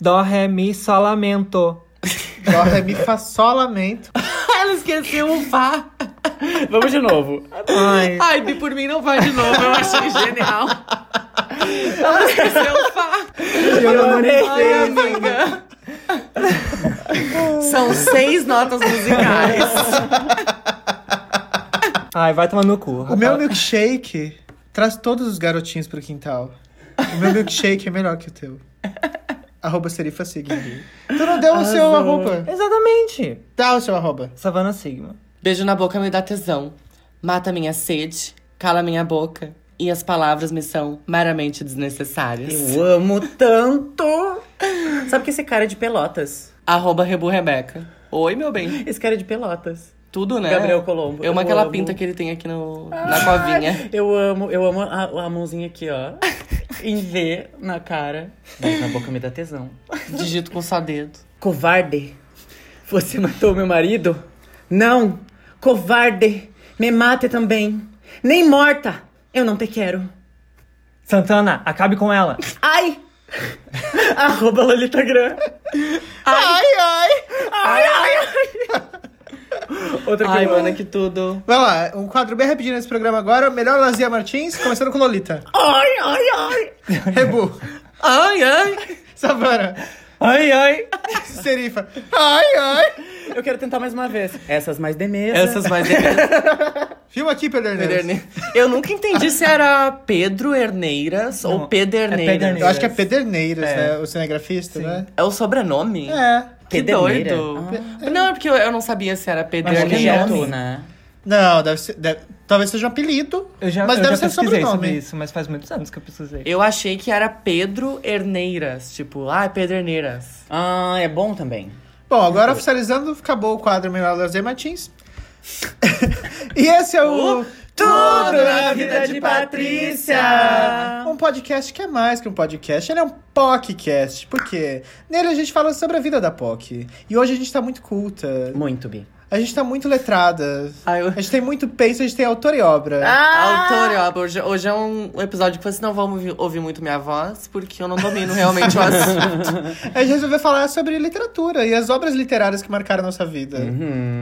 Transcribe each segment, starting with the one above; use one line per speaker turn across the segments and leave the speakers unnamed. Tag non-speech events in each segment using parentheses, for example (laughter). Dó, ré, mi, sol, lamento.
Dó, ré, mi, fa, sol, lamento.
Ela esqueceu o Fá. Vamos de novo.
Ai,
Ai, Bi, por mim não vai de novo. Eu achei genial. Ela esqueceu o Fá.
Eu adorei.
Ai, amiga. São seis notas musicais.
ai, vai tomar no cu.
O meu milkshake traz todos os garotinhos pro quintal. O meu milkshake é melhor que o teu. Arroba Serifa Seguir. Tu não deu o seu arroba.
Exatamente.
Dá o seu arroba.
Savana Sigma.
Beijo na boca me dá tesão. Mata minha sede, cala minha boca. E as palavras me são meramente desnecessárias.
Eu amo tanto! Sabe que esse cara é de Pelotas?
Arroba Rebu Rebeca. Oi, meu bem.
Esse cara é de Pelotas.
Tudo, né?
Gabriel Colombo.
Eu amo aquela
amo.
pinta que é. ele tem aqui no, na covinha.
Eu amo, eu amo a, a mãozinha aqui,
(laughs)
ó. em V na cara. Beijo na boca me dá tesão.
Digito com só dedo.
Covarde, você matou meu marido? Não, covarde, me mate também. Nem morta, eu não te quero.
Santana, acabe com ela.
Ai! Arroba Lolitagram.
Ai, ai!
Ai, ai, ai. Outra que
Ai,
eu
mano,
amo.
que tudo.
Vai lá, um quadro bem rapidinho nesse programa agora. Melhor Lazia Martins, começando com Lolita. (laughs)
Ai, ai, ai.
Rebu.
Ai, ai.
Savana.
Ai, ai.
Serifa. Ai, ai!
Eu quero tentar mais uma vez. Essas mais de mesa.
Essas mais de-
Filma aqui, Pedro Hernandes.
Pederne- Eu nunca entendi se era Pedro Herneiras ou
Não,
Pederneiras.
é Pederneiras.
Eu acho que é Pederneiras, né? O cinegrafista, né?
É o sobrenome?
É.
Que
Pederneira?
doido.
Ah,
Não, é porque eu, eu não sabia se era Pedro
Acho que
Pederneiras.
é
Herneiras.
tu, né?
Não, deve ser. deve- talvez seja um apelido.
Eu já,
mas
eu
deve
já
ser
pesquisei sobre
sobrenome.
isso, mas faz muitos anos que eu pesquisei.
Eu achei que era Pedro Herneiras. Tipo, ah, é Pederneiras.
Ah, é bom também.
Bom, agora
Então.
oficializando, acabou o quadro Melhor Lazia Martins. (laughs) e esse é o.
Oh,
Tudo
na
vida de Patrícia.
Um podcast que é mais que um podcast, ele é um podcast, porque nele a gente fala sobre a vida da POC. E hoje a gente tá muito culta,
Muito, Bi.
a gente tá muito letrada,
Ah, eu...
a gente tem muito peito, a gente tem autor e obra.
Ah.
Ah!
Autor, eu abro- hoje, hoje é um episódio que vocês não vão ouvir, ouvir muito minha voz, porque eu não domino realmente o assunto.
A gente resolveu falar sobre literatura e as obras literárias que marcaram a nossa vida.
Uhum.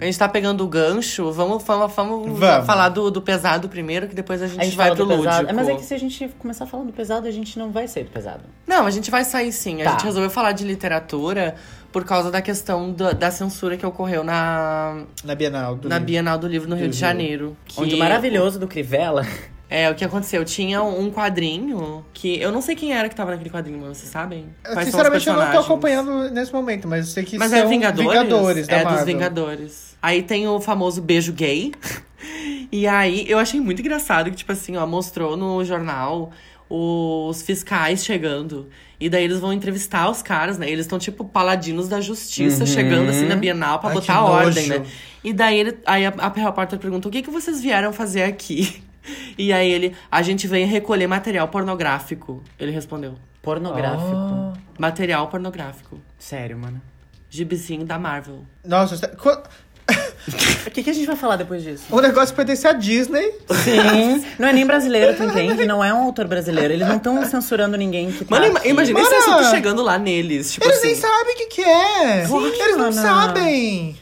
A gente tá pegando o gancho, vamos, vamos, vamos,
Vamos.
falar do, do pesado primeiro, que depois a gente,
A gente
vai
fala
pro
do
lúdico.
pesado. É, Mas é que se a gente começar falando do pesado, a gente não vai ser do pesado.
Não, a gente vai sair sim. A
Tá.
gente resolveu falar de literatura por causa da questão da, da censura que ocorreu na,
Na Bienal. do
na
livro.
Bienal do Livro no Rio de Janeiro. Que,
Onde o maravilhoso do (laughs) Crivella.
É, o que aconteceu? Tinha um quadrinho que... Eu não sei quem era que tava naquele quadrinho, mas vocês sabem? Quais são os
Sinceramente, eu não tô
personagens?
acompanhando nesse momento, mas eu sei que
Mas
são
é Vingadores?
Vingadores da
é
Marvel.
dos Vingadores. Aí tem o famoso beijo gay. (laughs) E aí eu achei muito engraçado que, tipo assim, ó, mostrou no jornal os fiscais chegando. E daí eles vão entrevistar os caras, né? Eles estão, tipo, paladinos da justiça, chegando assim na Bienal pra
Uhum. Ai,
botar
que
a ordem,
nojo.
né? E daí ele, aí a, a repórter pergunta: o que, que vocês vieram fazer aqui? (laughs) E aí ele, a gente veio recolher material pornográfico. Ele respondeu:
Pornográfico.
material pornográfico.
Sério, mano.
Gibizinho da Marvel.
Nossa, você- tá- co-
O que, que a gente vai falar depois disso?
o negócio pertence à Disney.
(laughs) Sim. Não é nem brasileiro, tu entende? Não é um autor brasileiro. Eles não estão censurando ninguém que tá
Mano, ima-
aqui.
imagina esse
Mano!
assunto chegando lá neles. Tipo
Eles
assim,
nem sabem o que, que é. Eles não
Ana.
sabem.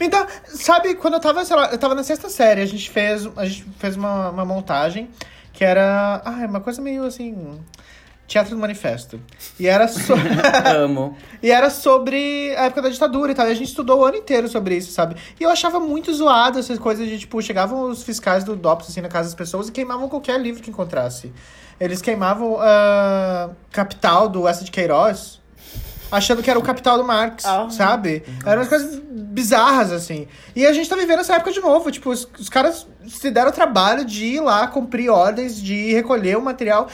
Então, sabe, quando eu tava, sei lá, eu tava na sexta série, a gente fez, a gente fez uma, uma montagem que era. Ai, uma coisa meio assim. Teatro do Manifesto. E era,
(laughs)
so-
Amo.
e era sobre a época da ditadura e tal. E a gente estudou o ano inteiro sobre isso, sabe? E eu achava muito zoado essas coisas de, tipo, chegavam os fiscais do DOPS, assim, na casa das pessoas e queimavam qualquer livro que encontrasse. Eles queimavam ah, Capital, do Essa de Queiroz, achando que era o Capital do Marx,
Ah.
sabe? Eram umas coisas bizarras, assim. E a gente tá vivendo essa época de novo. Tipo, os, os caras se deram o trabalho de ir lá cumprir ordens, de recolher o material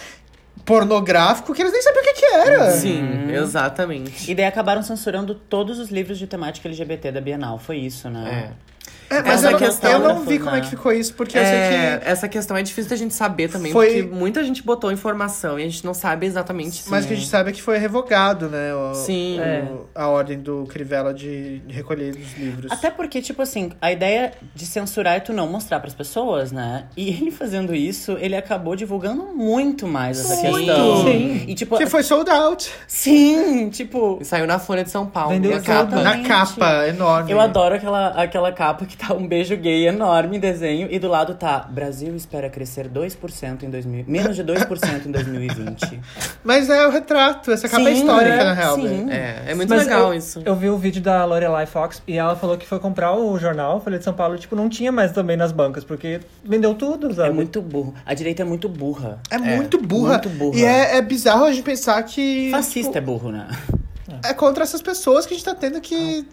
pornográfico que eles nem sabiam o que que era.
Sim, exatamente.
E daí acabaram censurando todos os livros de temática LGBT da Bienal. Foi isso, né?
É.
É, mas
Essa
eu, não-
questão,
eu não
né,
vi como é que ficou isso, porque eu sei que.
Essa questão é difícil da gente saber também,
Foi-
porque muita gente botou informação e a gente não sabe exatamente se.
Mas o que a gente sabe é que foi revogado, né? o-
Sim.
o-
É.
A ordem do Crivella de de recolher os livros.
Até porque, tipo assim, a ideia de censurar é tu não mostrar pras pessoas, né? E (laughs) ele fazendo isso, ele acabou divulgando muito mais essa
Sim.
questão.
Sim.
E tipo,
Que foi sold out.
sim, tipo,
E saiu na Folha de São Paulo.
Vendeu
e a
tudo.
capa.
Na
Exatamente.
capa, enorme.
eu adoro aquela, aquela capa que tá um beijo gay enorme em desenho e do lado tá Brasil espera crescer 2% em 2000, menos de 2%
(laughs)
em 2020.
Mas é o retrato, essa capa é
Sim,
histórica,
é,
na real.
sim.
né?
É, é muito
Mas
legal
eu,
isso.
Eu vi o vídeo da Lorelai Fox e ela falou que foi comprar o jornal, Folha de São Paulo, e, tipo, não tinha mais também nas bancas, porque vendeu tudo, sabe?
É muito burro. A direita é muito burra.
É muito burra.
muito burra.
E é, é bizarro a gente pensar que.
Fascista é burro, né?
tipo, é contra essas pessoas que a gente tá tendo que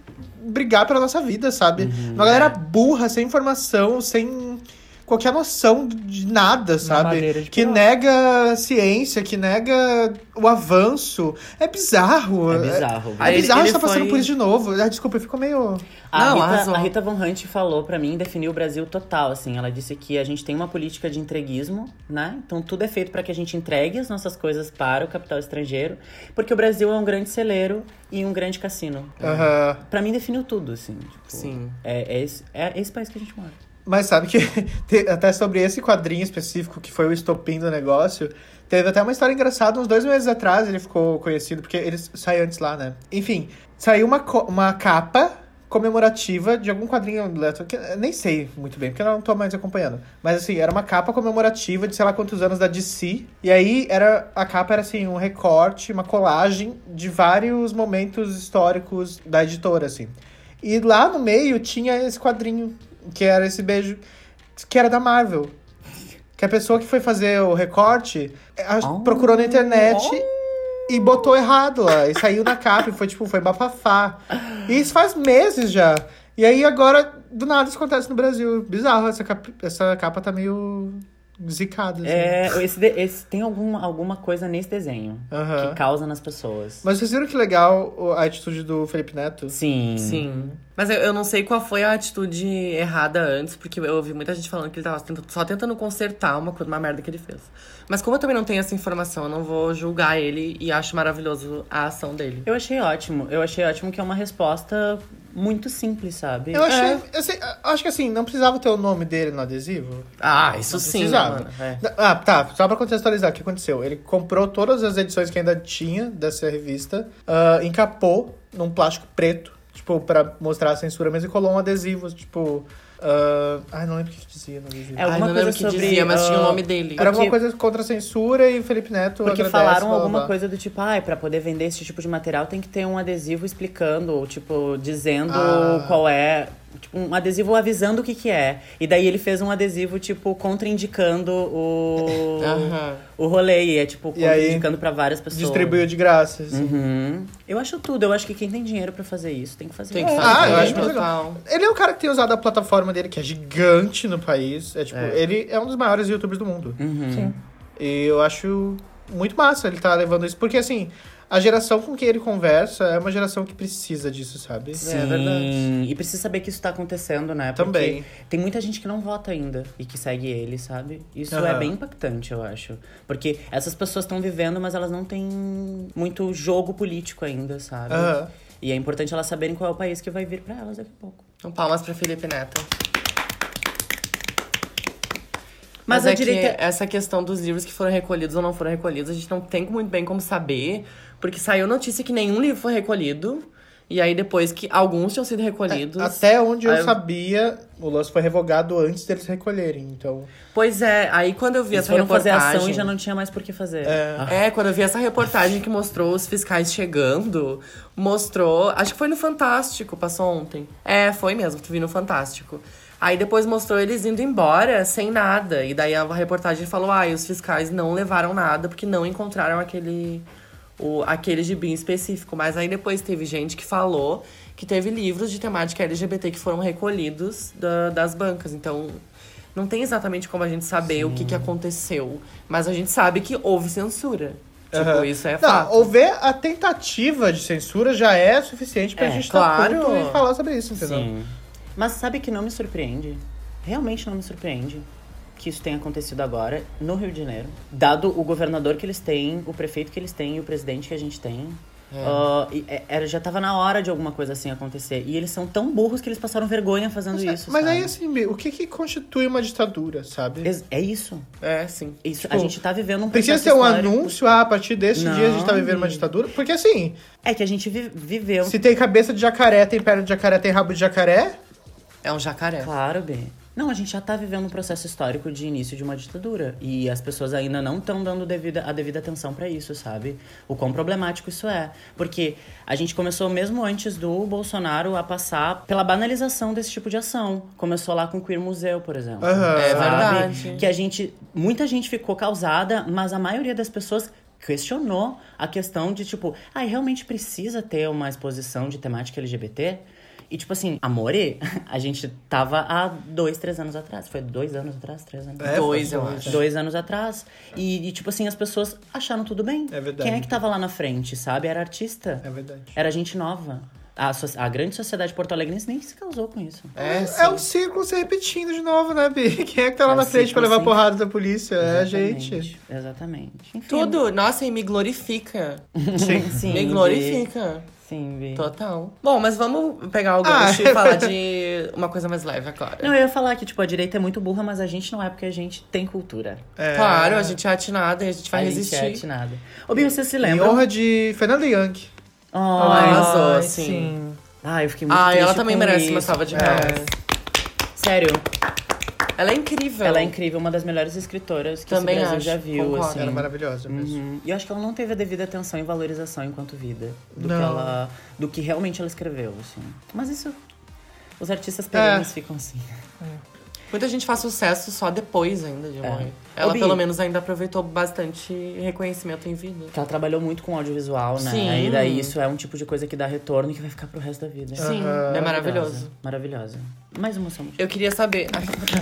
brigar pela nossa vida, sabe? Uma galera burra, sem informação, sem qualquer noção de nada,
maneira
sabe?
de
Que
pior.
nega a ciência, que nega o avanço. É bizarro.
É bizarro.
É,
Aí ele-
bizarro
ele
estar passando
foi-
por isso de novo. Ah, desculpa, eu fico meio.
A,
Não,
Rita,
arrasou.
a Rita Von Hunt falou pra mim, definiu o Brasil total, assim. Ela disse que a gente tem uma política de entreguismo, né? Então tudo é feito pra que a gente entregue as nossas coisas para o capital estrangeiro, porque o Brasil é um grande celeiro e um grande cassino.
Aham.
Pra mim definiu tudo, assim. tipo,
Sim.
É, é esse, é esse país que a gente mora.
Mas sabe que (laughs) te- até sobre esse quadrinho específico que foi o estopim do negócio, teve até uma história engraçada uns dois meses atrás, ele ficou conhecido, porque ele s- saiu antes lá, né? Enfim, saiu uma, co- uma capa comemorativa de algum quadrinho, aleatório, que eu nem sei muito bem, porque eu não tô mais acompanhando. Mas assim, era uma capa comemorativa de sei lá quantos anos da DC, e aí era a capa era assim, um recorte, uma colagem de vários momentos históricos da editora, assim. E lá no meio tinha esse quadrinho, que era esse beijo, que era da Marvel. Que a pessoa que foi fazer o recorte eh, a-
Oh.
procurou na internet e botou errado lá. E saiu na capa e foi tipo, foi bafafá. E isso faz meses já. E aí agora, do nada, isso acontece no Brasil. Bizarro, essa capa, essa capa tá meio zicada. assim.
É, esse, de- esse- tem algum, alguma coisa nesse desenho
Aham.
que causa nas pessoas.
Mas vocês viram que legal o- a atitude do Felipe Neto?
Sim.
Sim. Mas eu, eu não sei qual foi a atitude errada antes, porque eu ouvi muita gente falando que ele tava tenta- só tentando consertar uma coisa, uma merda que ele fez. Mas como eu também não tenho essa informação, eu não vou julgar ele e acho maravilhoso a ação dele.
Eu achei ótimo. Eu achei ótimo que é uma resposta muito simples, sabe?
Eu
É.
achei. Eu sei- eu acho que assim, não precisava ter o nome dele no adesivo.
Ah, isso sim, né,
precisava.
mano. É.
Ah, tá. Só pra contextualizar, o que aconteceu? Ele comprou todas as edições que ainda tinha dessa revista, ah, encapou num plástico preto, tipo, pra mostrar a censura, mas e colou um adesivo, tipo. ah, ai, não lembro o que, que dizia no adesivo.
É
Ai, não
alguma
lembro o
coisa
que
sobre,
dizia, mas tinha o
ah,
nome dele.
Era alguma
porque-
coisa contra a censura e o Felipe Neto.
Porque
agradece,
falaram
blá, blá,
alguma
blá.
coisa do tipo, ai, pra poder vender esse tipo de material tem que ter um adesivo explicando, ou tipo, dizendo
Ah.
qual é. Tipo, um adesivo avisando o que que é. E daí ele fez um adesivo, tipo, contraindicando
(laughs)
o.
Aham.
o rolê. E é tipo,
E aí,
contraindicando pra várias pessoas.
Distribuiu de graça. assim.
Uhum. Eu acho tudo. Eu acho que quem tem dinheiro pra fazer isso tem que fazer
Tem
isso.
que fazer.
Ah, eu
né,
acho muito
total.
Ele é um cara que tem usado a plataforma dele, que é gigante no país. É, tipo, Ele é um dos maiores youtubers do mundo.
Sim.
E eu acho muito massa ele tá levando isso, porque assim, a geração com quem ele conversa é uma geração que precisa disso, sabe?
Sim,
É verdade.
e precisa saber que isso tá acontecendo, né? Porque
Também.
Tem muita gente que não vota ainda e que segue ele, sabe? Isso
Aham.
é bem impactante, eu acho. Porque essas pessoas estão vivendo, mas elas não têm muito jogo político ainda, sabe?
Aham.
E é importante elas saberem qual é o país que vai vir pra elas daqui a pouco.
Então, palmas pra Felipe Neto.
Mas
Mas,
a
é
direita-
que essa questão dos livros que foram recolhidos ou não foram recolhidos, a gente não tem muito bem como saber, porque saiu notícia que nenhum livro foi recolhido, e aí depois que alguns tinham sido recolhidos.
Até onde eu
Aí eu-
sabia, o lance foi revogado antes deles recolherem, então.
Pois é, aí quando eu vi
Eles
essa
foram fazer
reportagem.
ação e já não tinha mais por que fazer. Ah.
É, quando eu vi essa reportagem que mostrou os fiscais chegando, mostrou. Acho que foi no Fantástico, passou ontem. É, foi mesmo, tu vi no Fantástico. Aí depois mostrou eles indo embora sem nada. E daí a reportagem falou: ah, e os fiscais não levaram nada porque não encontraram aquele. O, aquele gibi em específico. Mas aí depois teve gente que falou que teve livros de temática LGBT que foram recolhidos da- das bancas. Então, não tem exatamente como a gente saber o que, que aconteceu, mas a gente sabe que houve censura. Tipo,
Aham.
isso é
Não,
fato.
houver a tentativa de censura já é suficiente pra
É,
gente tá estar
claro.
culto e falar sobre isso, entendeu?
Sim. Mas sabe que não me surpreende? Realmente não me surpreende que isso tenha acontecido agora no Rio de Janeiro. Dado o governador que eles têm, o prefeito que eles têm e o presidente que a gente tem. ah, e- é- era- já tava na hora de alguma coisa assim acontecer. E eles são tão burros que eles passaram vergonha fazendo
Mas,
é isso.
mas
sabe?
aí, assim, o que, que constitui uma ditadura, sabe?
Ex- É isso.
É, sim.
Isso, a
Tipo,
gente tá vivendo um
Precisa
processo
ter um
histórico.
anúncio, ah, a partir deste dia a gente tá
Não.
vivendo uma ditadura? Porque assim,
É que a gente vi- viveu. um
se tem cabeça de jacaré, tem perna de jacaré, tem rabo de jacaré,
É um jacaré.
Claro, B. Não, a gente já tá vivendo um processo histórico de início de uma ditadura. E as pessoas ainda não estão dando devida, a devida atenção pra isso, sabe? O quão problemático isso é. Porque a gente começou mesmo antes do Bolsonaro a passar pela banalização desse tipo de ação. Começou lá com o Queer Museu, por exemplo.
Aham. É
sabe?
verdade.
Que a gente. Muita gente ficou causada, mas a maioria das pessoas questionou a questão de tipo, ai, realmente precisa ter uma exposição de temática LGBT? E (laughs) tipo assim, amore, a gente tava há dois, três anos atrás. Foi dois anos atrás, três anos atrás.
Dois,
faz
eu
É, dois.
acho.
Dois anos atrás. E, e, tipo assim, as pessoas acharam tudo bem.
É verdade.
Quem é que tava lá na frente, sabe? Era artista.
é verdade.
Era gente nova. A, so- a grande sociedade porto-alegrense nem se casou com isso.
É, sim.
É um círculo se repetindo de novo, né, Bi? (laughs) Quem é que tá lá
É um
na frente pra
círculo
levar
sem-
porrada da polícia? É, gente.
Exatamente, Exatamente. Enfim.
Tudo, nossa, e me glorifica.
Sim.
(laughs) Sim,
Me
Bi.
glorifica.
Sim, Bi.
Total. Bom, mas vamos pegar o
Ah,
gancho
é.
e falar de uma coisa mais leve, é claro.
Não, eu ia falar que, tipo, a direita é muito burra, mas a gente não é porque a gente tem cultura.
É.
Claro, a gente é atinada e a gente vai
a
resistir.
gente é atinada. Ô, Bi, você se
Em
lembra?
honra de Fernanda Young.
Ai,
Ai,
arrasou, assim.
Ai,
sim.
ai, eu fiquei muito
Ah,
triste
ela também
com
merece
isso.
uma salva de
É.
palmas.
Sério,
Ela é incrível.
ela é incrível, uma das melhores escritoras que
Também
esse Brasil
acho,
já viu,
concordo.
assim.
Era maravilhosa mesmo.
Uhum. E eu acho que ela não teve a devida atenção e valorização enquanto vida. Do
Não.
que ela. Do que realmente ela escreveu, assim. Mas isso. Os artistas
É.
perenes ficam assim.
Muita gente faz sucesso só depois ainda de morrer.
É. Ô,
Ela
Bi.
pelo menos ainda aproveitou bastante reconhecimento em vida.
Porque ela trabalhou muito com audiovisual, né?
Sim.
E daí isso é um tipo de coisa que dá retorno e que vai ficar pro resto da vida.
Sim,
Ah,
é maravilhoso.
Maravilhosa. Mais uma emoção.
Eu queria saber,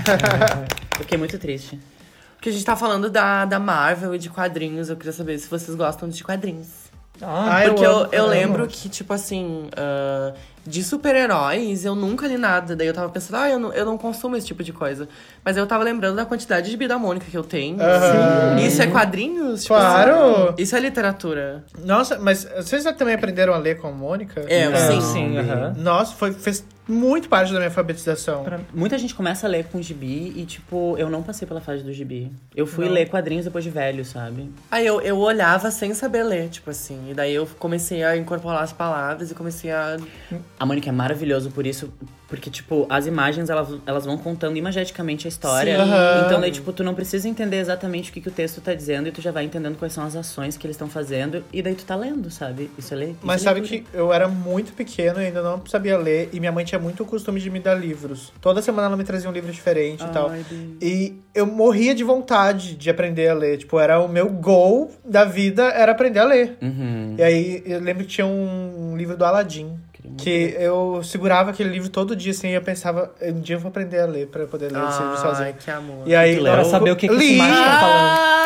Eu fiquei é muito triste.
porque a gente tá falando da, da Marvel e de quadrinhos, eu queria saber se vocês gostam de quadrinhos.
Ah,
Ah, eu
Porque eu,
amo,
eu
amo.
lembro que, tipo assim, ah, de super-heróis eu nunca li nada. Daí eu tava pensando, ah, eu não, eu não consumo esse tipo de coisa. Mas eu tava lembrando da quantidade de Bida Mônica que eu tenho.
Aham.
Isso é quadrinhos? Tipo
Claro.
assim, isso é literatura.
Nossa, mas vocês também aprenderam a ler com a Mônica?
É,
É,
sim.
sim, aham.
Nossa, foi, fez muito parte da minha alfabetização.
Muita gente começa a ler com gibi e, tipo, eu não passei pela fase do gibi. Eu fui ler quadrinhos depois de velho, sabe?
Aí eu, eu olhava sem saber ler, tipo assim. E daí eu comecei a incorporar as palavras e comecei a.
A Mônica é maravilhoso por isso, porque, tipo, as imagens, elas, elas vão contando imageticamente a história.
Sim. Aham.
Então, daí, tipo, tu não precisa entender exatamente o que, que o texto tá dizendo e tu já vai entendendo quais são as ações que eles estão fazendo. E daí tu tá lendo, sabe? Isso é ler. isso
Mas
é
sabe
leitura.
que eu era muito pequeno e ainda não sabia ler, e minha mãe tinha muito o costume de me dar livros. Toda semana ela me trazia um livro diferente e tal.
Ai, Bi.
E eu morria de vontade de aprender a ler. Tipo, era o meu goal da vida, era aprender a ler.
Uhum.
E aí eu lembro que tinha um livro do Aladdin.
Queria muito
Que eu segurava aquele livro todo dia, assim, e eu pensava, um dia eu vou aprender a ler pra eu poder ler esse livro
Ai,
sozinho.
que amor.
E aí,
tu leu? Pra
Ah, saber o que que
li,
esse macho tá falando.
Ah!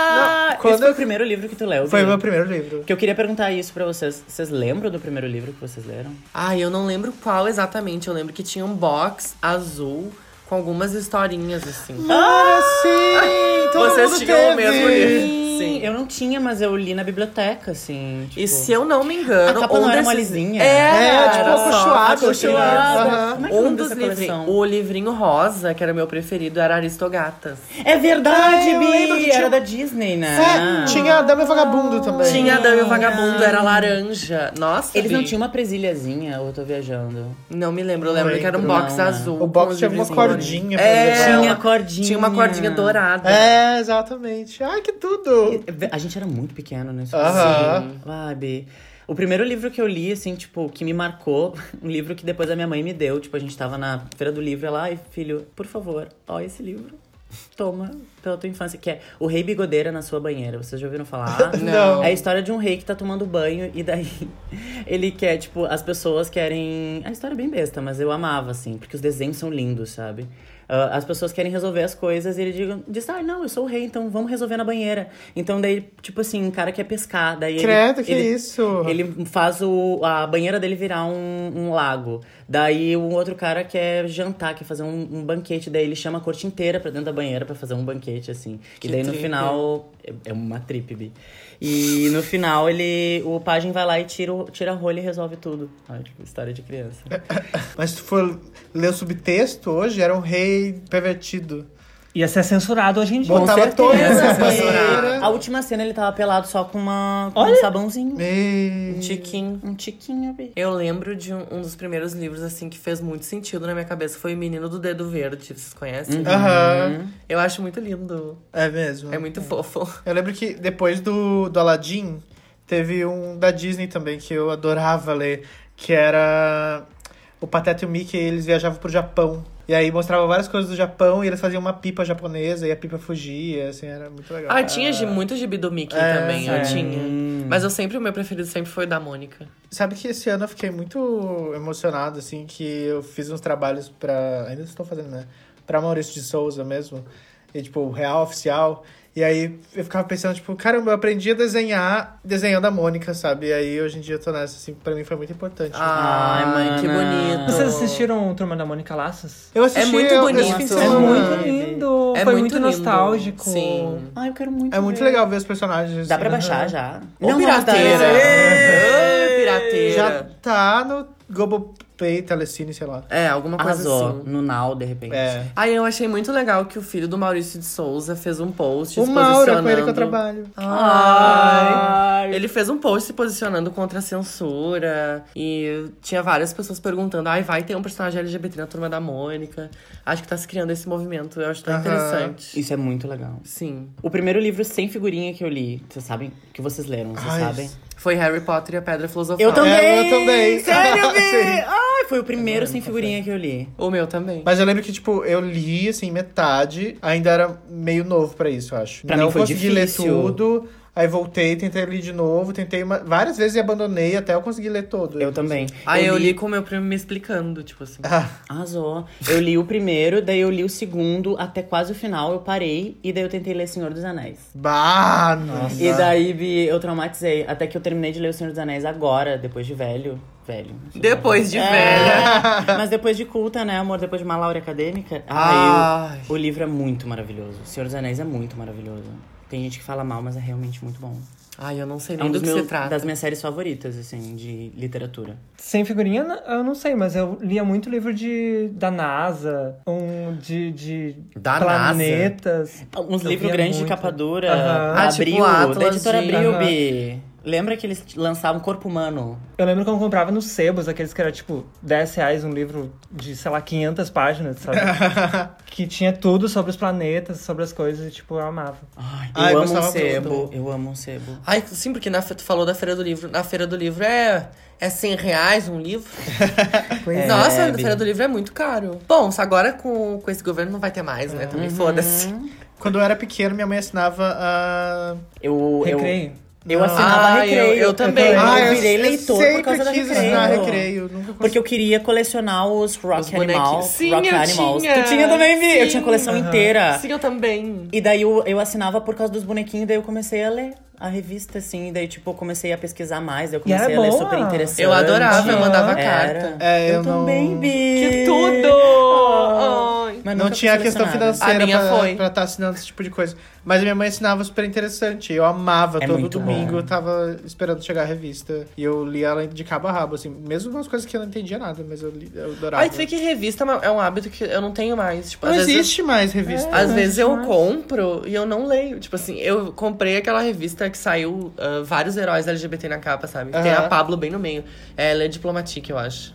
Ah,
quando
esse foi
eu-
o primeiro livro que tu leu,
Foi o
Bi?
meu primeiro livro.
Porque eu queria perguntar isso pra vocês. Vocês lembram do primeiro livro que vocês leram?
Ai, eu não lembro qual exatamente. Eu lembro que tinha um box azul com algumas historinhas, assim.
Ah!
Mano, sim! Todo
Vocês
mundo
tinham
teve.
o mesmo livro.
Sim,
Sim.
eu não tinha, mas eu li na biblioteca, assim. Tipo...
E se eu não me engano.
A capa
um
não era
desses-
molezinha?
Era,
É, tipo,
era só.
acolchoado. assim, né?
acolchoado.
Aham.
Como é que é o
Um
nome
dos
dessa
livrinhos.
coleção?
O livrinho rosa, que era meu preferido, era Aristogatas.
É verdade,
Ah, eu lembro que
Bi!
tinha-
Era da Disney, né?
É, tinha a Dama e o Vagabundo também.
Tinha Dama e o Vagabundo, era laranja. Nossa,
Eles não
Bi.
tinham uma presilhazinha, ou eu tô viajando?
Não me lembro, eu lembro
Não
que era um
lembro.
box
Não, né?
azul.
O box
com os
tinha uma
livros coloridos.
cordinha pra
É,
levar.
Tinha
tinha,
cordinha.
tinha uma cordinha dourada.
É, exatamente. Ai, que tudo!
A gente era muito pequeno nesse
Aham.
Sim. Ah, Bi. O primeiro livro que eu li, assim, tipo, que me marcou, (laughs) um livro que depois a minha mãe me deu. Tipo, a gente tava na feira do livro, ela, ai, filho, por favor, ó esse livro. Toma, pela tua infância, que é O Rei Bigodeira na Sua Banheira. Vocês já ouviram falar?
Não.
É a história de um rei que tá tomando banho e daí (laughs) ele quer, tipo, as pessoas querem. A história é bem besta, mas eu amava, assim, porque os desenhos são lindos, sabe? Ah, Ah, as pessoas querem resolver as coisas e ele diga- diz, ah, não, eu sou o rei, então vamos resolver na banheira. Então daí, tipo assim, o cara quer pescar, daí ele-
Credo, que
ele,
isso.
ele faz o, a banheira dele virar um, um lago. Daí o outro cara quer jantar, quer fazer um, um banquete. Daí ele chama a corte inteira pra dentro da banheira pra fazer um banquete, assim.
Que
e daí no
tripe.
final. É, é uma trip, Bi. E no final ele. O pajem vai lá e tira, o- tira a rolha e resolve tudo. Ai, tipo, história de criança.
É, Mas se tu for ler o subtexto hoje, era um rei pervertido.
Ia ser censurado hoje em dia.
Bom, Botava todas né? as
E
banheiras.
a última cena ele tava pelado só com, uma, com um
Olha.
sabãozinho.
E...
Tiquinho.
Um tiquinho, Bi.
Eu lembro de um, um dos primeiros livros, assim, que fez muito sentido na minha cabeça. Foi O Menino do Dedo Verde, vocês conhecem?
Uhum. Aham.
Eu acho muito lindo.
É mesmo.
Uhum. É muito fofo.
Eu lembro que depois do, do Aladdin, teve um da Disney também que eu adorava ler, que era o Pateta e o Mickey, eles viajavam pro Japão. E aí mostrava várias coisas do Japão e eles faziam uma pipa japonesa e a pipa fugia, assim, era muito legal.
Ah, tinha gi- muito gibi do Mickey
É,
também, eu tinha. Mas eu sempre, o meu preferido sempre foi o da Mônica.
Sabe que esse ano eu fiquei muito emocionado, assim, que eu fiz uns trabalhos pra. Ainda estou fazendo, né? Pra Maurício de Souza mesmo. E, tipo, real, oficial. E aí eu ficava pensando, tipo, caramba, eu aprendi a desenhar desenhando a Mônica, sabe? E aí hoje em dia eu tô nessa, assim, pra mim foi muito importante. Ah,
Ai, mãe, que bonito.
Vocês assistiram o Turma da Mônica Laças?
Eu assisti
É muito
eu-
bonito.
esse fim de
É
É
semana.
muito lindo.
É
Foi
muito
muito,
lindo.
nostálgico.
Sim.
Ai, eu quero muito.
É muito
ver.
legal ver os personagens.
Dá pra
assim.
baixar já.
Ô,
Não, não, tá.
pirateira!
É.
Ô,
Já
pirateira!
tá no Globopay, Telecine, sei lá.
É, alguma coisa
Arrasou
assim.
no Now, de repente.
É.
Aí eu achei muito legal que o filho do Maurício de Souza fez um post
O
se
Mauro, é com ele que eu
posicionando-
trabalho.
Ai. Ele fez um post se posicionando contra a censura. E tinha várias pessoas perguntando: ai, vai ter um personagem LGBT na turma da Mônica. Acho que tá se criando esse movimento. Eu acho tão
Aham.
interessante.
Isso é muito legal.
Sim.
O primeiro livro sem figurinha que eu li, vocês sabem? Que vocês leram, vocês
Ai,
sabem?
Foi Harry Potter e a Pedra Filosofal.
Eu também!
É, eu também. (laughs)
(laughs) Sério, Bi?
Sim.
Ai, foi o primeiro sem figurinha que eu li.
O meu também.
Mas eu lembro que, tipo, eu li, assim, metade. Ainda era meio novo pra isso, eu acho.
Pra
Não
mim foi
consegui
difícil.
ler tudo. Aí voltei, tentei ler de novo. Tentei uma- várias vezes e abandonei até eu conseguir ler todo.
Ah, Eu também.
Aí eu li com o meu primo me explicando, tipo assim.
Ah,
Arrasou. Eu li o primeiro, daí eu li o segundo, até quase o final, eu parei, e daí eu tentei ler Senhor dos Anéis.
bah, nossa.
E daí, Bi, eu traumatizei. Até que eu terminei de ler O Senhor dos Anéis agora, depois de velho. Velho.
Depois de velha.
É, mas depois de culta, né, amor? Depois de uma laura acadêmica. Ai,
Ai.
o, o livro é muito maravilhoso. O Senhor dos Anéis é muito maravilhoso. Tem gente que fala mal, mas é realmente muito bom.
Ai, eu não sei
É
nem
um
do
dos
que
meus,
se trata.
das minhas séries favoritas, assim, de literatura.
Sem figurinha, n- eu não sei, mas eu lia muito livro de, da NASA, um de, de
Da
planetas.
Uns
Eu
livros
via
grandes de
muito.
capa dura,
Aham.
da
Ah, tipo
Abril,
Atlas
da editora
de-
Abril,
Aham.
Bi. Lembra que eles lançavam Um Corpo Humano?
Eu lembro que eu comprava nos sebos, aqueles que era tipo 10 reais um livro de, sei lá, 500 páginas,
(laughs)
sabe? que tinha tudo sobre os planetas, sobre as coisas, e tipo, eu amava.
Ai, eu
Ai, eu
amo um
gostava
sebo.
muito.
Eu amo um sebo.
Ai, sim, porque na, fe- tu falou da Feira do Livro. Na Feira do Livro é, é 100 reais um livro.
é,
Nossa, na
Bi.
Feira do Livro é muito caro. Bom, só agora com, com esse governo não vai ter mais, né? Também foda-se.
Quando eu era pequeno, minha mãe assinava a.
Eu, eu,
Recreio.
eu
Não.
assinava
Ah,
recreio.
eu- eu também.
Eu,
Ah,
virei leitor por
sempre
causa da
quis
recreio.
assinar recreio. Nunca consegui.
Porque eu queria colecionar os Rock
Os bonequinhos.
Animals.
Sim,
rock
eu
Animals.
tinha.
Tu tinha também, Vi? Eu
Sim.
tinha a coleção inteira.
Sim, eu também.
E daí eu, eu assinava por causa dos bonequinhos, daí eu comecei a ler a revista, assim. E daí, tipo, eu comecei a pesquisar mais, daí eu
E era
comecei a ler
boa.
super interessante.
Eu adorava, eu mandava
Era.
carta.
É, eu não-
também, Bi.
Que tudo! Ai.
Mas
Não
nunca fui
tinha a questão
selecionada.
financeira
A minha foi.
pra estar assinando esse tipo de coisa. Mas a minha mãe ensinava super interessante. Eu amava.
É
Todo
muito
domingo
bom.
eu tava esperando chegar a revista. E eu li ela de cabo a rabo, assim. Mesmo umas coisas que eu não entendia nada, mas eu, li, eu adorava.
Ai, tu vê que revista é uma- é um hábito que eu não tenho mais. Tipo,
Não
às vezes eu-
existe mais revista.
Às
É.
vezes eu compro e eu não leio. Tipo assim, eu comprei aquela revista que saiu ah, vários heróis LGBT na capa, sabe? Tem
Aham.
a Pablo bem no meio. Ela é diplomatique, eu acho.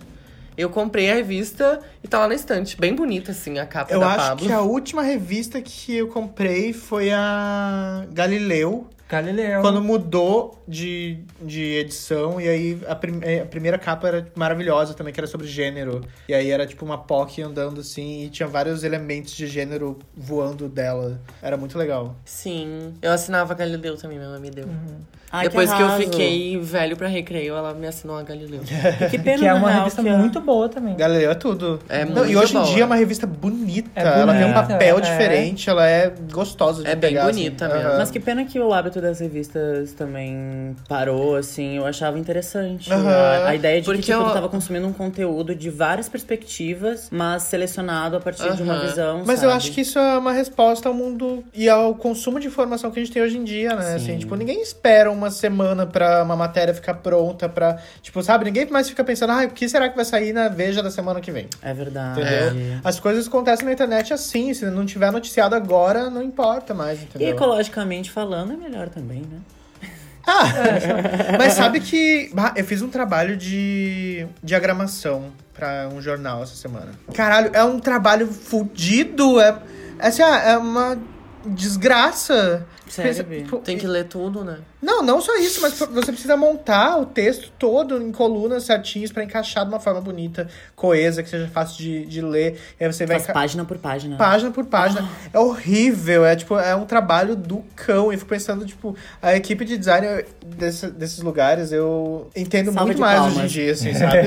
Eu comprei a revista e tá lá na estante. Bem bonita, assim, a capa
Eu
da
acho é
Pablo.
que a última revista que eu comprei foi a Galileu.
Galileu.
Quando mudou de, de edição, e aí a, prim- eh, a primeira capa era maravilhosa também, que era sobre gênero. E aí era tipo uma POC andando assim, e tinha vários elementos de gênero voando dela. Era muito legal.
Sim. Eu assinava a Galileu também, minha mãe me deu.
Ai,
Depois que, eu
arraso.
fiquei velho pra recreio, ela me assinou a Galileu.
E que pena,
Que é
na
uma
real,
revista
que a-
muito boa também.
Galileu é tudo.
É
Não, e
muito
hoje em
boa.
dia é uma revista bonita.
É
ela tem um
bonita,
papel
é.
diferente, ela é gostosa de
É bem
pegar, assim.
bonita
Aham.
mesmo.
Mas que pena que o hábito das revistas também parou, assim, eu achava interessante. né?
Aham.
A, a ideia de
Porque
que tipo,
eu-
tu tava consumindo um conteúdo de várias perspectivas, mas selecionado a partir de uma
Aham.
visão.
Mas eu
sabe?
acho que isso é uma resposta ao mundo e ao consumo de informação que a gente tem hoje em dia, né?
Sim.
Assim, tipo, ninguém espera uma semana pra uma matéria ficar pronta, pra. Tipo, sabe? Ninguém mais fica pensando, ah, o que será que vai sair na Veja da semana que vem?
É verdade.
Entendeu? As coisas acontecem na internet assim, se não tiver noticiado agora, não importa mais,
E
entendeu?
ecologicamente falando, é melhor também, né?
Ah, mas
(laughs)
sabe que bah, eu fiz um trabalho de diagramação pra um jornal essa semana. Caralho, é um trabalho fudido, é assim, ah, é uma desgraça.
Sério,
Pensa-
Bi?
pô,
Tem que ler tudo, né?
Não, não só isso, mas você precisa montar o texto todo em colunas certinhas pra encaixar de uma forma bonita, coesa, que seja fácil de, de ler. E aí você vai
Faz
enca-
página por página.
página por página. É horrível, é tipo, é um trabalho do cão. E fico pensando, tipo, a equipe de design eu- desse- desses lugares, eu entendo
Salva
muito
de
mais
palmas.
hoje em dia, (laughs) assim, sabe?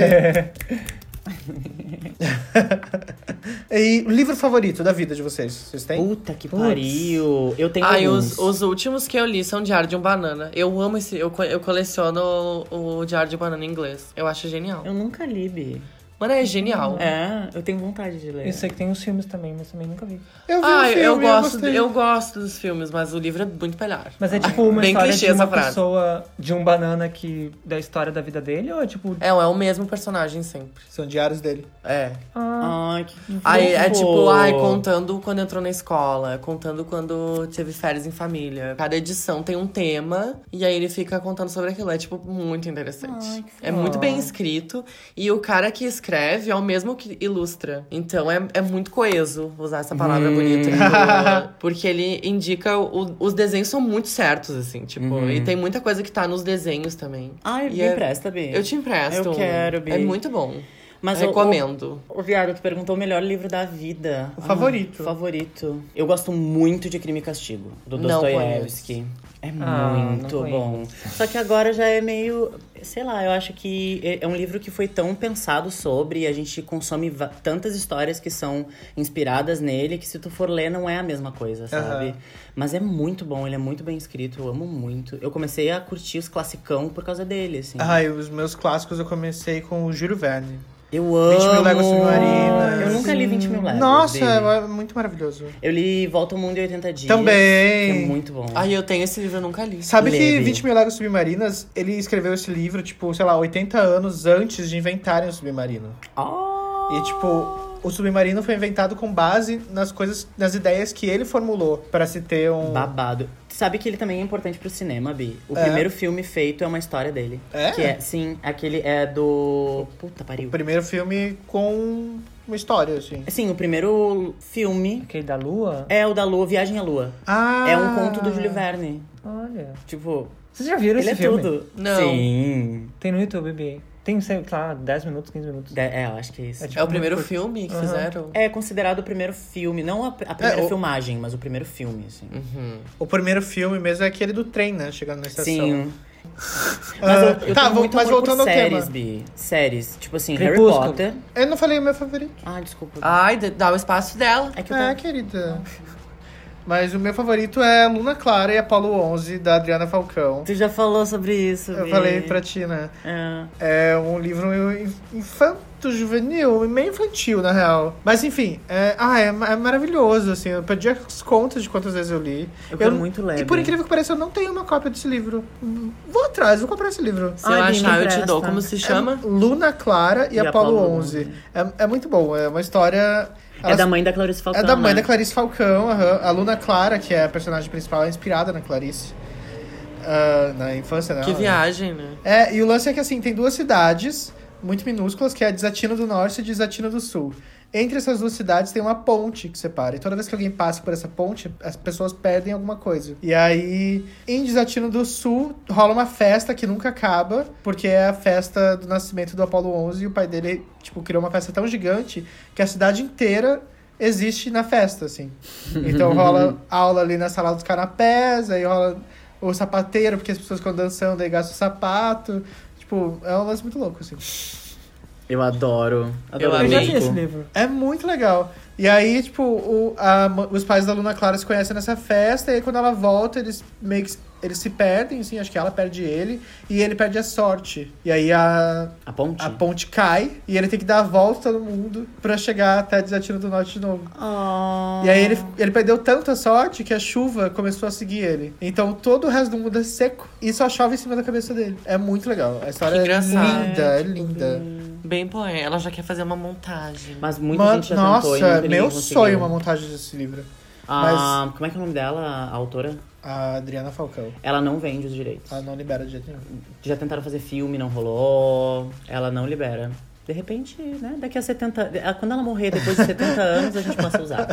e livro favorito da vida de vocês? Vocês têm?
Puta que pariu. Eu tenho
Aí
alguns.
os, os últimos que eu li são Diário de um Banana. Eu amo esse. Eu, co- eu coleciono o, o Diário de um Banana em inglês. Eu acho genial.
Eu nunca li, Bi.
Mano, é genial.
É, eu tenho vontade de ler.
Eu
é
sei que tem os filmes também, mas também nunca vi.
Eu um
Ah, eu
filme,
gosto,
gostei.
eu gosto dos filmes, mas o livro é muito melhor.
Mas
Ah,
é tipo uma
Bem
história
clichê
de uma
essa frase.
pessoa, de um banana que... Da história da vida dele, ou é tipo...
É, é o mesmo personagem sempre.
São diários dele.
É.
Ah,
Ai, que
Aí é
fofo.
tipo, ai, contando quando entrou na escola, contando quando teve férias em família. Cada edição tem um tema e aí ele fica contando sobre aquilo. É, tipo, muito interessante.
Ai, que
é muito bem escrito. E o cara que escreve é o mesmo que ilustra. Então é, é muito coeso usar essa
Hum.
palavra
(laughs)
bonita. do- Porque ele indica. o- os desenhos são muito certos, assim, tipo. E tem muita coisa que tá nos desenhos também.
Uhum. Ai,
E
me
é-
empresta, Bi.
Eu te empresto.
Eu
um.
quero, Bi.
É muito bom.
Mas eu-
Recomendo.
Ô, viado, tu perguntou o melhor livro da vida.
O favorito.
Ah, favorito. Eu gosto muito de Crime e Castigo, do
Não
Dostoiévski. É
Ah, não
muito
conheço.
bom. Só que agora já é meio. Sei lá, eu acho que é- é um livro que foi tão pensado sobre, e a gente consome va- tantas histórias que são inspiradas nele, que se tu for ler não é a mesma coisa, sabe?
Aham.
Mas é muito bom, ele é muito bem escrito, eu amo muito. Eu comecei a curtir os classicão por causa dele, assim.
Ai, os meus clássicos eu comecei com o Júlio Verne.
Eu
20
amo.
mil léguas submarinas.
Eu nunca li 20 mil léguas.
Nossa,
dele.
é muito maravilhoso.
Eu li Volta ao Mundo em 80 Dias.
Também.
que É muito bom.
Ai, eu tenho esse livro, eu nunca li.
Sabe que
Leve.
20 Mil Léguas Submarinas, ele escreveu esse livro, tipo, sei lá, 80 anos antes de inventarem o submarino.
Ah,
E, tipo, o submarino foi inventado com base nas coisas, nas ideias que ele formulou pra se ter um...
babado. Sabe que ele também é importante pro cinema, Bi. O
É?
primeiro filme feito é uma história dele.
É?
Que é, sim, aquele é do. Puta pariu.
O primeiro filme com uma história, assim.
Sim, o primeiro filme
aquele da lua?
é o da Lua, Viagem à Lua.
Ah!
É um conto do Júlio Verne.
Olha...
Tipo,
Vocês já viram
ele
esse
é
filme?
tudo.
Não.
Sim.
Tem no YouTube, Bi. Tem, sei lá, 10 minutos, 15 minutos.
De- É, eu acho que é isso.
É
É,
tipo-
É o primeiro
Uhum.
filme que fizeram?
considerado o primeiro filme, não a, a primeira
É, o-
filmagem, mas o primeiro filme, assim.
O primeiro filme mesmo é aquele do trem, né? Chegando na estação.
Sim. Mas
Ah,
eu, eu
tá,
tenho
vo-
muito
mas
amor por
voltando ao
séries,
tema.
Bi. Séries. Tipo assim,
Crepúsculo.
Harry Potter.
Eu não falei o meu favorito.
Ah, desculpa.
Ai, d- dá o espaço dela.
É que eu
É,
tava...
querida. Mas o meu favorito é Luna Clara e Apolo 11, da Adriana Falcão.
Tu já falou sobre isso,
Eu
Bi.
falei pra ti, né?
É.
É um livro in- infanto, juvenil, meio infantil, na real. Mas enfim, é, ah, é, ma- é maravilhoso, assim. Eu perdi as contas de quantas vezes eu li.
Eu quero muito ler,
E por
Bi.
incrível que pareça, eu não tenho uma cópia desse livro. Vou atrás, vou comprar esse livro.
Se
Ai, tá?
eu
Bi, me
achar, eu te
empresta.
dou. Como se chama?
É Luna Clara e,
E
Apolo,
Apolo
11. É, é muito bom, é uma história.
É
elas-
da mãe da Clarice Falcão,
é da mãe
né?
da Clarice Falcão, aham. a Luna Clara, que é a personagem principal, é inspirada na Clarice. Ah, na infância, né?
Que viagem, né?
É, e o lance é que assim, tem duas cidades muito minúsculas, que é Desatino do Norte e Desatino do Sul. Entre essas duas cidades tem uma ponte que separa. E toda vez que alguém passa por essa ponte, as pessoas perdem alguma coisa. E aí, em Desatino do Sul, rola uma festa que nunca acaba, porque é a festa do nascimento do Apolo 11 e o pai dele, tipo, criou uma festa tão gigante que a cidade inteira existe na festa, assim. Então rola aula ali na sala dos canapés, aí rola o sapateiro, porque as pessoas ficam dançando aí gastam o sapato. Tipo, é um lance muito louco, assim.
Eu adoro. Adoro
Eu já
amei.
li esse
Meiko.
livro.
É muito legal. E aí, tipo, o- a ma- os pais da Luna Clara se conhecem nessa festa, e aí quando ela volta, eles meio que. Eles se perdem, assim, acho que ela perde ele, e ele perde a sorte. E aí a,
A ponte?
a ponte cai, e ele tem que dar a volta no mundo pra chegar até Desatino do Norte de novo.
Ah.
E aí ele, ele perdeu tanta sorte que a chuva começou a seguir ele. Então todo o resto do mundo é seco e só chove em cima da cabeça dele. É muito legal. A história
Que
é
engraçado.
linda, é linda.
Bem poé. Ela já quer fazer uma montagem.
Hum. Mas muita
Mano,
gente já tentou e
nossa,
nunca ninguém
meu
conseguiu.
sonho é uma montagem desse livro.
Ah, Como é que é o nome dela, a autora?
A Adriana Falcão.
Ela não vende os direitos.
Ela não libera de jeito nenhum. (laughs)
Já tentaram fazer filme, não rolou. Ela não libera. De repente, né? Daqui a 70... ah, Quando ela morrer, depois de 70 (laughs) anos, a gente começa a usar.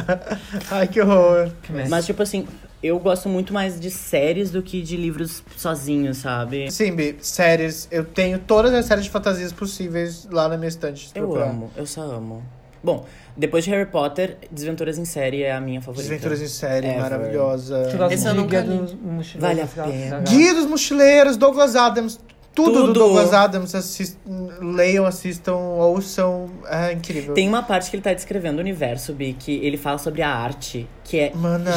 Ai, que horror.
Mas, tipo assim, eu gosto muito mais de séries do que de livros sozinhos, sabe?
Sim, Bi, séries. Eu tenho todas as séries de fantasias possíveis lá na minha estante. se
Eu
procurar.
amo, eu só amo. Bom, depois de Harry Potter, Desventuras em Série é a minha favorita. É,
Desventuras em série,
Ever.
maravilhosa.
Tu gosta
Esse
de
eu nunca
Guia
li.
dos Mochileiros
Vale a
da Galáxia?
pena.
Guia dos Mochileiros, Douglas Adams. Tudo,
Tudo.
do Douglas Adams. assist- leiam, assistam, ouçam. É incrível.
Tem uma parte que ele tá descrevendo o universo, Bi, que ele fala sobre a arte, que é
Mana.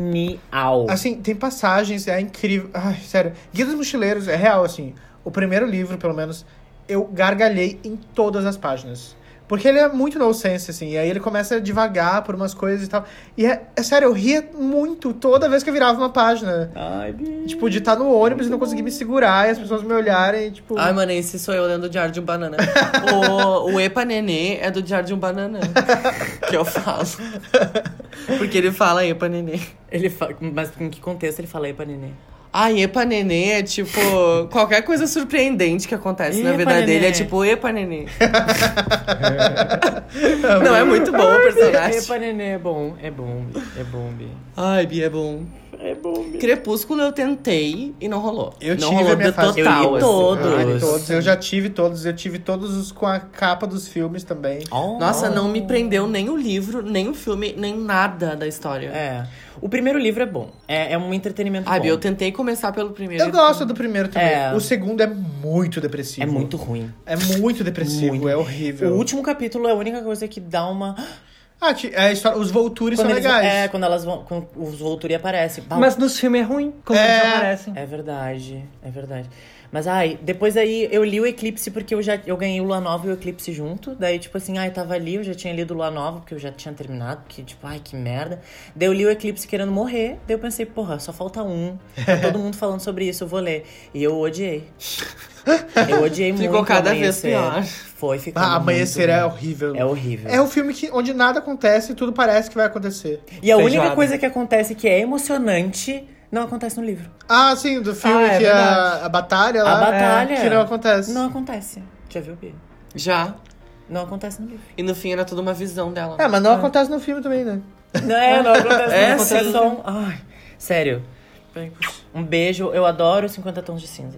genial.
Assim, tem passagens, é incrível. Ai, sério. Guia dos Mochileiros é real, assim. O primeiro livro, pelo menos, eu gargalhei em todas as páginas. Porque ele é muito nonsense, assim. E aí ele começa devagar por umas coisas e tal. E é, é sério, eu ria muito toda vez que eu virava uma página.
Ai, Bi.
Tipo, de estar no ônibus e não conseguir me segurar e as pessoas me olharem, tipo.
Ai, mano, esse sou eu lendo o Diário de
(laughs)
um Banana. o, o Epa Nenê é do Diário de um Banana. que
(laughs)
eu falo. Porque ele fala Epa Nenê.
Ele fa- Mas em que contexto ele fala aí pra neném?
Ai, Epa Nenê é tipo.
(laughs)
Qualquer coisa surpreendente que acontece na
Epa,
vida dele é
nenê.
tipo
(laughs)
Epa Nenê. Não, é muito bom o personagem.
neném, é bom, é bom, é bom, Bi.
Ai, Bia, é bom.
É bom, Bi.
Crepúsculo eu tentei e não rolou.
Eu
não
tive
rolou
a minha
do
fase-
total.
Eu li
assim.
todos.
Ah,
Todos.
todos. Eu já tive todos. Eu tive todos os com a capa dos filmes também.
Oh.
Nossa, não me prendeu nem o livro, nem o filme, nem nada da história.
É. O primeiro livro é bom. É, é um entretenimento
Ai,
bom.
Bia, eu tentei começar pelo primeiro.
Eu gosto do primeiro também.
É.
O segundo é muito depressivo.
É muito ruim.
É muito depressivo,
Muito.
é
O
horrível.
último capítulo é a única coisa que dá uma.
Ah, ti- é a história- os Voltures
Quando
são
eles-
legais. Ah,
É, quando elas vão. Quando os Volturi aparecem. Bah,
Mas nos filmes é ruim, como
É.
eles aparecem.
É verdade, é verdade. Mas ai, depois aí eu li o Eclipse porque eu já eu ganhei o Lua Nova e o Eclipse junto. Daí, tipo assim, ai, tava ali, eu já tinha lido o Lua Nova, porque eu já tinha terminado, porque, tipo, ai, que merda. Daí eu li o Eclipse querendo morrer. Daí eu pensei, porra, só falta um. Tá todo mundo falando sobre isso, eu vou ler. E eu odiei. Eu odiei muito.
Ficou cada vez
Amanhecer.
pior.
Foi, ficou.
Ah, amanhecer é
horrível.
horrível.
É horrível.
É um filme que, onde nada acontece e tudo parece que vai acontecer.
E a
Feijoada.
única coisa que acontece que é emocionante não acontece no livro.
Ah, sim, do filme
Ah, é
que
verdade.
a, a batalha lá.
a batalha.
Que não acontece.
Não acontece. Já viu, Bia?
Já.
Não acontece no livro.
E no fim era toda uma visão dela. né?
É, mas não acontece no filme também, né?
(laughs) Não é, não acontece.
É,
não acontece
sim.
só um- Ai, sério.
Bem, puxa.
Um beijo. Eu adoro 50 tons de cinza.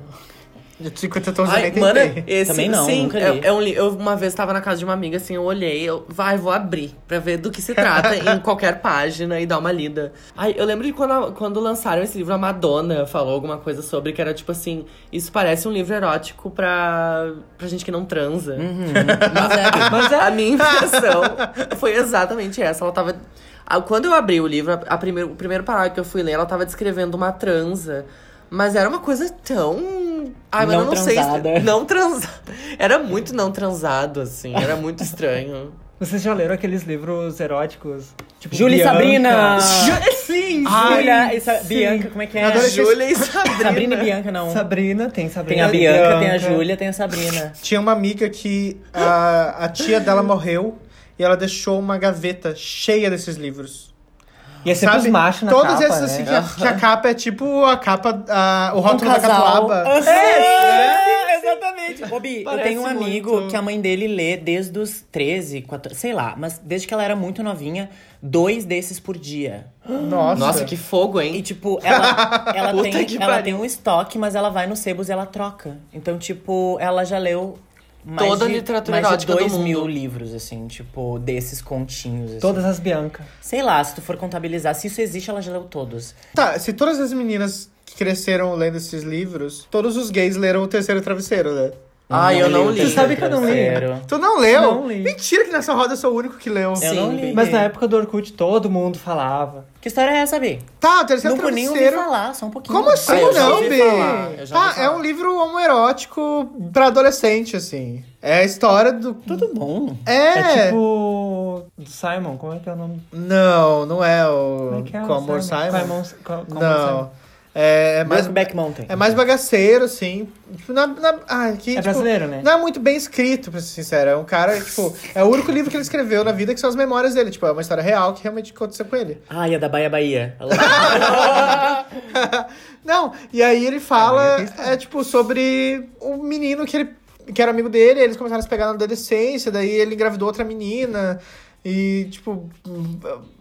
De 50 tons eu
Ai,
nem
mano,
tentei.
esse
Também não,
sim,
nunca
é-
li.
é um li- eu uma vez tava na casa de uma amiga, assim, eu olhei, eu vai, vou abrir pra ver do que se trata em qualquer página e dar uma lida. Ai, eu lembro de quando, a- quando lançaram esse livro, a Madonna falou alguma coisa sobre que era tipo assim, isso parece um livro erótico pra, pra gente que não transa.
Uhum. Mas (laughs) é.
Mas a minha impressão foi exatamente essa. Ela tava. a- Quando eu abri o livro, a, a primeiro, o primeiro parágrafo que eu fui ler, ela tava descrevendo uma transa. Mas era uma coisa tão. Ai, mas
Não
eu não sei.
transada.
Não transar. Era muito não transado, assim. Era muito (laughs) estranho.
Vocês já leram aqueles livros eróticos? Tipo,
Júlia e
Bianca.
Sabrina! Ah,
Ju- Sim!
Júlia e Sa-
sim.
Bianca, como é que é?
Adoro esse-
Júlia e Sabrina.
Sabrina e Bianca, não.
Sabrina, tem Sabrina.
Tem a Bianca, tem a
Bianca.
Júlia, tem a Sabrina.
Tinha uma amiga que a, a tia dela morreu e ela deixou uma gaveta cheia desses livros.
E é sempre
Sabe?
os machos na
Todas
capa,
essas
né?
assim, que, a, que a capa é tipo a capa, a- o rótulo da
Um (laughs) casal.
catuaba.
É, Exatamente. Ô, Bi, eu
Parece
tenho um amigo
muito.
que a mãe dele lê desde os 13, 14, sei lá, mas desde que ela era muito novinha, dois desses por dia.
Nossa.
Nossa, que fogo,
E,
hein?
tipo, ela, ela,
Puta
tem,
que
ela
pariu.
tem um estoque, mas ela vai nos sebos e ela troca. Então, tipo, ela já leu mais
Toda a
de,
literatura
mais de
erótica do
dois mil
mundo.
livros, assim, tipo, desses continhos. assim.
Todas as Bianca.
Sei lá, se tu for contabilizar, se isso existe, ela já leu todos.
Tá, se todas as meninas que cresceram lendo esses livros, todos os gays leram o terceiro travesseiro, né?
Ai, eu não li.
Você sabe que eu não li?
Terceiro.
Tu não leu?
Não li.
Mentira que nessa roda eu sou o único que leu.
Eu não li.
Mas na época do Orkut todo mundo falava.
Que história é essa, Bi?
Tá, o terceiro
Não por nem ouvir
travesseiro.
falar, só um pouquinho.
Como assim
Ah, eu já
não,
ouvi
Bi?
falar, eu já ouvi
Tá,
falar.
é um livro homoerótico pra adolescente, assim. É a história do.
Tudo bom.
É,
É.
tipo. Do Simon, como é que é o nome?
Não, não é
Como é
o.
que é? o
Com amor Simon.
Simon- com, com amor Simon.
Não. É, é mais.
Brokeback Mountain.
É mais bagaceiro, assim. Tipo, na, na, ah, que,
É
tipo,
brasileiro, né?
Não é muito bem escrito, pra ser sincero. É um cara, tipo, é o único livro que ele escreveu na vida que são as memórias dele. Tipo, é uma história real que realmente aconteceu com ele.
Ai, é da Baia Bahia.
Não, e aí ele
Ah,
fala, é tipo, sobre o menino que ele que era amigo dele, eles começaram a se pegar na adolescência, daí ele engravidou outra menina. E, tipo,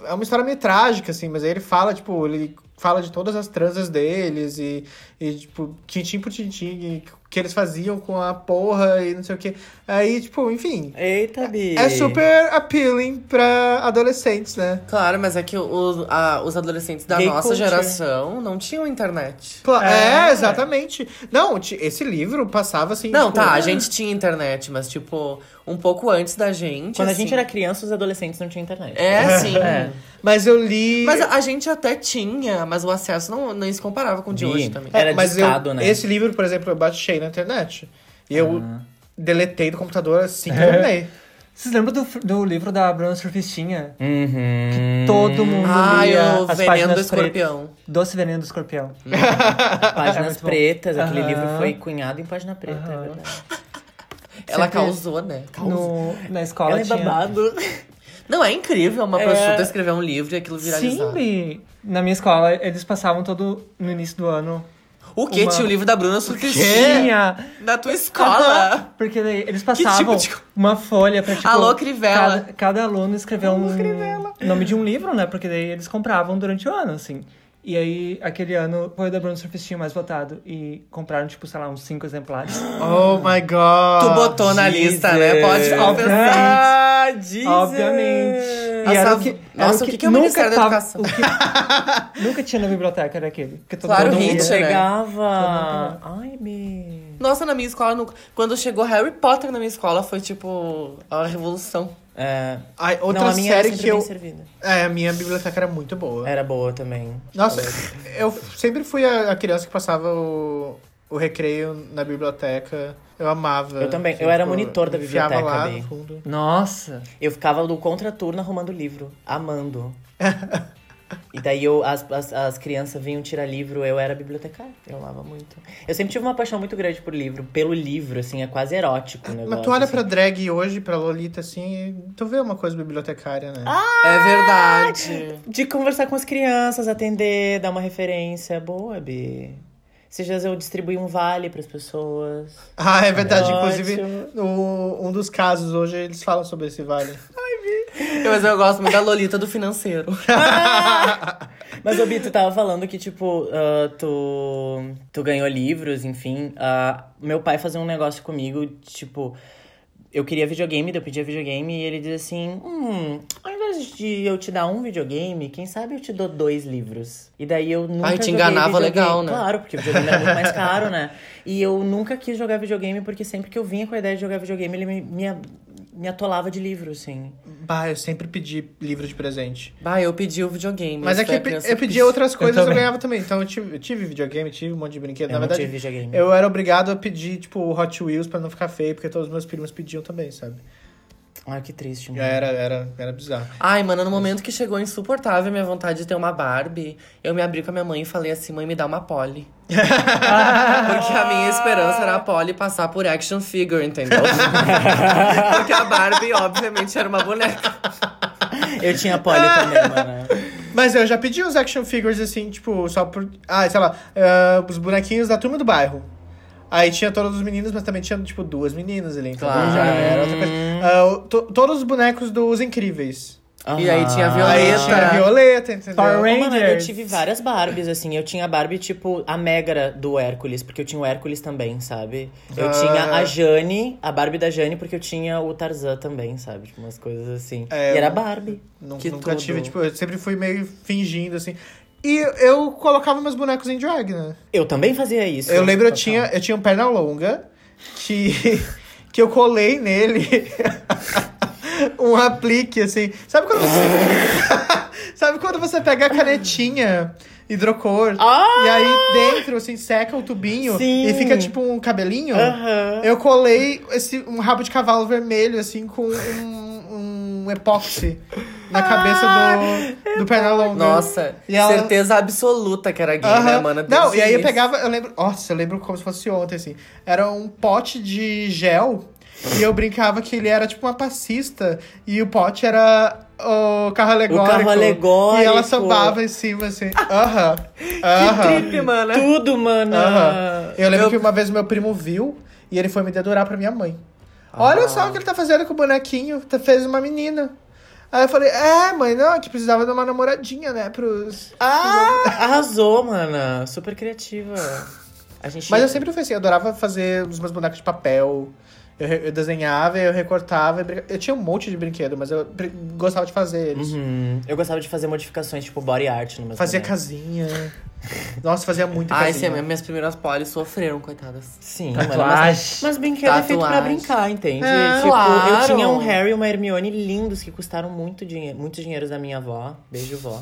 é uma história meio trágica, assim, mas aí ele fala, tipo, ele fala de todas as transas deles e, e tipo, tintim por tintim, e o que eles faziam com a porra e não sei o que. Aí, tipo, enfim.
Eita, Bi.
É super appealing pra adolescentes, né?
Claro, mas é que o- a- os adolescentes da
Gay
nossa
culture.
geração não tinham internet.
Pla-
É.
É, exatamente. Não, ti- esse livro passava assim.
Não,
tipo,
tá, a gente tinha internet, mas, tipo, um pouco antes da gente.
Quando a
assim.
gente era criança, os adolescentes não tinham internet.
É, sim.
Mas eu li.
Mas a a gente até tinha, mas o acesso não, não se comparava com o de
Vi.
hoje também.
É. era
mas
discado,
eu,
né? Ah.
Esse livro, por exemplo, eu baixei na internet. E eu deletei do computador assim que
É.
eu terminei.
Vocês lembram do, do livro da Bruna Surfistinha?
Uhum.
Todo mundo
Ah,
lia
eu
as
veneno
páginas
do
pretas.
escorpião.
Doce Veneno do Escorpião. É
(laughs) Páginas
muito bom.
Pretas. Aquele
Aham.
livro foi cunhado em Página Preta, é verdade.
Ela
Sempre-
causou, né?
No, na escola
Ela é
tinha...
babado.
Não, é incrível uma
É.
prostituta escrever um livro e aquilo viralizar.
Sim, Bi. na minha escola eles passavam todo no início do ano.
O que
Uma-
tinha o livro da Bruna Surfistinha
Tinha!
na tua escola?
(laughs) Porque daí eles passavam
tipo de-
uma folha pra tipo.
Alô, Crivella.
Cada, cada aluno escreveu um nome de um livro, né? Porque daí eles compravam durante o ano, assim. E aí, aquele ano, foi o da Bruno Surfistinha mais votado. E compraram, tipo, sei lá, uns cinco exemplares.
(gasps)
Oh my god.
Tu botou na
Jesus.
lista, né? Pode confessar.
Ah, Jesus.
Obviamente.
Nossa,
E era o que, era
nossa, o que que é o
nunca
Ministério da
tava-
Educação?
o
(laughs)
que- nunca tinha na biblioteca, era aquele. Que todo
Claro,
mundo
hit,
lia.
né?
Chegava. Ai, Bi.
Nossa, na minha escola nunca. Quando chegou Harry Potter na minha escola, foi tipo a revolução.
É.
Ai, outra
não, a minha era
série
sempre É.
que eu.
bem servida.
É, a minha biblioteca era muito boa.
Era boa também.
Nossa, eu sempre fui a, a criança que passava o, o recreio na biblioteca. Eu amava. tipo,
Eu também. Eu era monitor da
enfiava
biblioteca,
lá
Bi.
no fundo.
Nossa!
Eu ficava no contraturno arrumando livro,
(laughs)
amando. e daí eu, as, as, as crianças vinham tirar livro, eu era bibliotecária, eu amava muito. Eu sempre tive uma paixão muito grande por livro, pelo livro, assim, é quase erótico o negócio.
Mas tu olha
assim.
pra drag hoje, pra Lolita, assim, e tu vê uma coisa bibliotecária, né?
É verdade.
De conversar com as crianças, atender, dar uma referência. Boa, Bi. Esses dias eu distribuí um vale pras pessoas.
Ah, é verdade.
Ótimo.
Inclusive, o- um dos casos hoje eles falam sobre esse vale.
Eu- Mas eu gosto muito da Lolita do financeiro.
Mas, Obi, tu tava falando que, tipo, ah, tu, tu ganhou livros, enfim. Ah, meu pai fazia um negócio comigo, tipo... Eu queria videogame, daí eu pedia videogame e ele diz assim: Hum, ao invés de eu te dar um videogame, quem sabe eu te dou dois livros. E daí eu nunca.
Ai, te
joguei
enganava
videogame.
legal, né?
Claro, porque o videogame era
(laughs)
muito mais caro, né? E eu nunca quis jogar videogame porque sempre que eu vinha com a ideia de jogar videogame, ele me, me, me atolava de livro, assim.
Bah, eu sempre pedi livro de presente.
Bah, eu pedi o videogame.
Mas é
isso
que eu,
foi a
pe-
criança
eu
que
pedia
pediu.
outras coisas eu,
também.
ganhava também. Então eu tive, eu tive videogame, tive um monte de brinquedo.
Eu
Na
não
verdade,
tive videogame.
eu era obrigado a pedir, tipo, Hot Wheels pra não ficar feio, porque todos os meus primos pediam também, sabe?
Ai, que triste, mano.
Era, era, era bizarro.
Ai, mano, no momento que chegou insuportável a minha vontade de ter uma Barbie, eu me abri com a minha mãe e falei assim: mãe, me dá
(laughs)
uma Polly. Porque a minha esperança era a Polly passar por action figure,
(laughs)
entendeu? Porque a Barbie, obviamente, era uma boneca.
Eu tinha polio
(laughs)
também, mano.
Mas eu já pedi eh, uns action figures assim, tipo, só por. Ah, sei lá, ah, os bonequinhos da turma do bairro. Aí tinha todos os meninos, mas também tinha, tipo, duas meninas ali. Então
Claro.
já era outra coisa. Ah, o- to- todos os bonecos dos Incríveis.
Ah. E aí tinha a
Aí
Violeta.
tinha a Violeta, entendeu?
Power
Power
Rangers.
Mano, eu tive várias Barbies, assim. Eu tinha a Barbie, tipo, a Megra do Hércules, porque eu tinha o Hércules também, sabe? Eu
Ah.
tinha a Jane, a Barbie da Jane, porque eu tinha o Tarzan também, sabe? Tipo, umas coisas assim.
É,
e era
eu-
Barbie.
Nunca,
Que
nunca
tudo.
tive, tipo, eu sempre fui meio fingindo, assim. E eu colocava meus bonecos em drag, né?
Eu também fazia isso. né? Tá,
Eu lembro, eu tinha, eu tinha um perna longa que, (laughs) que eu colei nele (laughs) um aplique, assim. Sabe quando você. (laughs) Sabe quando você pega a canetinha hidrocor e aí dentro, assim, seca o tubinho
Ah! Sim.
e fica tipo um cabelinho?
Aham.
Eu colei esse, um rabo de cavalo vermelho, assim, com um, um epóxi
Ah,
na cabeça
é
do, do perna longa.
Nossa,
E ela-
certeza absoluta que era gay, né,
Aham.
mana?
Não,
Deus
e aí eu
livre.
pegava, eu lembro, nossa, eu lembro como se fosse ontem, assim. Era um pote de gel e eu brincava que ele era tipo uma passista e o pote era o carro alegórico.
carro alegórico.
E ela sambava em cima, assim. Aham. Aham.
Trip, mana.
Tudo, mano.
né? Aham. Eu lembro
Eu-
que uma vez meu primo viu e ele foi me dedurar pra minha mãe. Olha só o que ele tá fazendo com o bonequinho. Tá- Fez uma menina. Aí eu falei, é, mãe, não, é que precisava de uma namoradinha, né, pros...
Ah, Arrasou, mana. Super criativa. A gente...
Mas eu sempre fui assim, eu adorava fazer os meus bonecos de papel. Eu, re- eu desenhava, eu recortava. eu brin- Eu tinha um monte de brinquedo, mas eu brin- gostava de fazer eles.
Uhum. Eu gostava de fazer modificações, tipo body art. no meu
Fazia
boneco.
casinha. Nossa, fazia muita
Ah,
Ai, sim,
é
casinha.
minhas primeiras polis sofreram, coitadas.
Sim,
Tatuagem.
Mas, mas brinquedo é feito pra
Tatuagem.
brincar, entende?
É,
tipo,
claro.
eu tinha um Harry e uma Hermione lindos que custaram muito dinheiro, muitos dinheiros da minha avó,
(laughs)
beijo vó,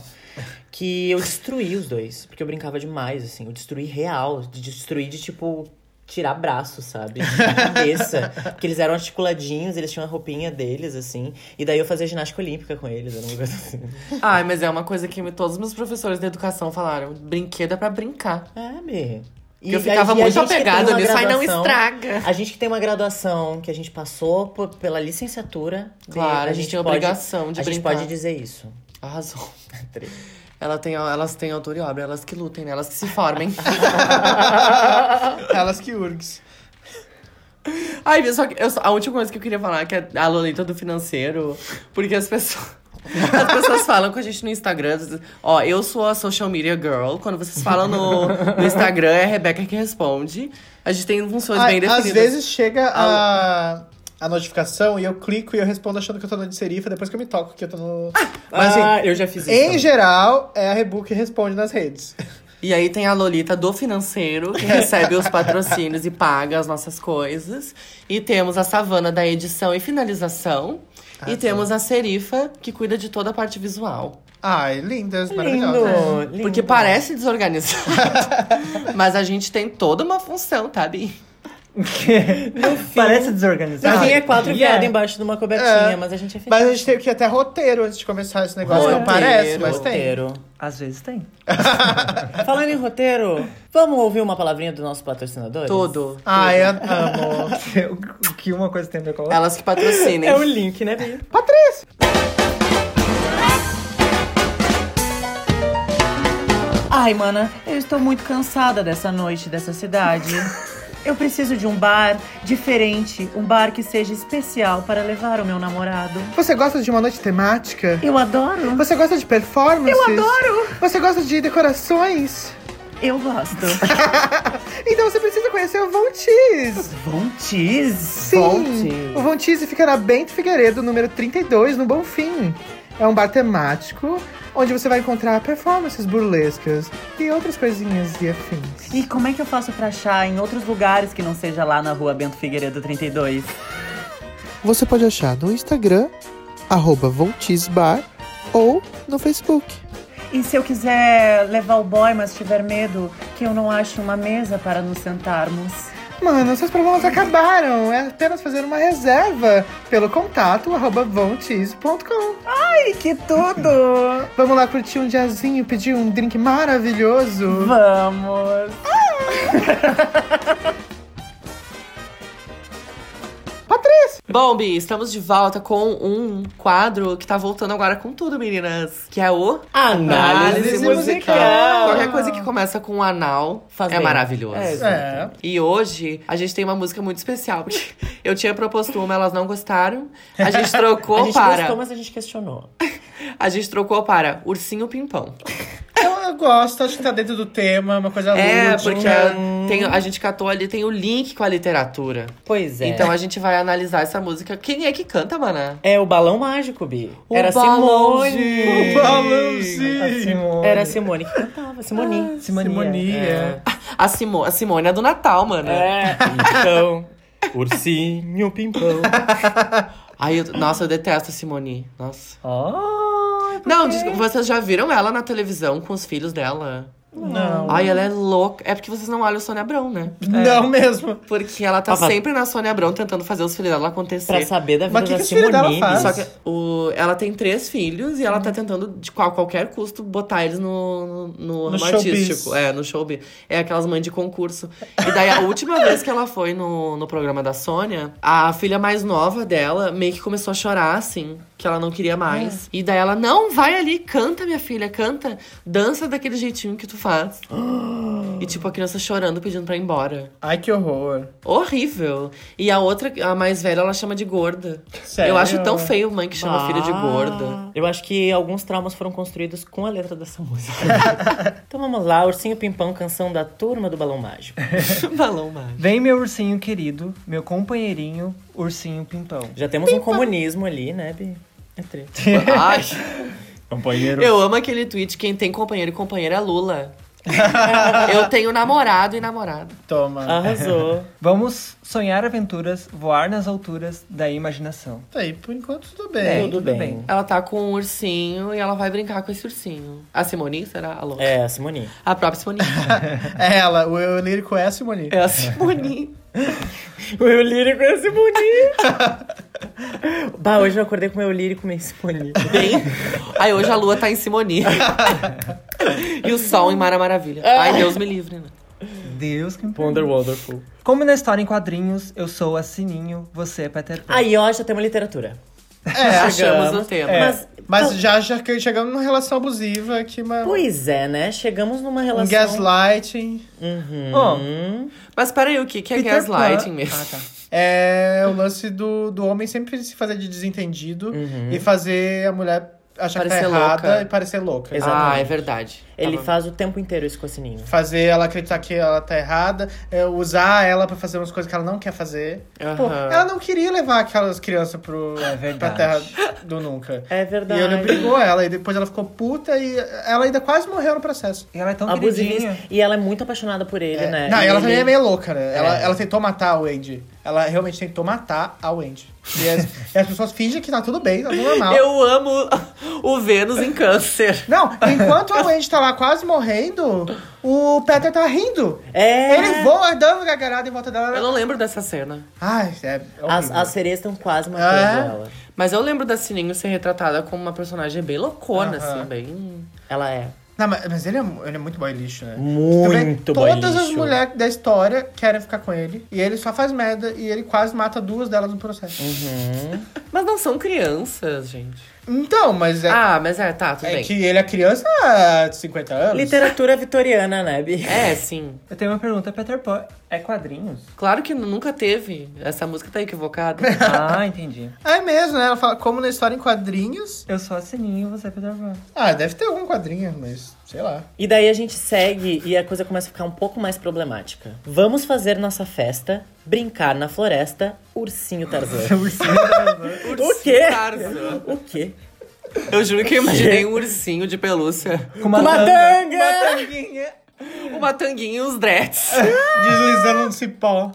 que eu destruí os dois, porque eu brincava demais, assim, eu destruí real, de destruir de tipo tirar braço, sabe? De
(laughs)
cabeça. Porque eles eram articuladinhos, eles tinham a roupinha deles, assim. E daí eu fazia ginástica olímpica com eles, era uma
(laughs)
coisa assim.
Ai, mas é uma coisa que me- todos os meus professores da educação falaram. Brinquedo é pra brincar.
É, Bi.
Que eu ficava
e a
muito
gente que tem
apegada
uma
nisso. Ai, não
graduação-
estraga.
A gente que tem uma graduação, que a gente passou po- pela licenciatura. de-
Claro, a gente tem
pode-
obrigação de
A gente
brincar.
pode dizer isso.
Arrasou. Ela tem, elas têm autor e obra, elas que lutem, né? elas que se
(laughs)
formem.
(laughs) Elas que urgs.
Ai, viu, só que eu só- a última coisa que eu queria falar que é a Lolita do financeiro, porque as pessoas (laughs) as pessoas falam com a gente no Instagram, dizem, ó, eu sou a social media girl, quando vocês falam no, no Instagram é a Rebeca que responde. A gente tem funções bem
Ai, às
definidas.
vezes chega a, a notificação e eu clico e eu respondo achando que eu tô na serifa, depois que eu me toco que eu tô no... Mas assim,
ah, eu já fiz isso.
em
também.
geral, é a Rebu que responde nas redes.
E aí tem a Lolita do financeiro,
(laughs)
que recebe os patrocínios e paga as nossas coisas. E temos a Savana da edição e finalização. e temos a Serifa, que cuida de toda a parte visual.
Ai, lindas, maravilhosas.
Lindo, lindo.
Porque parece
(laughs)
desorganizado, mas a gente tem toda uma função, tá, Bi?
(laughs) Parece desorganizado.
Pra mim é quatro
Yeah.
viados embaixo de uma cobertinha,
É.
mas a gente é feliz.
Mas a gente teve que ir até roteiro antes de começar esse negócio. não
Roteiro,
parece, mas tem.
roteiro.
Às vezes tem.
Falando em roteiro, vamos ouvir uma palavrinha dos nossos patrocinadores?
Todo.
Ai, eu amo.
(laughs) O que uma coisa tem a ver com a outra.
Elas que patrocinem.
É o link, né, Bia? Ai, mana, eu estou muito cansada dessa noite, dessa cidade. Eu preciso de um bar diferente, um bar que seja especial para levar o meu namorado.
Você gosta de uma noite temática?
Eu adoro,
Você gosta de performances? Eu adoro! Você gosta de decorações?
eu gosto.
Então você precisa conhecer o Von Teese.
Bom cheese.
Sim! O Von Teese fica na Bento Figueiredo, número 32, no Bonfim. É um bar temático, onde você vai encontrar performances burlescas e outras coisinhas e afins.
E como é que eu faço pra achar em outros lugares que não seja lá na rua Bento Figueiredo 32?
Você pode achar no Instagram, arroba Von Teese Bar, ou no Facebook.
E se eu quiser levar o boy, mas tiver medo que eu não ache uma mesa para nos sentarmos?
Mano, seus problemas acabaram. É apenas fazer uma reserva pelo contato arroba vontease.com.
Ai, que (laughs) tudo!
Vamos lá curtir um diazinho, pedir um drink maravilhoso.
Vamos!
Patrícia!
Bom, Bi, estamos de volta com um quadro que tá voltando agora com tudo, meninas. Que é o...
Análise musical.
Qualquer coisa que começa com um anal
Faz
é
bem.
maravilhoso.
É,
É.
E hoje a gente tem uma música muito especial. porque (laughs) Eu tinha proposto uma, elas não gostaram. (laughs) A gente trocou
a gente
para.
gostou, mas a gente questionou.
A gente trocou para Ursinho Pimpão.
Eu, Então, eu gosto, acho que tá dentro do tema, uma coisa
É,
lúdica. um
porque a, tem- a gente catou ali, tem o link com a literatura.
Pois é.
Então a gente vai analisar essa música. Quem é que canta, maná?
É o balão mágico, Bi.
O
Era
balão,
Simone.
gente.
A Simone.
Era a Simone que cantava, Simone.
Simonia. É.
Simonia.
A, Simo, a Simone é do Natal, mano.
É, então. Ursinho Pimpão.
Ai, eu- nossa, eu detesto a Simone. Nossa.
Oh,
Não, des- vocês já viram ela na televisão com os filhos dela?
Não.
Ai, ela é louca. É porque vocês não olham o Sônia Abrão, né?
Não é mesmo.
Porque ela tá
Ah, vai.
sempre na Sônia Abrão tentando fazer os filhos dela acontecer.
pra saber da vida
Mas que
da
que os filhos dela
Simone.
faz?
Só que o, ela tem três filhos e ela tá tentando, de qual, qualquer custo, botar eles no, no, no
No
ramo
showbiz.
artístico. É, no showbiz. É aquelas mães de concurso. E daí, a última vez que ela foi no, no programa da Sônia, a filha mais nova dela meio que começou a chorar, assim, que ela não queria mais.
É.
E daí ela, não, vai ali, canta, minha filha, canta. Dança daquele jeitinho que tu
(gasps)
faz. e tipo, a criança chorando, pedindo pra ir embora.
Ai, que horror.
Horrível. E a outra, a mais velha, ela chama de gorda.
Sério?
Eu acho tão feio mãe que chama a filha de
Bah. (laughs)
gorda.
Ah. Eu acho que alguns traumas foram construídos com a letra dessa música. (laughs) então vamos lá, Ursinho Pimpão, canção da turma do Balão Mágico.
Balão mágico.
Vem meu ursinho querido, meu companheirinho, ursinho pimpão.
Já temos um comunismo ali, né, Bi? É treta.
Ai,
Companheiro.
eu amo aquele tweet, quem tem companheiro e companheira é Lula. (laughs) Eu tenho namorado e namorada.
Ah.
Toma.
Arrasou.
Vamos sonhar aventuras, voar nas alturas da imaginação.
Tá aí, por enquanto tudo
É,
bem.
tudo bem.
Ela tá com um ursinho e ela vai brincar com esse ursinho. A Simone, será? A louca?
É, Simone.
A própria Simone.
É ela, o, o lírico é a Simone.
(laughs) É a Simone.
O eu lírico é Simone. (laughs) bah, hoje eu acordei com o meu lírico meio Simone.
Bem... Aí hoje a lua tá em Simone. E o sol em Mara Maravilha. Ai, Deus me livre, né?
Deus que me perdoe.
Wonder Wonderful.
Como na história em quadrinhos, eu sou a Sininho, você é Peter Pan.
Aí, ó, já temos literatura.
É,
Achamos o tema.
Mas,
Mas já, já que chegamos numa relação abusiva aqui, uma, um
pois é, né? Chegamos numa relação...
gaslighting.
Uhum.
Ó.
Mas peraí, o que, que é
Peter Pan.
gaslighting mesmo?
Ah, tá.
É o lance do, do homem sempre se fazer de desentendido
Uhum.
e fazer a mulher achar
Parecer
que tá errada
louca.
e parecer louca.
Exato.
Ah,
Exatamente.
é verdade.
Ele
Tava-
faz o tempo inteiro isso com o sininho.
Fazer ela acreditar que ela tá errada, é, usar ela pra fazer umas coisas que ela não quer fazer. Pô,
Aham.
ela não queria levar aquelas crianças pro,
É verdade.
pra terra do nunca.
É
E
verdade.
ele brigou ela, e depois ela ficou puta e ela ainda quase morreu no processo.
E ela é tão
Abusivista.
queridinha.
E ela é muito apaixonada por ele, né?
Não,
e
e ela também
ele-
um é meio louca, né? Ela, ela tentou matar a Wendy. Ela realmente tentou matar a Wendy. E as, e as pessoas fingem que tá tudo bem, tá tudo normal.
Eu amo o Vênus em câncer.
(laughs)
Não, enquanto a Wendy tá lá quase morrendo, o Peter tá rindo.
É.
Ele voa dando gargalhada em volta dela.
Eu não lembro dessa cena.
Ai, é. horrível.
As, as sereias estão quase matando
É.
ela.
Mas eu lembro da Sininho ser retratada como uma personagem bem loucona,
Aham.
assim, bem.
Ela é.
Não, mas, mas ele, é, mu- ele é muito boy lixo, né? Tu vê,
Muito boy
Todas as
lixo.
mulheres da história querem ficar com ele. E ele só faz merda e ele quase mata duas delas no processo.
Hum.
Mas não são crianças, gente.
Então, mas é,
Ah, mas é, tá, tudo
é
bem.
que ele é criança há 50 anos.
Literatura vitoriana, né, Bi?
É, sim.
Eu tenho uma pergunta, Peter Pan é quadrinhos?
Claro que nunca teve. Essa música tá equivocada.
Ah, entendi.
É mesmo, né? Ela fala como na história em quadrinhos.
Eu sou a Sininho, você é Peter Pan.
Ah, deve ter algum quadrinho, mas sei lá.
E daí a gente segue e a coisa começa a ficar um pouco mais problemática. Vamos fazer nossa festa, brincar na floresta, ursinho Tarzan.
(laughs)
o quê?
Tarzan.
O quê?
Eu juro que eu imaginei um ursinho de pelúcia.
Com uma
Matanga!
tanguinha.
Uma tanguinha e uns dreads.
Deslizando no cipó.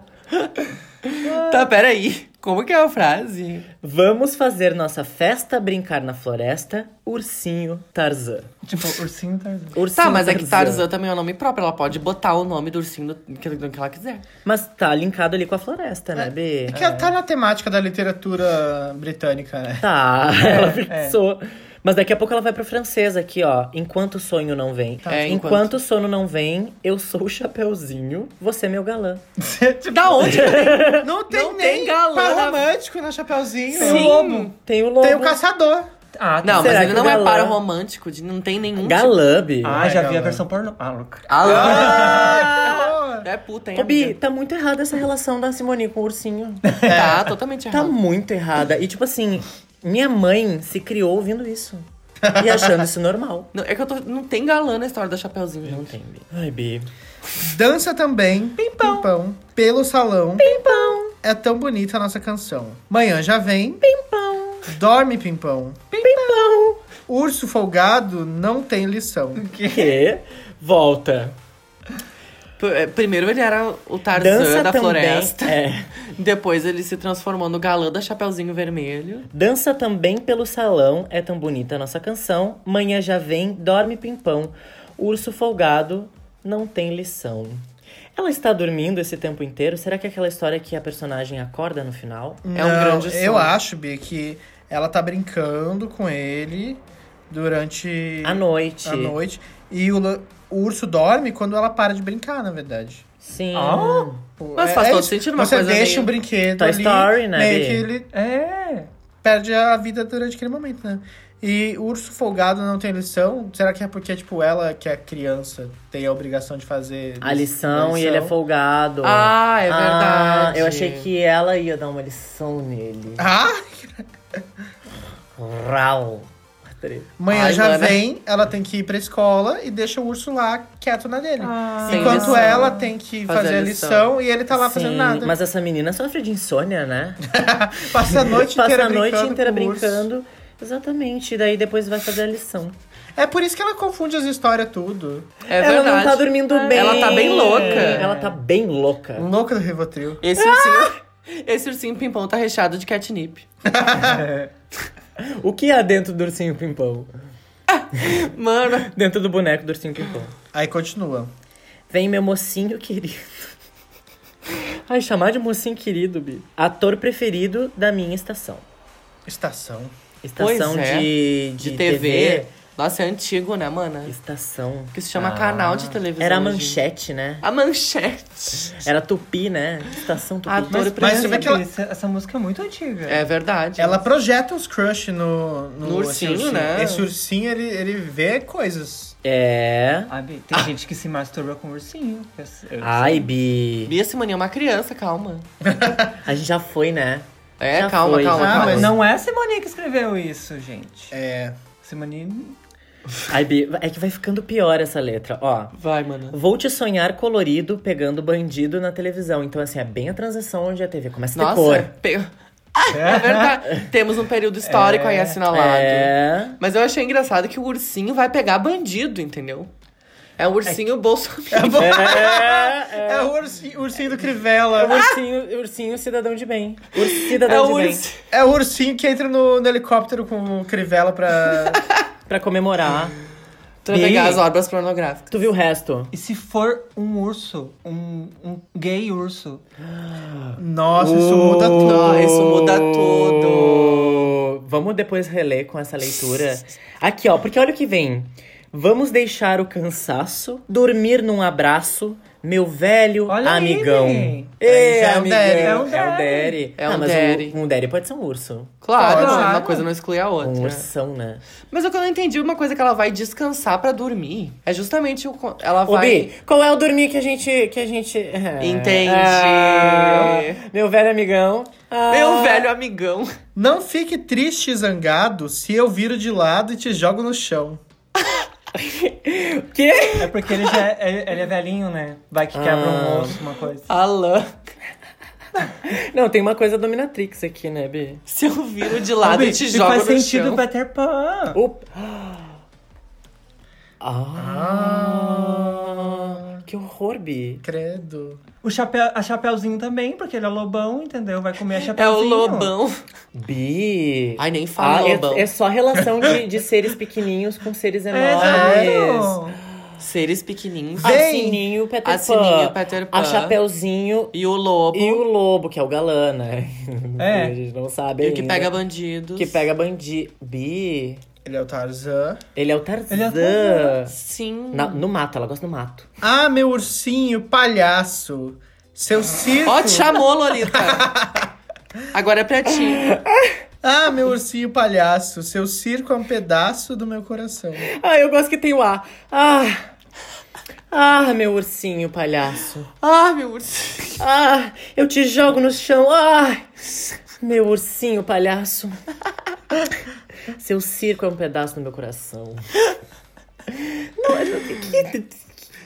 tá, peraí. Como que é a frase?
Vamos fazer nossa festa, brincar na floresta, ursinho Tarzan.
Tipo, ursinho Tarzan.
Ursinho
Tá, mas é que
Tarzan.
Tarzan também é o nome próprio. Ela pode botar o nome do ursinho do que, do que ela quiser.
Mas tá linkado ali com a floresta, né, Bi?
É
É,
que tá na temática da literatura britânica, né? (laughs)
Tá, ela pensou. Mas daqui a pouco ela vai pro francês aqui, ó. Enquanto o sonho não vem.
É,
enquanto...
enquanto
o sono não vem, eu sou o chapeuzinho, você é meu galã.
Da onde?
tipo, Não tem
Não tem
nem
galã
par
na-
romântico na Chapeuzinho. né?
Tem o lobo. Tem o lobo.
Tem o caçador.
Ah, tá.
(laughs) Não, mas
Será
ele
que
não é
galã?
para romântico, de- não tem nenhum. tipo.
Galã, Bi.
Ah, já vi a
Legal,
versão pornô. Ah, louca.
Ah,
É puta, hein?
Ô, Bi,
amiga?
tá muito errada essa relação da Simone com o ursinho.
Tá totalmente
(laughs) tá
errado.
muito errada. E, tipo assim, minha mãe se criou ouvindo isso. E achando isso normal.
Não, É que eu tô. Não tem galã na história da Chapeuzinho, gente.
Não tem, Bi. Ai, Bi.
Dança também. Pimpão. Pelo salão. Pimpão. É tão bonita a nossa canção. Manhã já vem. Pimpão. Dorme, pimpão.
Pimpão.
Urso folgado não tem lição.
Que? Volta.
P- é, Primeiro ele era o Tarzan
Dança
da
também.
floresta.
É.
(laughs) Depois ele se transformou no galã da Chapeuzinho Vermelho.
Dança também pelo salão, é tão bonita a nossa canção. Manhã já vem, dorme pimpão. Urso folgado não tem lição. Ela está dormindo esse tempo inteiro? Será que é aquela história que a personagem acorda no final?
É um
Não,
grande sonho.
Eu acho, Bi, que ela tá brincando com ele durante
À noite.
a noite. E o, lan- o urso dorme quando ela para de brincar, na verdade.
Sim.
Ah.
Pô,
Mas
é
faz todo
isso.
sentido uma
Você
coisa
deixa
meio-
um brinquedo
Toy
ali,
Story, né,
meio
Bi?
que ele
É.
perde a vida durante aquele momento, né? E o urso folgado não tem lição? Será que é porque, tipo, ela, que é criança, tem a obrigação de fazer...
A lição e ele é folgado.
Ah, é verdade.
eu achei que ela ia dar uma lição nele.
Ah!
Rau.
Manhã
Ai,
já
mana.
vem, ela tem que ir pra escola e deixa o urso lá quieto na dele.
Sem
Enquanto
lição.
ela tem que
Fazer
fazer,
a
a
lição.
lição. e ele tá lá fazendo
Sim,
nada.
Mas essa menina sofre de insônia, né?
Passa a noite
(laughs) Passa
inteira
a noite
brincando
inteira
com o urso.
brincando. Exatamente. E daí depois vai fazer a lição.
É por isso que ela confunde as histórias tudo.
É
ela
verdade.
não tá dormindo bem.
Ela tá bem louca.
Ela tá bem
É.
louca.
Louca Um do Rivotril.
Esse
Ah!
ursinho. (laughs) Esse ursinho pimpão tá recheado de catnip.
O que há dentro do ursinho pimpão?
Mano,
Dentro do boneco do ursinho pimpão.
Aí continua.
Vem meu mocinho querido. (laughs) Ai, chamar de mocinho querido, Bi. Ator preferido da minha estação.
Estação.
Estação
Pois é.
de,
de,
de,
TV. Nossa, é antigo, né, mana?
Estação.
Que se chama canal de televisão.
Ah. Era a
hoje.
manchete, né?
A manchete.
Era Tupi, né? Estação Tupi.
Adoro
Mas,
Mas
mas você vê
você vê
que
que ela-
essa, essa música é muito antiga.
É verdade.
Ela projeta os crush no,
No ursinho,
esse
né?
Esse ursinho, ele, ele vê coisas.
É.
Ah, Bi, tem gente que se masturba com ursinho. Eu- eu-
Ai, Bi.
Bia Simone é uma criança, calma.
A gente já foi, né?
É,
Já
calma,
foi,
calma,
já
calma.
foi.
Não é a Simone que escreveu isso, gente.
É.
Simone.
Ai, Bi. É que vai ficando pior essa letra, ó.
Vai, mano.
Vou te sonhar colorido pegando bandido na televisão. Então, assim, é bem a transição onde a TV começa a ter
Nossa,
cor.
pe- (laughs) Ah, é verdade. Temos um período histórico aí assinalado.
É.
Mas eu achei engraçado que o ursinho vai pegar bandido, entendeu? É o ursinho bolsonaro.
É,
É, o ursinho, ursinho do Crivella.
o ursinho, ursinho cidadão de bem. Ursinho
É
cidadão
o
de bem.
ursinho.
É o ursinho que entra no, no helicóptero com o Crivella
(laughs)
pra...
Pra comemorar.
Pra pegar as obras pornográficas.
Tu viu o resto?
E se for um urso, um, um gay urso,
Nossa, isso muda tudo.
Não, isso muda tudo.
Ô, Vamos depois reler com essa leitura. Aqui, ó, porque olha o que vem. Vamos deixar o cansaço, dormir num abraço, meu velho
Olha aí,
amigão.
neném.
Ei,
Já é um
amigão.
daddy.
É um daddy.
É um
Ah, mas
daddy.
Um, um daddy pode ser um urso.
Claro, né?
Claro.
uma coisa não exclui a outra.
Um ursão, né?
Mas o que eu não entendi, uma coisa que ela vai descansar pra dormir. É justamente o. co- Ela
Ô,
vai.
Bi, qual é o dormir que a gente... Que a gente... é.
Entendi.
Ah, meu velho amigão. Ah,
Meu velho amigão. (laughs)
Não fique triste e zangado se eu viro de lado e te jogo no chão.
Que?
é porque ele já é, ele- ele é velhinho, né? Vai que quebra
Ah.
um osso, uma coisa.
Alan,
Não, tem uma coisa dominatrix aqui, né, Bi?
se eu viro de lado
Ô, Bi,
e te
e
jogo
faz
no
sentido
chão.
o Peter Pan.
O... Ah, Que horror, Bi.
Credo.
O chapéu, a Chapeuzinho também, porque ele é lobão, entendeu? Vai comer a
É o
Chapeuzinho.
lobão.
Bi.
Ai, nem fala
é-
lobão.
é, só relação de, de seres pequenininhos com
É
seres enormes.
Exato.
Seres pequenininhos.
A
Vem.
Sininho, Ah, Peter
A Sininho,
Pan.
Peter Pan.
A Chapeuzinho
E o lobo.
e o Lobo, que é o galã, né?
É.
A gente não sabe
E o que
ainda.
pega bandidos.
Que pega bandido. Bi.
Ele é o Tarzan.
Ele é o Tarzan.
Ele é o Tarzan.
Sim.
Na- no mato, ela gosta do mato.
Ah, meu ursinho, palhaço. Seu circo.
Ó, te chamou, Lolita. Agora é pra ti.
Ah, meu ursinho, palhaço. Seu circo é um pedaço do meu coração.
Ah, eu gosto que tem o A. Ah! Ah, meu ursinho palhaço.
Ah, meu ursinho.
Ah, eu te jogo no chão. Ah! Meu ursinho palhaço. Seu circo é um pedaço do meu coração.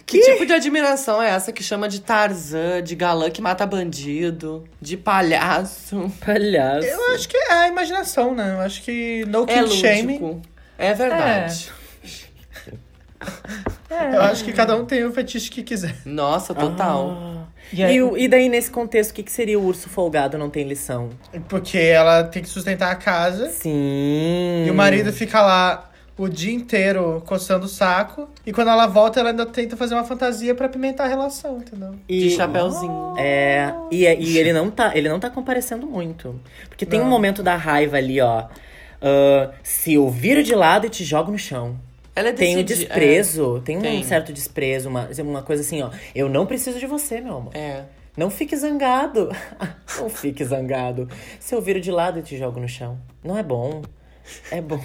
Que tipo de admiração é essa que chama de Tarzan, de galã que mata bandido, de palhaço?
Palhaço.
Eu acho que é a imaginação, né? Eu acho que no
É
kid shaming.
lúdico. É verdade.
Eu acho que cada um tem o fetiche que quiser.
É.
Nossa,
Ah,
total.
E aí,
E, o- e daí, nesse contexto, o que, que seria o urso folgado não tem lição?
Porque ela tem que sustentar a casa.
Sim.
Hum.
E o marido fica lá o dia inteiro coçando o saco. E quando ela volta, ela ainda tenta fazer uma fantasia pra pimentar a relação, entendeu?
De
E-
chapéuzinho.
É, e, e ele não tá, ele não tá comparecendo muito. Porque tem um
Não.
momento da raiva ali, ó. Ah, se eu viro de lado e te jogo no chão.
Ela é
Tem o
decidi-
desprezo, tem um
tem.
certo desprezo, uma, uma coisa assim, ó. Eu não preciso de você, meu amor.
É. é.
Não fique zangado. (laughs) não fique zangado. Se eu viro de lado e te jogo no chão. Não é bom. É bom.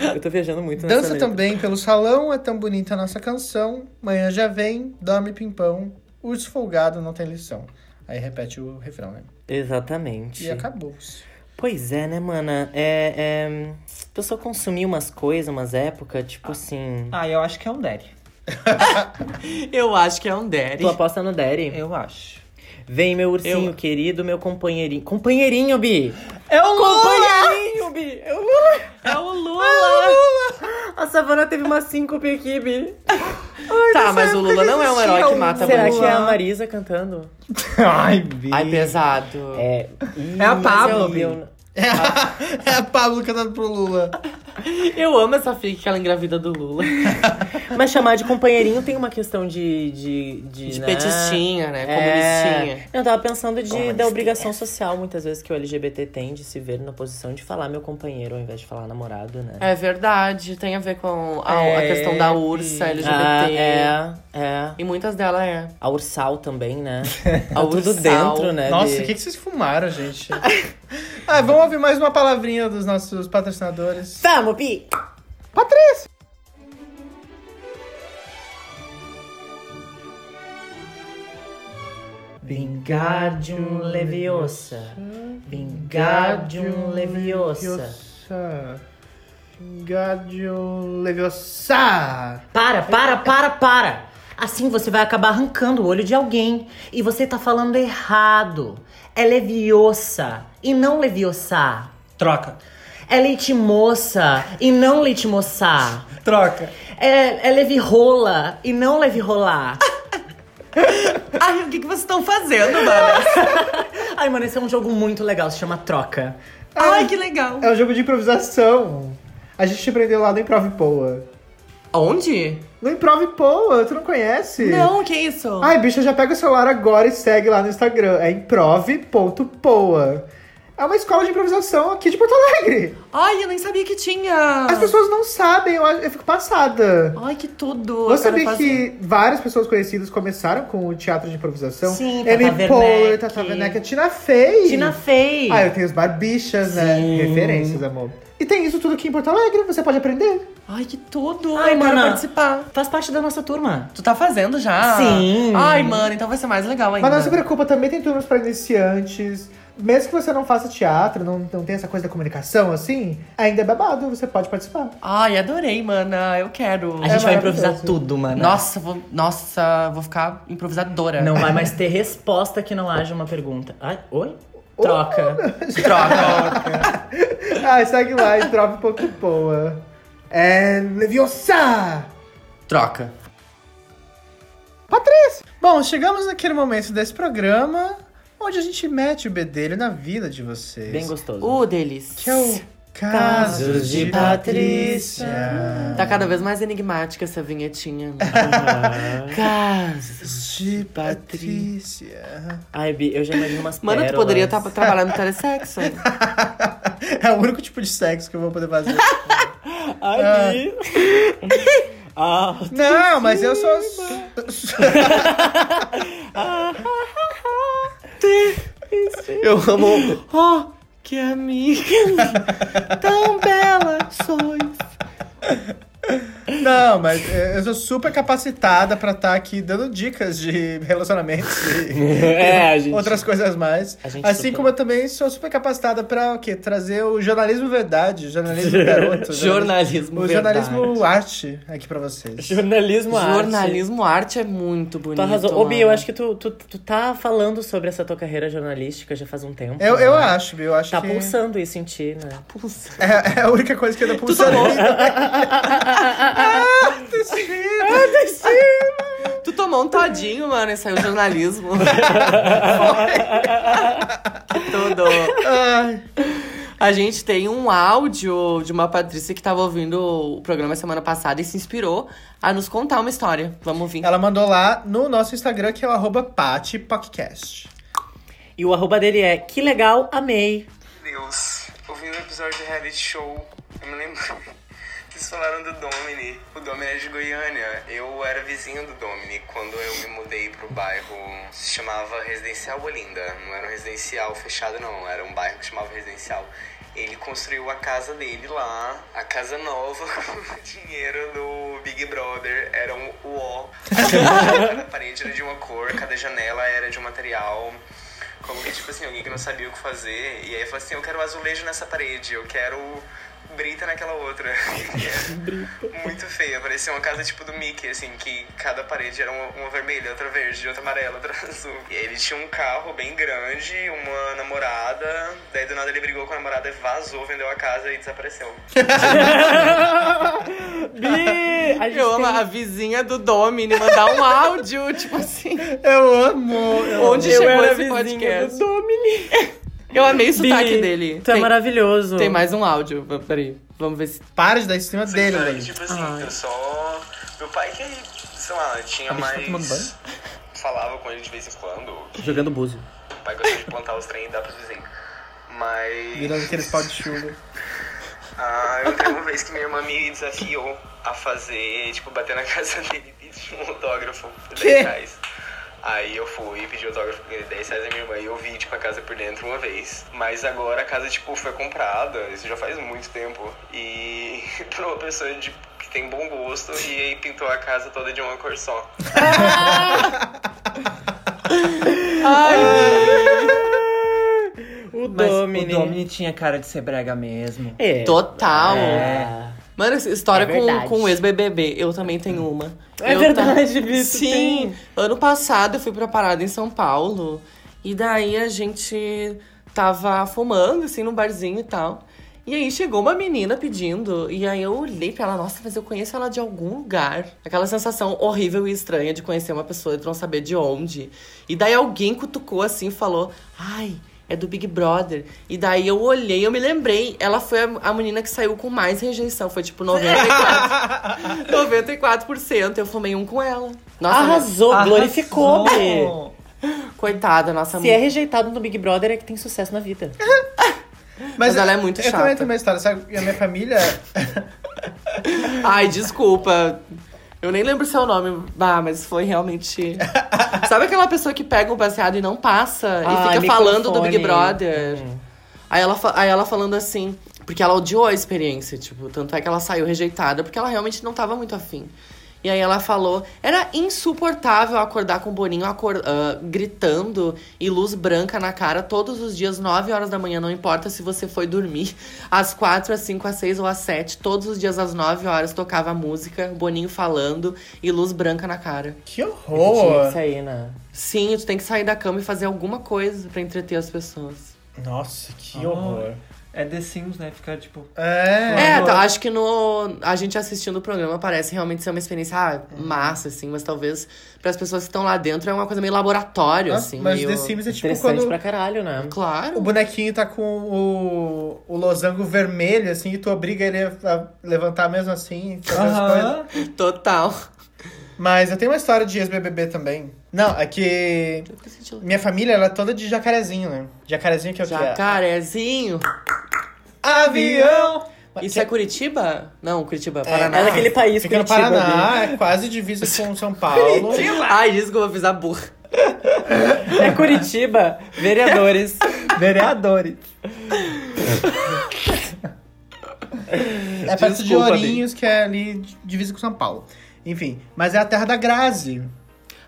Eu tô viajando muito nessa
Dança
letra.
também pelo salão, é tão bonita a nossa canção. Manhã já vem, dorme pimpão. Urso folgado não tem lição. Aí repete o refrão, né?
Exatamente.
E (laughs) acabou-se.
Pois é, né, mana? É, é... A pessoa consumiu umas coisas, umas épocas, tipo assim...
ah, eu acho que é um Derry.
Eu acho que é um Derry.
Tu aposta no Derry?
Eu acho.
Vem, meu ursinho
Eu-
querido, meu companheirinho... Companheirinho, Bi!
É
um
o
Companheirinho, Bi! Eu...
É o Lula.
A Savana teve uma síncope aqui, Bi.
Tá, mas o Lula não é um herói que mata
Será
bandido.
que é a Marisa cantando?
Ai, Bi.
Ai, pesado.
É...
Hum,
É a
Ih,
Pabllo,
mas eu-
Bi.
um-
É a Pablo cantando pro Lula.
Eu amo essa fic que ela engravida do Lula.
Mas chamar de companheirinho tem uma questão de... De, de,
De
né?
petistinha, né? Comunistinha.
Eu tava pensando de, da obrigação social, muitas vezes, que o LGBT tem de se ver na posição de falar meu companheiro ao invés de falar namorado, né?
É verdade, tem a ver com a, a
É,
questão da ursa,
e-
LGBT.
Ah, é, é.
E muitas delas é.
A ursal também,
(laughs)
né?
A
Tá tudo
ursal.
dentro, né?
Nossa,
de-
o que, que vocês fumaram, gente? (laughs) ah, vamos ouvir mais uma palavrinha dos nossos patrocinadores.
Vamos, Bi! Wingardium um Leviosa. Wingardium Leviosa.
Gadio Leviosa.
Para, para, para, para! Assim você vai acabar arrancando o olho de alguém. E você tá falando errado. É leviosa e não leviosa.
Troca.
É leite moça e não leite moça.
Troca.
É, é leve rola e não
(laughs)
leve rolar.
Ai, o que, que vocês estão fazendo, mano?
Ai, mano, esse é um jogo muito legal, se chama Troca.
Ai, que legal.
É um jogo de improvisação. A gente aprendeu lá no Improv Poa.
Onde?
No Improv Poa, tu não conhece?
Não,
é
que isso?
Ai, bicha, já pega o celular agora e segue lá no Instagram. É improv.poa. É uma escola de improvisação aqui de Porto Alegre.
Ai, eu nem sabia que tinha.
Ah.
As pessoas não sabem, eu, eu fico passada.
Ai, que tudo.
Você
Eu
sabia
quero (laughs) fazer.
que várias pessoas conhecidas começaram com o teatro de improvisação?
Sim, Tata
Amy
Werneck.
Poehler, Tata Werneck, a Tina Fey.
Tina Fey.
Ah, eu tenho os barbichas, né? Referências, amor. E tem isso tudo aqui em Porto Alegre, você pode aprender.
Ai, que tudo.
Ai,
eu quero
mana.
participar.
Faz parte da nossa turma.
Tu tá fazendo já?
Sim.
Ai, mano, então vai ser mais legal ainda.
Mas não se preocupa, também tem turmas pra iniciantes. Mesmo que você não faça teatro, não, não tenha essa coisa da comunicação, assim, ainda é babado, você pode participar. É
Ai, adorei, mana. Eu quero.
A gente vai
maravilhoso.
improvisar tudo, mano.
Nossa, vou, nossa, vou ficar improvisadora.
Não vai mais ter resposta que não haja uma pergunta. Ai, oi? Troca.
Troca.
(laughs) ah, segue lá e troca um pouco de boa. É. Leviosa!
Troca.
Patrícia! Bom, chegamos naquele momento desse programa onde a gente mete o bedelho na vida de vocês.
Bem gostoso.
Uh, deles.
que é o Casos de Patrícia.
Tá cada vez mais enigmática essa
(laughs)
vinhetinha.
Ah.
Casos.
De Patrícia.
Ai, Bi, eu já imagino umas
Mano, tu
pérolas.
poderia tá, estar
(laughs)
trabalhando no telesexo. hein?
É o único tipo de sexo que eu vou poder fazer.
Ali. Ah,
Não, mas eu sou. (laughs)
Eu amo
Oh, que
(laughs)
amiga! Tão bela sois!
Não, mas é, eu sou super capacitada pra estar aqui dando dicas de relacionamentos
(laughs)
e (laughs)
é, gente.
outras coisas mais.
A gente
Assim
super-
como eu também sou super capacitada pra o quê? Trazer o jornalismo verdade, o
(laughs)
jornalismo garoto.
Jornalismo
O
verdade.
jornalismo arte aqui pra vocês.
Jornalismo arte.
Jornalismo arte é muito bonito.
Tu arrasou. Ô, Bi,
mano.
eu acho que tu, tu, tu tá falando sobre essa tua carreira jornalística já faz um tempo.
Eu,
né?
eu acho, Bi, eu acho
Tá
que.
pulsando isso em ti, né?
Pulsa.
É, é a única coisa que ainda pulsando. (laughs) tá
Tu tomou um todinho, mano, e saiu jornalismo. que tudo. A gente tem um áudio de uma Patrícia que tava ouvindo o programa semana passada e se inspirou a nos contar uma história. Vamos ouvir.
Ela mandou lá no nosso Instagram, que é o arroba Pati Podcast.
E o arroba dele é que legal, amei.
Deus, ouvindo o episódio de reality show, eu me lembro. (laughs) Vocês falaram do Domini. O Domini é de Goiânia. Eu era vizinho do Domini quando eu me mudei pro bairro. Se chamava Residencial Olinda. Não era um residencial fechado, não. Era um bairro que chamava Residencial. Ele construiu a casa dele lá, a casa nova, (laughs) com o dinheiro do Big Brother. Era um UO. (laughs) cada parede era de uma cor, cada janela era de um material. Como que, tipo assim, alguém que não sabia o que fazer. E aí falou assim, eu quero azulejo nessa parede, eu quero brita naquela outra. (laughs) é Muito feia, parecia uma casa tipo do Mickey, assim, que cada parede era uma, uma vermelha, outra verde, outra amarela, outra (laughs) azul. E aí ele tinha um carro bem grande, uma namorada, daí do nada ele brigou com a namorada, vazou, vendeu a casa e desapareceu.
Bi! (laughs) A gente
Eu amo
tem-
a vizinha do Domini mandar um áudio, tipo assim.
Eu amo! Eu
Onde
Eu
chegou
era
esse
vizinha
podcast?
do Domini.
Eu amei o sotaque
Bi,
dele.
Tu é
Tem,
maravilhoso.
tem mais um áudio. V- Peraí, vamos ver se.
Para de dar em cima dele,
Aí,
velho.
Tipo assim, eu só. Meu pai que, sei lá, tinha
tá
mais. Falava com ele de vez em quando. que
Jogando búzio.
Meu pai gostava de plantar os trem e dar pros vizinhos. Mas.
Virando aqueles pau de chuva.
Ah, eu tenho uma vez que minha irmã me desafiou a fazer, tipo, bater na (laughs) casa dele e pedir um autógrafo por 10 reais. Aí eu fui e pedi autógrafo por 10 reais da minha irmã e eu vi, tipo, a casa por dentro uma vez. Mas agora a casa, tipo, foi comprada, isso já faz muito tempo. E (laughs) pra uma pessoa de- que tem bom gosto e aí pintou a casa toda de uma cor só.
O
Mas
Domini.
o Domini tinha cara de ser brega mesmo.
É.
Total.
É.
Mano, essa história
É
com,
verdade.
com o ex-BBB, eu também tenho uma.
É
Eu
verdade, Vitor,
Sim,
tem.
ano passado eu fui pra parada em São Paulo. E daí a gente tava fumando, assim, num barzinho e tal. E aí chegou uma menina pedindo. E aí eu olhei pra ela, nossa, mas eu conheço ela de algum lugar. Aquela sensação horrível e estranha de conhecer uma pessoa e tu não saber de onde. E daí alguém cutucou assim e falou: Ai, é do Big Brother. E daí eu olhei, eu me lembrei. Ela foi a, a menina que saiu com mais rejeição. Foi tipo 94.
(laughs)
94%. Eu fumei um com ela. Nossa,
Ah, Arrasou,
Arrasou.
glorificou, Bi.
mas- coitada, nossa
Se é
amiga.
rejeitado no Big Brother é que tem sucesso na vida.
Mas ela é muito
eu
chata.
Eu também tenho uma história, sabe? E A minha família... é-
Ai, desculpa. Eu nem lembro seu nome, ah, mas foi
(laughs)
realmente. Sabe aquela pessoa que pega um passeado e não passa?
Ai,
e fica falando do
microfone. Uhum.
Big Brother. Aí, ela, fa- aí ela falando assim, porque ela odiou a experiência, tipo, tanto é que ela saiu rejeitada, porque ela realmente não tava muito afim. E aí ela falou, era insuportável acordar com o Boninho acor ah, gritando e luz branca na cara todos os dias, 9 horas da manhã, não importa se você foi dormir, (laughs) às 4, às 5, às 6 ou às 7, todos os dias às 9 horas tocava música, Boninho falando e luz branca na cara.
Que
Tinha que
horror!
sair, né?
Sim, tu tem que sair da cama e fazer alguma coisa pra entreter as pessoas.
Nossa, que
Ah.
horror.
É The Sims, né? Ficar tipo.
É...
É, tá, acho que no a gente assistindo o programa parece realmente ser uma experiência ah, massa, assim, mas talvez pras pessoas que estão lá dentro é uma coisa meio laboratório,
Nossa,
assim.
mas
meio...
The Sims é tipo
Interessante
quando
pra caralho, né?
o
Claro.
bonequinho tá com o, o losango vermelho, assim, e tu obriga ele a levantar mesmo assim. fazer as coisas.
Aham.
(laughs) Total.
Mas eu tenho uma história de ex-BBB também. Não, é que
(laughs)
minha família ela é toda de jacarezinho, né? Jacarezinho que é o que é?
Jacarezinho.
Avião!
Isso é Curitiba? Não, Curitiba,
É,
Paraná.
é
(laughs)
naquele país
Fica no
Curitiba né? ali.
Paraná, é quase divisa com São Paulo.
Ai, desculpa, eu fiz a burra.
É Curitiba, vereadores.
Vereadores.
É perto de
Desculpa,
Ourinhos, que é ali divisa com São Paulo. Enfim, mas é a terra da Grazi.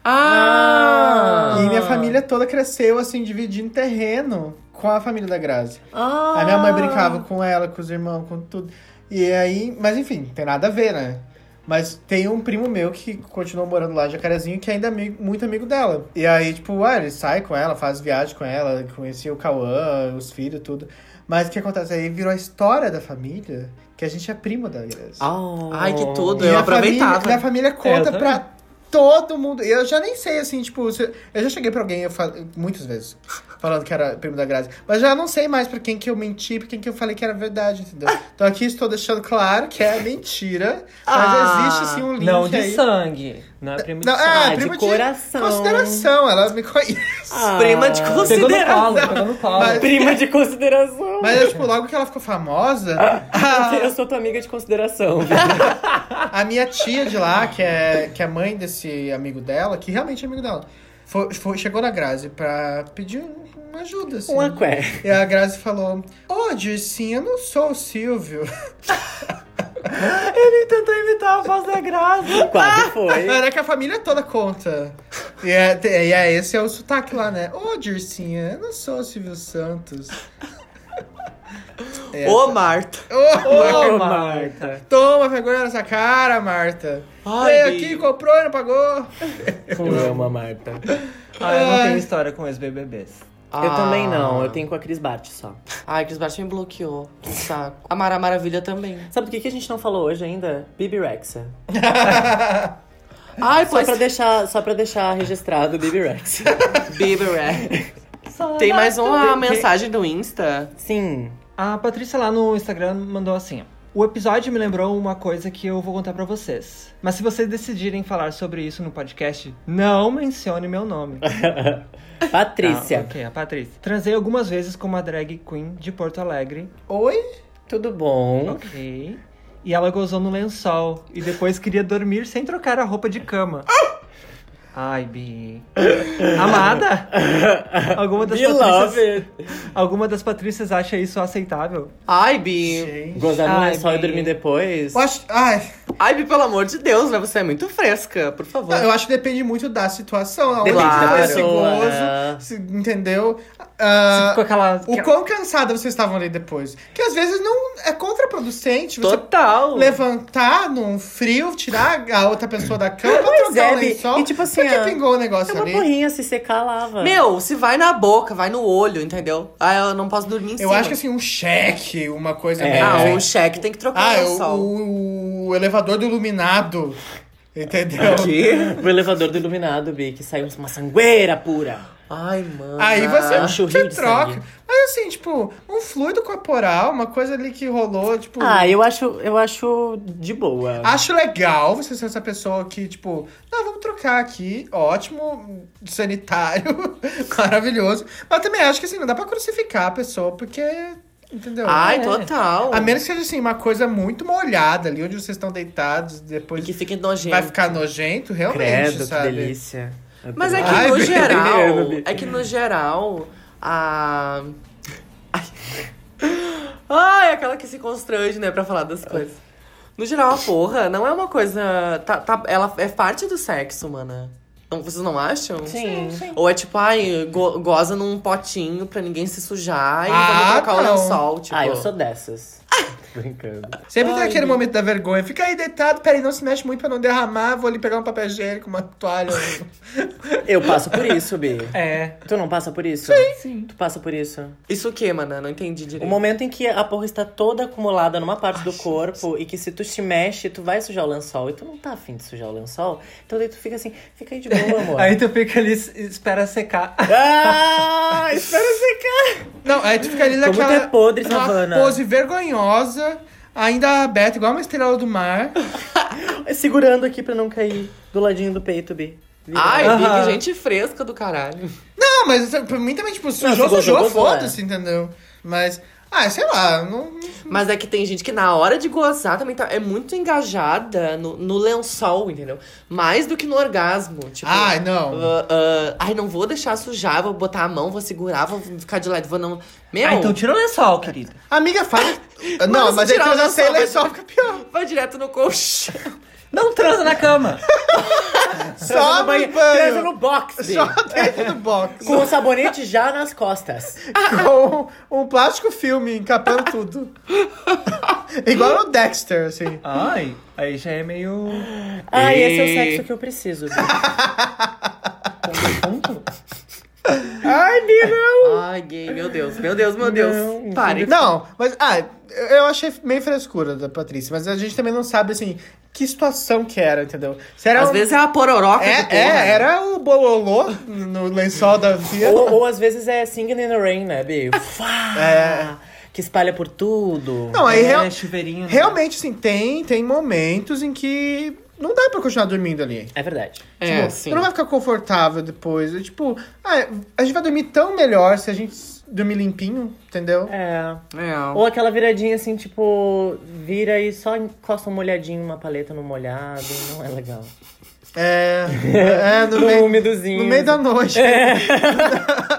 Ah!
E minha família toda cresceu, assim, dividindo terreno com a família da Grazi. Aí minha mãe brincava com ela, com os irmãos, com tudo. E aí, mas enfim, tem nada a ver, né? Mas tem um primo meu que continuou morando lá, Jacarezinho, que ainda é ami- muito amigo dela. E aí, tipo, ué, ele sai com ela, faz viagem com ela, conhecia o Cauã, os filhos, tudo. Mas o que acontece aí? Virou a história da família, que a gente é primo da Grazi.
Ai, que tudo,
E
eu
a família- né?
aproveitava.
Minha família
É, eu
conta
também.
pra todo mundo. Eu já nem sei, assim, tipo, se- eu já cheguei pra alguém, eu fa- muitas vezes, falando que era primo da Grazi. Mas já não sei mais pra quem que eu menti, pra quem que eu falei que era verdade, entendeu? Então aqui estou deixando claro que é mentira. Mas
Ah,
existe, assim, um link
Não de
aí.
sangue. Não é primo de
Ah,
Não,
sangue.
é,
de
primo de
coração.
Consideração, ela me conhece.
Ah.
Prima de
Pegou no
consideração.
colo, pegou no colo.
Mas-
Prima de consideração.
Mas, tipo, logo que ela ficou famosa,
Eu sou tua amiga de consideração.
A minha tia de lá, que é, que é mãe desse amigo dela, que realmente é amigo dela, foi, foi- chegou na Grazi pra pedir um- uma ajuda, assim.
Uma cué.
E a Grazi falou, ô, Dircinha, eu não sou o Silvio.
Ele tentou imitar a voz da
(laughs)
Grazi.
Quase foi.
(laughs) Era que a família toda conta. E é, te- e é esse é o sotaque lá, né? Ô, Dircinha, eu não sou o Silvio Santos. É.
Ô, Marta.
Ô,
Ô, Marta.
toma vergonha nessa cara, Marta.
Ai,
Veio aqui, comprou e não pagou.
Eu amo a Marta.
Ah, eu não
Ai.
tenho história com ex-BBBs.
Ah.
Eu também não, eu tenho com a Cris Bart só.
Ai, Cris Bart me bloqueou. Que Saco. A Mara Maravilha também.
Sabe por que, que a gente não falou hoje ainda? Bibi Rexa.
Ai,
Só
pois...
(laughs) pra deixar, só pra deixar registrado Bibi Rexa.
Baby Rat. é. Tem mais uma mensagem do Insta?
Sim.
A Patrícia lá no Instagram mandou assim: ó, O episódio me lembrou uma coisa que eu vou contar pra vocês. Mas se vocês decidirem falar sobre isso no podcast, não mencione meu nome.
Patrícia.
Tá, ok, a Patrícia. Transei algumas vezes com uma drag queen de Porto Alegre.
Oi?
Tudo bom?
Ok. E ela gozou no lençol. E depois queria dormir sem trocar a roupa de cama. Ai, Bi. Amada? Alguma das
We love
Patrícias.
it.
Alguma das Patrícias acha isso aceitável?
Ai, Bi.
Gente.
Gozar no
Ai,
lençol e
bem.
dormir depois?
Eu acho... Ai...
Ai, Bi, pelo amor de Deus, né? Você é muito fresca, por favor.
Não, eu acho que depende muito da situação. aonde
Depende
da é.
foi esse
pessoa,
gozo,
né?
se- entendeu? Ah,
Com aquela.
o quão cansada vocês estavam ali depois. Que às vezes não é contraproducente você
Total.
levantar num frio, tirar a outra pessoa da cama, trocar
é,
o
Bi.
lençol.
E tipo assim,
porque
ah,
pingou o negócio
É uma
ali.
porrinha, se secar, lava.
Meu, se vai na boca, vai no olho, entendeu? Ah, eu não posso dormir em
Eu
cima.
acho que assim, um cheque, uma coisa
É.
meio- assim.
Ah, o cheque tem que trocar
Ah,
o
o,
sol.
o- o elevador do iluminado. Entendeu?
Ah, O elevador do iluminado, Bi, que saiu uma sangueira pura.
Ai, mano.
Aí você, é
um
você
churrinho de
troca.
sangue.
Mas assim, tipo, um fluido corporal, uma coisa ali que rolou, tipo.
Ah, eu acho, eu acho de boa.
Acho legal você ser essa pessoa que, tipo, não, vamos trocar aqui, ótimo, sanitário, (laughs) maravilhoso. Mas também acho que assim, não dá pra crucificar a pessoa, porque. Entendeu?
É.
Ai, Ah, total.
A menos que seja assim, uma coisa muito molhada ali, onde vocês estão deitados, depois
E que fique nojento.
vai ficar nojento, realmente,
Credo, que
sabe?
delícia.
Mas é que
Ai,
no
Bi.
geral.
Ai, Bi.
É que no geral. A. Ai. Ai, aquela que se constrange, né, pra falar das coisas. No geral, a porra não é uma coisa. Tá, tá- ela é parte do sexo, mana. Não, vocês não acham?
Sim.
Ou é tipo, ai, go- goza num potinho pra ninguém se sujar e
Ah,
vamos trocar
não.
o lençol, tipo.
Ah, eu sou dessas. Brincando.
Sempre tem
Ai,
aquele
meu.
momento da vergonha. Fica aí deitado, peraí, não se mexe muito pra não derramar. Vou ali pegar um papel higiênico, uma toalha. um
Eu passo por isso, Bi.
É.
Tu não passa por isso? Sim. Tu passa por isso?
Isso o quê, mana? Não entendi direito.
O momento em que a porra está toda acumulada numa parte do corpo e que se tu te mexe, tu vai sujar o lençol e tu não tá afim de sujar o lençol, então daí tu fica assim, fica aí de boa,
(laughs)
amor.
Aí tu fica ali, s- espera secar.
(laughs) Ah, espera secar!
Não, aí tu fica ali
Como tu
naquela
é podre,
naquela
Savana.
pose vergonhosa, ainda aberta, igual uma estrela do mar.
Segurando aqui pra não cair do ladinho do peito, Bi. Vira.
Ai, Bi,
Aham.
que gente fresca do caralho.
Ah, Não, mas pra mim também, tipo, sujou,
jogou,
sujou,
jogou,
foda-se, entendeu? Mas. Ah, sei lá, não.
Mas é que tem gente que na hora de gozar também tá, é muito engajada no, no lençol, entendeu? Mais do que no orgasmo. Tipo,
Ai, não.
ah, ah, ai, não vou deixar sujar, vou botar a mão, vou segurar, vou ficar de lado, vou não. Meu,
Ah, então tira o lençol, querida.
Amiga, fala. não,
Mas
mas é que
tirar
eu já
o
sei
lençol,
lençol fica
(laughs)
pior.
vai direto no colchão.
Não transa na cama.
Só no banho.
Transa no box dele.
Só dentro do box. (laughs)
Com o sabonete já nas costas.
Com um plástico filme encapando tudo. Igual o Dexter, assim.
Ai, aí já é meio.
Ai, esse é o sexo que eu preciso.
Ai, gay, meu Deus, meu Deus, meu Deus. Pare.
Não, mas ah, eu achei meio frescura da Patrícia, mas a gente também não sabe assim que situação que era, entendeu? Se era
Às
um-
vezes é uma pororoca né?
é,
de porra.
é, era o bololô no lençol da Fia. (laughs)
ou, ou às vezes é Singing in the Rain, né, Bi? Fá! Que espalha por tudo.
É. Não, aí real-
É, chuveirinho. né?
realmente assim, tem tem momentos em que não dá pra continuar dormindo ali.
É verdade.
É,
tipo,
sim.
tu não vai ficar confortável depois. É Tipo, ah, a gente vai dormir tão melhor se a gente dormir limpinho, entendeu?
É.
É.
Ou aquela viradinha assim, tipo, vira e só encosta um molhadinho, uma paleta no molhado. Não é legal.
(laughs)
É, é, no,
No
meio,
úmidozinho.
no meio da noite.
É.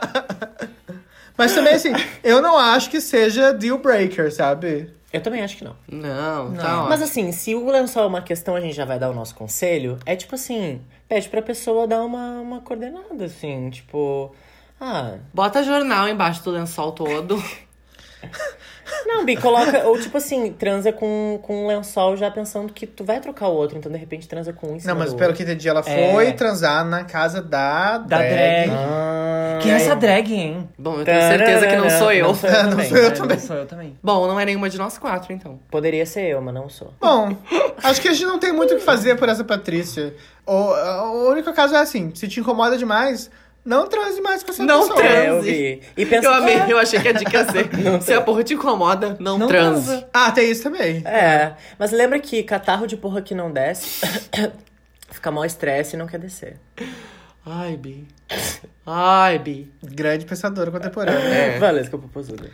(laughs) Mas também, assim, eu não acho que seja deal breaker, sabe?
Eu também acho que não.
Não, tá
Mas
ótimo.
assim, se o lençol é uma questão, a gente já vai dar o nosso conselho. É tipo assim, pede pra pessoa dar uma, uma coordenada, assim, tipo. Ah,
Bota jornal embaixo do lençol todo.
não, Bi, coloca. ou tipo assim, transa com, com um lençol já pensando que tu vai trocar o outro, então de repente transa com um em cima
Não, mas
do
pelo
outro.
que entendi, ela
É.
foi transar na casa da,
Da drag.
Ah,
Que é essa drag, hein?
Bom, eu tenho certeza que (laughs) não sou eu.
Não sou eu também.
sou eu
É,
também.
Sou eu também.
Bom, não é nenhuma de nós quatro, então.
Poderia ser eu, mas não sou.
Bom, acho que a gente não tem muito o que fazer por essa Patrícia. O, o único caso é assim, se te incomoda demais, não transe mais com essa
Não
pessoa.
transe.
É, eu vi. E pensa é.
Eu amei, eu achei que a dica ia
(laughs)
ser. Se a porra te incomoda, não,
Não
transa.
Ah, tem isso também.
É, mas lembra que catarro de porra que não desce (coughs) fica mal estresse e não quer descer.
Ai, Bi. Ai, Bi.
Grande pensadora contemporânea.
(laughs)
É.
Valesca Popozuda.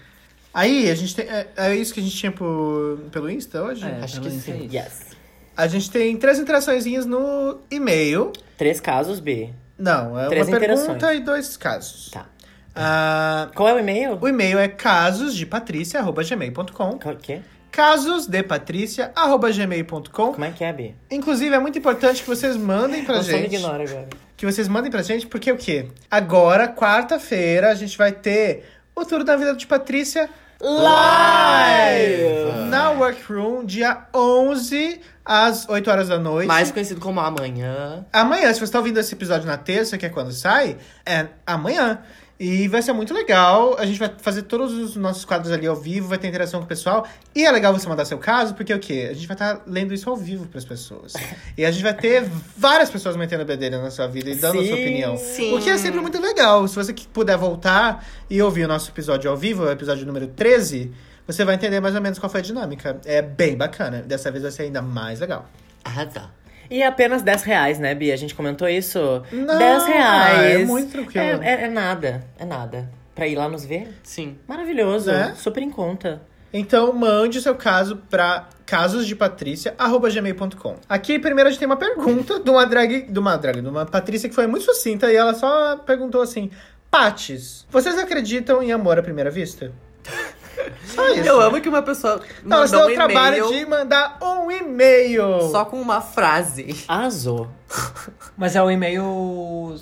Aí, a gente tem. É, é isso que a gente tinha por, pelo Insta hoje?
É,
acho
pelo
que
menos é
sim.
isso.
Yes.
A gente tem três interaçõezinhas no e-mail.
Três casos, B.
Não, é
Três
uma pergunta
interações.
e dois casos.
Tá.
Ah,
Qual é o e-mail?
o e-mail é casosdepatricia.gmail.com
Qual que é?
casosdepatricia.gmail.com
Como é que é, B?
Inclusive, é muito importante que vocês mandem pra
Você me
gente.
ignora agora.
Que vocês mandem pra gente, porque o quê? Agora, quarta-feira, a gente vai ter o Tour da Vida de Patrícia live na Workroom, dia 11 às 8 horas da noite.
Mais conhecido como amanhã.
Amanhã, se você tá ouvindo esse episódio na terça, que é quando sai, é amanhã. E vai ser muito legal. A gente vai fazer todos os nossos quadros ali ao vivo, vai ter interação com o pessoal. E é legal você mandar seu caso, porque é o quê? A gente vai estar lendo isso ao vivo pras pessoas. E a gente vai ter várias pessoas metendo a bedelha na sua vida e dando a sua
Sim,
opinião.
sim.
O que é sempre muito legal. Se você que puder voltar e ouvir o nosso episódio ao vivo, o episódio número 13, você vai entender mais ou menos qual foi a dinâmica. É bem bacana. Dessa vez vai ser ainda mais legal.
Arrasar.
E é apenas 10 reais, né, Bi? A gente comentou isso.
Não,
10 reais.
é muito tranquilo.
É, é- é nada, é nada. Pra ir lá nos ver?
Sim.
Maravilhoso.
É?
Super em conta.
Então mande o seu caso pra casosdepatricia.gmail.com Aqui, primeiro, a gente tem uma pergunta de uma drag, de uma drag, de uma Patrícia que foi muito sucinta e ela só perguntou assim, Pates, vocês acreditam em amor à primeira vista? Então, Só isso. né?
Eu amo que uma pessoa
Não, elas
mandou
dão
um
o trabalho
e-mail
de mandar um e-mail.
só com uma frase.
Arrasou.
Mas é o e-mail uh,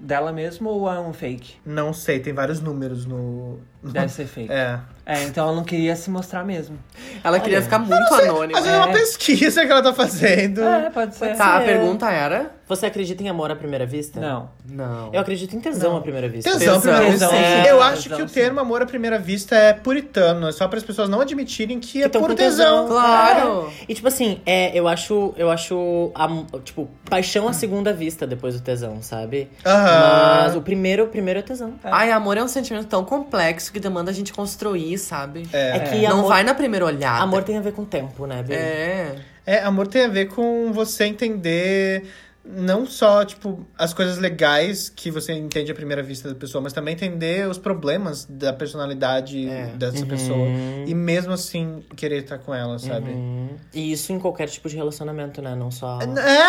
dela mesmo ou é um fake?
Não sei, tem vários números no...
Deve ser fake. É.
É.
então ela não queria se mostrar mesmo.
Ela queria ficar muito anônima.
Mas é uma pesquisa que ela tá fazendo.
É, pode ser.
Tá, a pergunta era?
Você acredita em amor à primeira vista?
Não.
Não.
Eu acredito em tesão à primeira vista.
Tesão, à primeira
Tesão,
vista.
É.
sim.
Eu
Tesão,
acho que o
sim.
termo amor à primeira vista é puritano. É só para as pessoas não admitirem que, é
tão
puro
com tesão.
tesão.
Claro.
E tipo assim, é, eu acho, eu acho a- tipo, paixão à segunda vista depois do tesão, sabe?
Aham.
Mas o primeiro, o primeiro é tesão.
Ai, amor é um sentimento tão complexo que demanda a gente construir, sabe?
É, que
Não
amor,
vai na primeira olhada.
amor tem a ver com tempo, né, Bi?
É.
É, amor tem a ver com você entender não só, tipo, as coisas legais que você entende à primeira vista da pessoa, mas também entender os problemas da personalidade
É.
dessa
Uhum.
pessoa. E mesmo assim, querer estar com ela, sabe?
Uhum. E isso em qualquer tipo de relacionamento, né? Não só.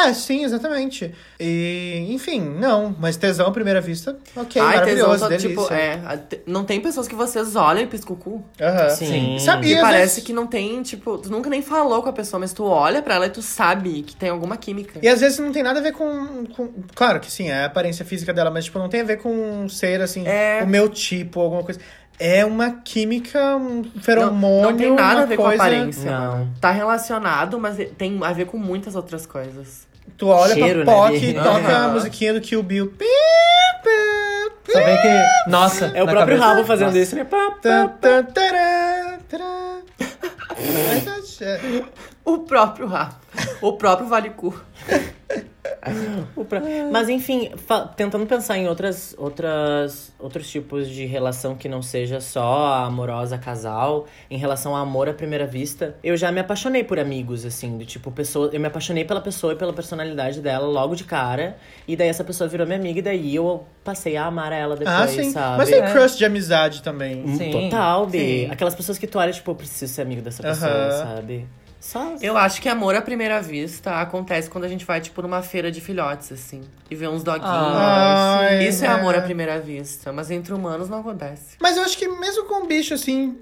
É, sim, exatamente. E, enfim, não. Mas tesão à primeira vista, ok,
Ai, tesão,
é maravilhoso,
só,
delícia.
tipo, é. a- te- Não tem pessoas que vocês olham e piscam o cu.
Aham.
Sim.
Sabe,
E
e às
parece
vezes-
que não tem, tipo, tu nunca nem falou com a pessoa, mas tu olha pra ela e tu sabe que tem alguma química.
E às vezes não tem nada a ver com, com- Claro que sim, é a aparência física dela, mas tipo, não tem a ver com um ser assim,
É.
o meu tipo, alguma coisa. É uma química, um feromônio.
não tem nada
uma
a ver
coisa...
com a aparência.
Não.
Tá relacionado, mas tem a ver com muitas outras coisas.
Tu olha
Cheiro,
pra
né,
POC
Bia?
e toca a
Aham.
musiquinha do Kill Bill. Pi, pi,
Só vem que. Nossa!
É o
na
próprio
cabeça.
rabo fazendo
Nossa.
isso, né? Pá, pá.
tan, tan, tará,
(laughs)
tará. É
O próprio rabo. o próprio vale-cu.
O pra- Mas enfim, fa- tentando pensar em outras, outras, outros tipos de relação que não seja só a amorosa casal, em relação ao amor à primeira vista, eu já me apaixonei por amigos, assim, do tipo, pessoa, eu me apaixonei pela pessoa e pela personalidade dela logo de cara, e daí essa pessoa virou minha amiga, e daí eu passei a amar ela depois,
ah, sim.
sabe?
Mas tem
É.
crush de amizade também.
Hum,
Sim,
Total, Bi.
sim.
Aquelas pessoas que tu olha, tipo, eu preciso ser amigo dessa pessoa,
Aham.
sabe? Só.
Eu acho que amor à primeira vista acontece quando a gente vai, tipo, numa feira de filhotes, assim. E vê uns doguinhos.
Ah,
Ai,
Isso é amor
é.
à primeira vista. Mas entre humanos não acontece.
Mas eu acho que mesmo com bicho,
(laughs)
assim.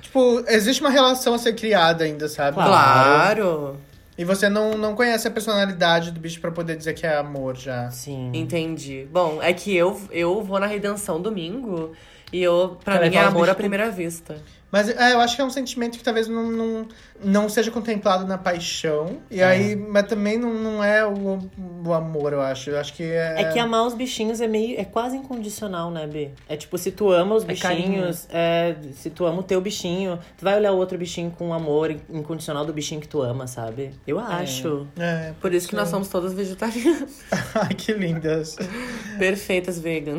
tipo, existe uma relação a ser criada ainda, sabe?
Claro.
E você não, não conhece a personalidade do bicho pra poder dizer que é amor já.
Hum.
Sim.
Entendi. Bom, é que eu, eu vou na redenção domingo. E eu, pra
Cara,
mim, é
fala os
amor à
bichos-
primeira vista.
Mas é, eu acho que é um sentimento que talvez não, não, não seja contemplado na paixão. E aí, mas também não, não é o, o amor, eu acho. Eu acho que é.
É que amar os bichinhos é meio. é quase incondicional, né, Bi? É tipo, se tu ama os bichinhos,
né?
é, se tu ama o teu bichinho, tu vai olhar o outro bichinho com um amor incondicional do bichinho que tu ama, sabe? Eu acho.
É. (laughs)
Por isso que nós somos todas vegetarianas. (laughs)
Ai, que lindas.
Perfeitas vegan.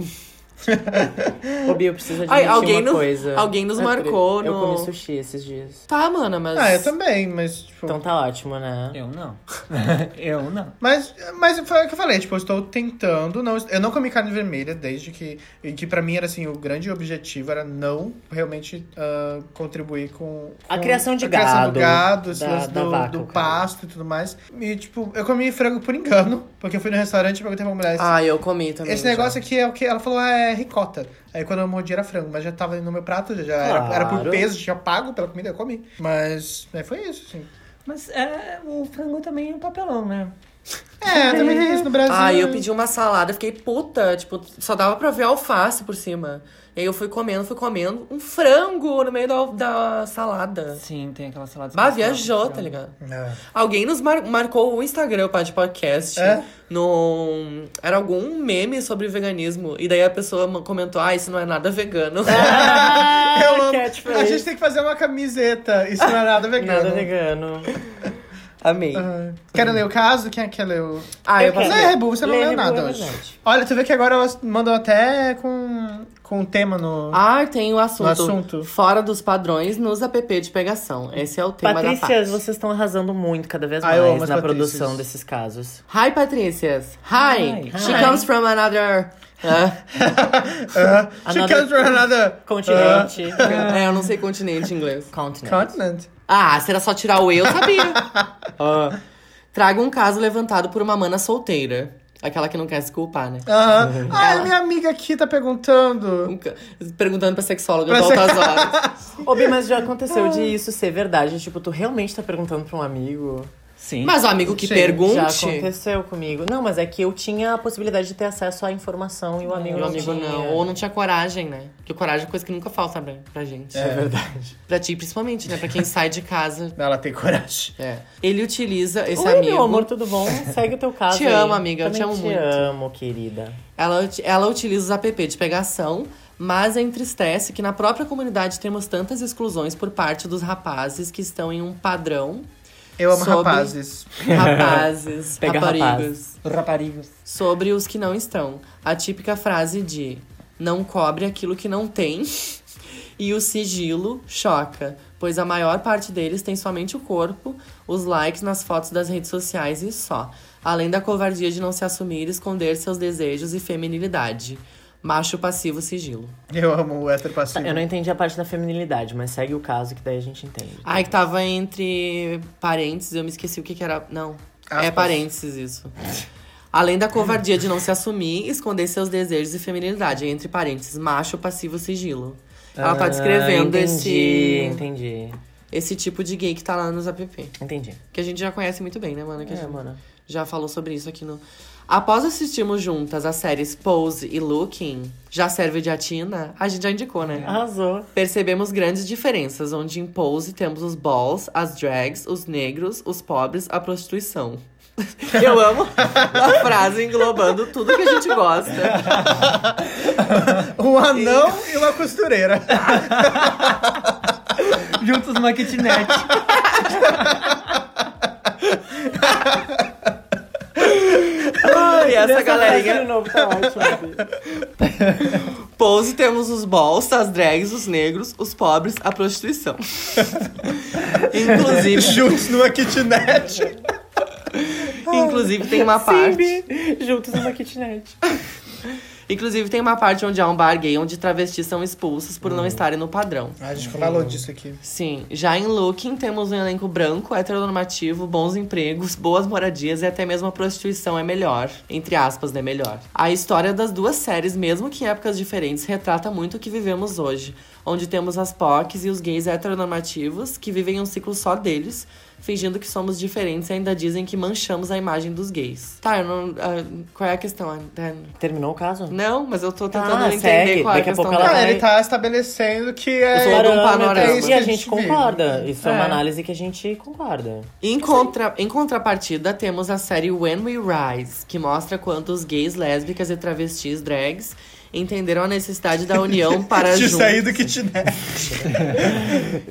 Ô, Bi, eu preciso admitir
Ai, alguém
uma
no-
coisa.
alguém nos marcou
Eu
no-
comi sushi esses dias.
Tá, mana, mas.
Ah, eu também, mas. Tipo,
Então tá ótimo, né?
Eu não. eu não.
Mas, mas foi o que eu falei, tipo, eu estou tentando. Não, eu não comi carne vermelha desde que. E que pra mim era assim, o grande objetivo era não realmente ah, contribuir com,
A
com
criação de
a criação do
gado,
gado, esse
da-
lance
da
do,
vaca,
do
o cara.
pasto e tudo mais. E, tipo, eu comi frango por engano, porque eu fui no restaurante e perguntei pra mulher.
Ah, eu comi também.
esse
já.
negócio aqui é o que? Ela falou, ah, é ricota. Aí quando eu mordi era frango, mas já tava no meu prato, já era, era por
Claro.
peso, tinha pago pela comida, eu comi. Mas aí foi isso, assim.
Mas é, o frango também é um papelão, né?
É, também tem isso no Brasil.
Ah, eu
né?
pedi uma salada, fiquei puta, tipo, só dava pra ver a alface por cima. E aí eu fui comendo, fui comendo um frango no meio da, da salada.
Sim, tem aquela salada.
Bah,
especial
viajou,
com
tá
frango.
ligado?
É.
Alguém nos mar- marcou o Instagram pá, de podcast.
É?
Num... Era algum meme sobre veganismo. E daí a pessoa ma- comentou: Ah, isso não é nada vegano.
É. (laughs)
Ah,
Eu amo.
catchphrase.
A gente tem que fazer uma camiseta. Isso não é nada vegano.
Nada vegano.
(laughs) Amei.
Ah, Quero ler o caso? Quem é que leu?
Ah, eu,
Você
passei.
é Rebu, você não
Lê,
leu
Rebu, é
nada hoje.
verdade.
Olha, tu vê que agora elas mandam até com, com um tema no. (laughs)
Ah, tem o assunto.
No assunto.
Fora dos padrões nos app de pegação. Esse é o tema da
Patrícias,
parte.
vocês estão arrasando muito cada vez
Ah,
mais
eu amo as
na
Patrícias.
produção desses casos.
Hi, Patrícias. Hi.
Hi.
She comes from another... Ah,
(laughs) Ah, she
Another-
comes from another
Continente.
é, eu não sei continente em inglês.
Continente.
continent.
Ah, se era só tirar o eu, eu sabia. Ah. Traga um caso levantado por uma mana solteira. Aquela que não quer se culpar, né?
Ah, ah, minha amiga aqui tá perguntando.
Um ca- Perguntando pra sexóloga
Pra
pra
se-
altas horas.
Ô, Bi, mas já aconteceu de isso ser verdade. Tipo, tu realmente tá perguntando pra um amigo.
Sim.
Mas o amigo que
Sim,
Já
pergunte...
aconteceu comigo. Não, mas é que eu tinha a possibilidade de ter acesso à informação e o amigo
Meu
não
amigo
tinha.
não. Ou não tinha coragem, né? Porque coragem é coisa que nunca falta pra- pra gente.
É
verdade. Pra ti, principalmente, né? Pra quem sai de casa.
Ela tem coragem.
É. Ele utiliza esse
Oi,
amigo.
meu amor, tudo (laughs) bom? Segue o teu caso
Te
aí.
amo, amiga, eu
Também
te amo muito.
te amo, querida.
Ela, ut- ela utiliza os app de pegação, mas entristece que na própria comunidade temos tantas exclusões por parte dos rapazes que estão em um padrão.
Eu amo
Sobre-
rapazes.
Rapazes,
Pega
raparigas.
Raparigos.
Sobre os que não estão. A típica frase (laughs) de não cobre aquilo que não tem. E o sigilo choca, pois a maior parte deles tem somente o corpo, os likes nas fotos das redes sociais e só. Além da covardia de não se assumir e esconder seus desejos e feminilidade. Macho passivo sigilo.
Eu amo o hétero passivo.
Tá, Eu não entendi a parte da feminilidade, mas segue o caso que daí a gente entende.
Ai, que tava entre parênteses, eu me esqueci o que, que era. Não. É
Aspas.
parênteses isso. Além da covardia de não se assumir, esconder seus desejos e feminilidade. Entre parênteses, macho passivo sigilo. Ela tá
Ah,
descrevendo
entendi,
esse.
Entendi,
Esse tipo de gay que tá lá nos app.
entendi.
Que a gente já conhece muito bem, né, mano? Que a
É,
gente
mano.
já falou sobre isso aqui no. Após assistirmos juntas as séries Pose e Looking, já serve de atina? A gente já indicou, né?
Ah, Arrasou.
Percebemos grandes diferenças, onde em Pose temos os balls, as drags, os negros, os pobres, a prostituição. (laughs) Eu amo a frase englobando tudo que a gente gosta.
Um anão e uma costureira.
Juntos numa (laughs) kitnet.
E essa galerinha
De novo, tá ótimo.
Pose temos os balls, as drags, os negros, os pobres, a prostituição. inclusive,
Juntos numa kitnet.
inclusive tem uma parte.
Juntos numa kitnet.
Inclusive tem uma parte onde há um bar gay onde travestis são expulsos por não estarem no padrão.
A gente falou disso aqui.
Sim, já em Looking temos um elenco branco, heteronormativo, bons empregos, boas moradias e até mesmo a prostituição é melhor. Entre aspas, né? Melhor. A história das duas séries, mesmo que em épocas diferentes, retrata muito o que vivemos hoje, onde temos as POCs e os gays heteronormativos que vivem um ciclo só deles, fingindo que somos diferentes e ainda dizem que manchamos a imagem dos gays. Tá, eu não. ah, qual é a questão? Ah,
Terminou o caso?
Não, mas eu tô tentando
Ah,
entender
segue.
qual é a
Daqui a
questão
pouco ela
dela.
Ah,
vai-
ele tá estabelecendo que é.
Todo um panorama.
Parâmetros. E a gente
vive.
concorda. Isso é. uma
É.
análise que a gente concorda.
Em, contra, em contrapartida, temos a série When We Rise, que mostra quanto os gays, lésbicas e travestis drags entenderam a necessidade da
(laughs)
união para
De sair
juntos.
do kitnet.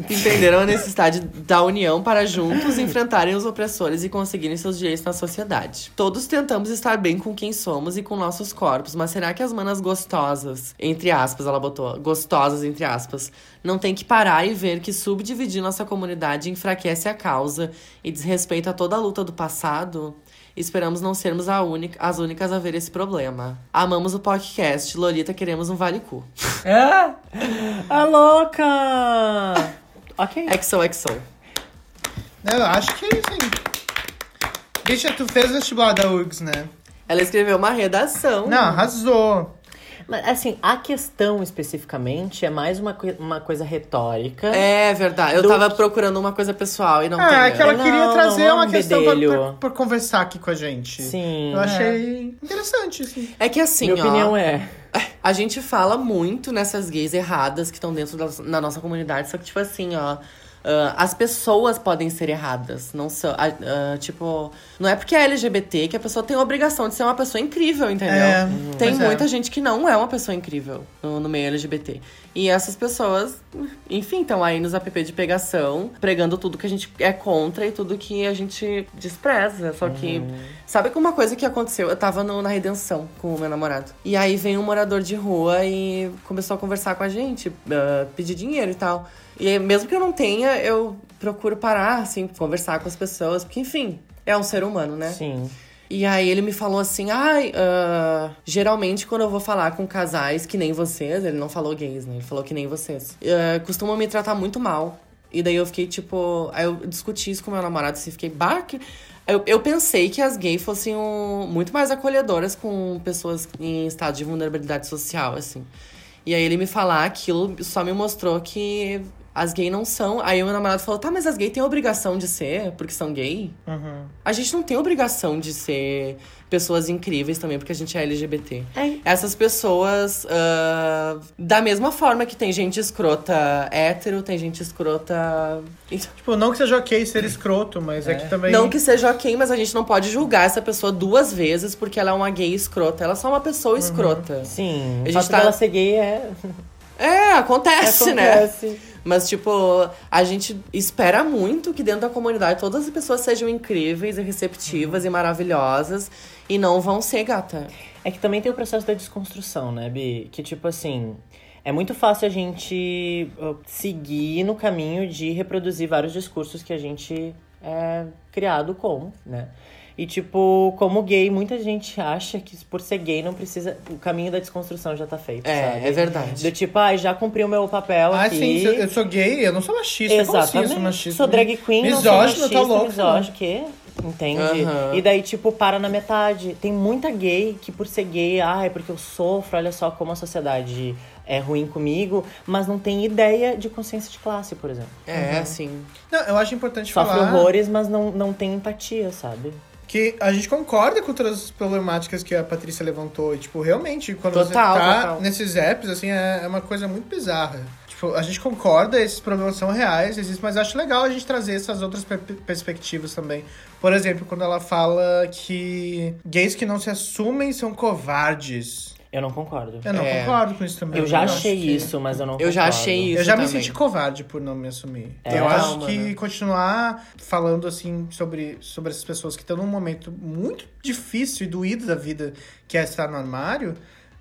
Entenderam a necessidade da união para juntos enfrentarem os opressores e conseguirem seus direitos na sociedade. Todos tentamos estar bem com quem somos e com nossos corpos, mas será que as manas gostosas, entre aspas, ela botou, gostosas, entre aspas, não tem que parar e ver que subdividir nossa comunidade enfraquece a causa e desrespeita toda a luta do passado? Esperamos não sermos a única- as únicas a ver esse problema. Amamos o podcast. Lolita, queremos um vale-cu.
Ah,
A Tá louca! ok.
XOXO.
Não, eu acho que sim. Bicha, tu fez o vestibular da URGS, né?
Ela escreveu uma
Hum.
redação.
Não, arrasou.
Mas assim, a questão especificamente é mais uma, coi- uma coisa retórica.
É verdade. Eu
Do-
tava procurando uma coisa pessoal e não tem.
Ah, é que ela
Não,
queria
não
trazer
é um
uma questão pra,
bedelho.
pra- pra conversar aqui com a gente.
Sim. É.
Eu achei interessante, sim.
É que assim,
Minha
ó.
opinião é.
A gente fala muito nessas gays erradas que estão dentro da na nossa comunidade, só que, tipo assim, ó. ah, as pessoas podem ser erradas, não são. ah, ah, tipo, não é porque é LGBT que a pessoa tem a obrigação de ser uma pessoa incrível, entendeu?
É,
tem
pois é.
muita gente que não é uma pessoa incrível no, no meio LGBT. E essas pessoas, enfim, estão aí nos app de pegação, pregando tudo que a gente é contra e tudo que a gente despreza. Só que. Sabe que uma coisa que aconteceu? Eu tava no- na redenção com o meu namorado. E aí veio um morador de rua e começou a conversar com a gente, ah, pedir dinheiro e tal. E aí, mesmo que eu não tenha, eu procuro parar, assim, conversar com as pessoas, porque, enfim, é um ser humano, né?
Sim.
E aí ele me falou assim, ai, ah, geralmente quando eu vou falar com casais que nem vocês, ele não falou gays, né? Ele falou que nem vocês. ah, costumam me tratar muito mal. E daí eu fiquei tipo. Aí eu discuti isso com meu namorado, assim, fiquei, bah, que- eu, eu pensei que as gays fossem um- muito mais acolhedoras com pessoas em estado de vulnerabilidade social, assim. E aí ele me falar aquilo só me mostrou que as gays não são. Aí o meu namorado falou, tá, mas as gays têm a obrigação de ser, porque são gay? A gente não tem obrigação de ser pessoas incríveis também, porque a gente é LGBT. Essas pessoas, ah, da mesma forma que tem gente escrota hétero, tem gente escrota.
Tipo, não que seja ok ser escroto, mas é, que também.
Não que seja ok, mas a gente não pode julgar essa pessoa duas vezes porque ela é uma gay escrota. Ela é só uma pessoa escrota.
Sim.
A gente
O fato
tá-
dela ser gay
(laughs)
é.
É, acontece, né?
acontece.
Mas, tipo, a gente espera muito que dentro da comunidade todas as pessoas sejam incríveis e receptivas e maravilhosas. E não vão ser gata.
É que também tem o processo da desconstrução, né, Bi? Que tipo assim. É muito fácil a gente uh, seguir no caminho de reproduzir vários discursos que a gente é criado com, né? E, tipo, como gay, muita gente acha que por ser gay não precisa. O caminho da desconstrução já tá feito.
É,
sabe?
é verdade.
Do tipo, ai, já cumpri o meu papel
Ah,
aqui.
sim, eu sou gay, eu não sou
é
machista. Como assim eu
Exatamente.
sou machista?
né?
Sou drag queen, não sou
Misógino, tá
machista,
louco,
misógino, que? Entende?
Aham.
E daí, tipo, para na metade. Tem muita gay que por ser gay, ah, é porque eu sofro, olha só como a sociedade é ruim comigo, mas não tem ideia de consciência de classe, por exemplo. Uhum.
É, assim.
Não, eu acho importante
Sofre
falar
horrores, mas não, não tem empatia, sabe?
que a gente concorda com todas as problemáticas que a Patrícia levantou. E, tipo, realmente, quando você
Total,
tá
total.
nesses apps, assim, é, é uma coisa muito bizarra. Tipo, a gente concorda, esses problemas são reais, existem, mas eu acho legal a gente trazer essas outras per- perspectivas também. Por exemplo, quando ela fala que gays que não se assumem são covardes.
Eu não concordo.
Eu não
É.
concordo com isso também.
Eu já
acho
achei
que-
isso, mas eu não
Eu já
concordo.
achei isso.
Eu já me
também.
senti covarde por não me assumir.
É,
eu
calma,
acho que
né?
continuar falando assim sobre, sobre essas pessoas que estão num momento muito difícil e doído da vida, que é estar no armário,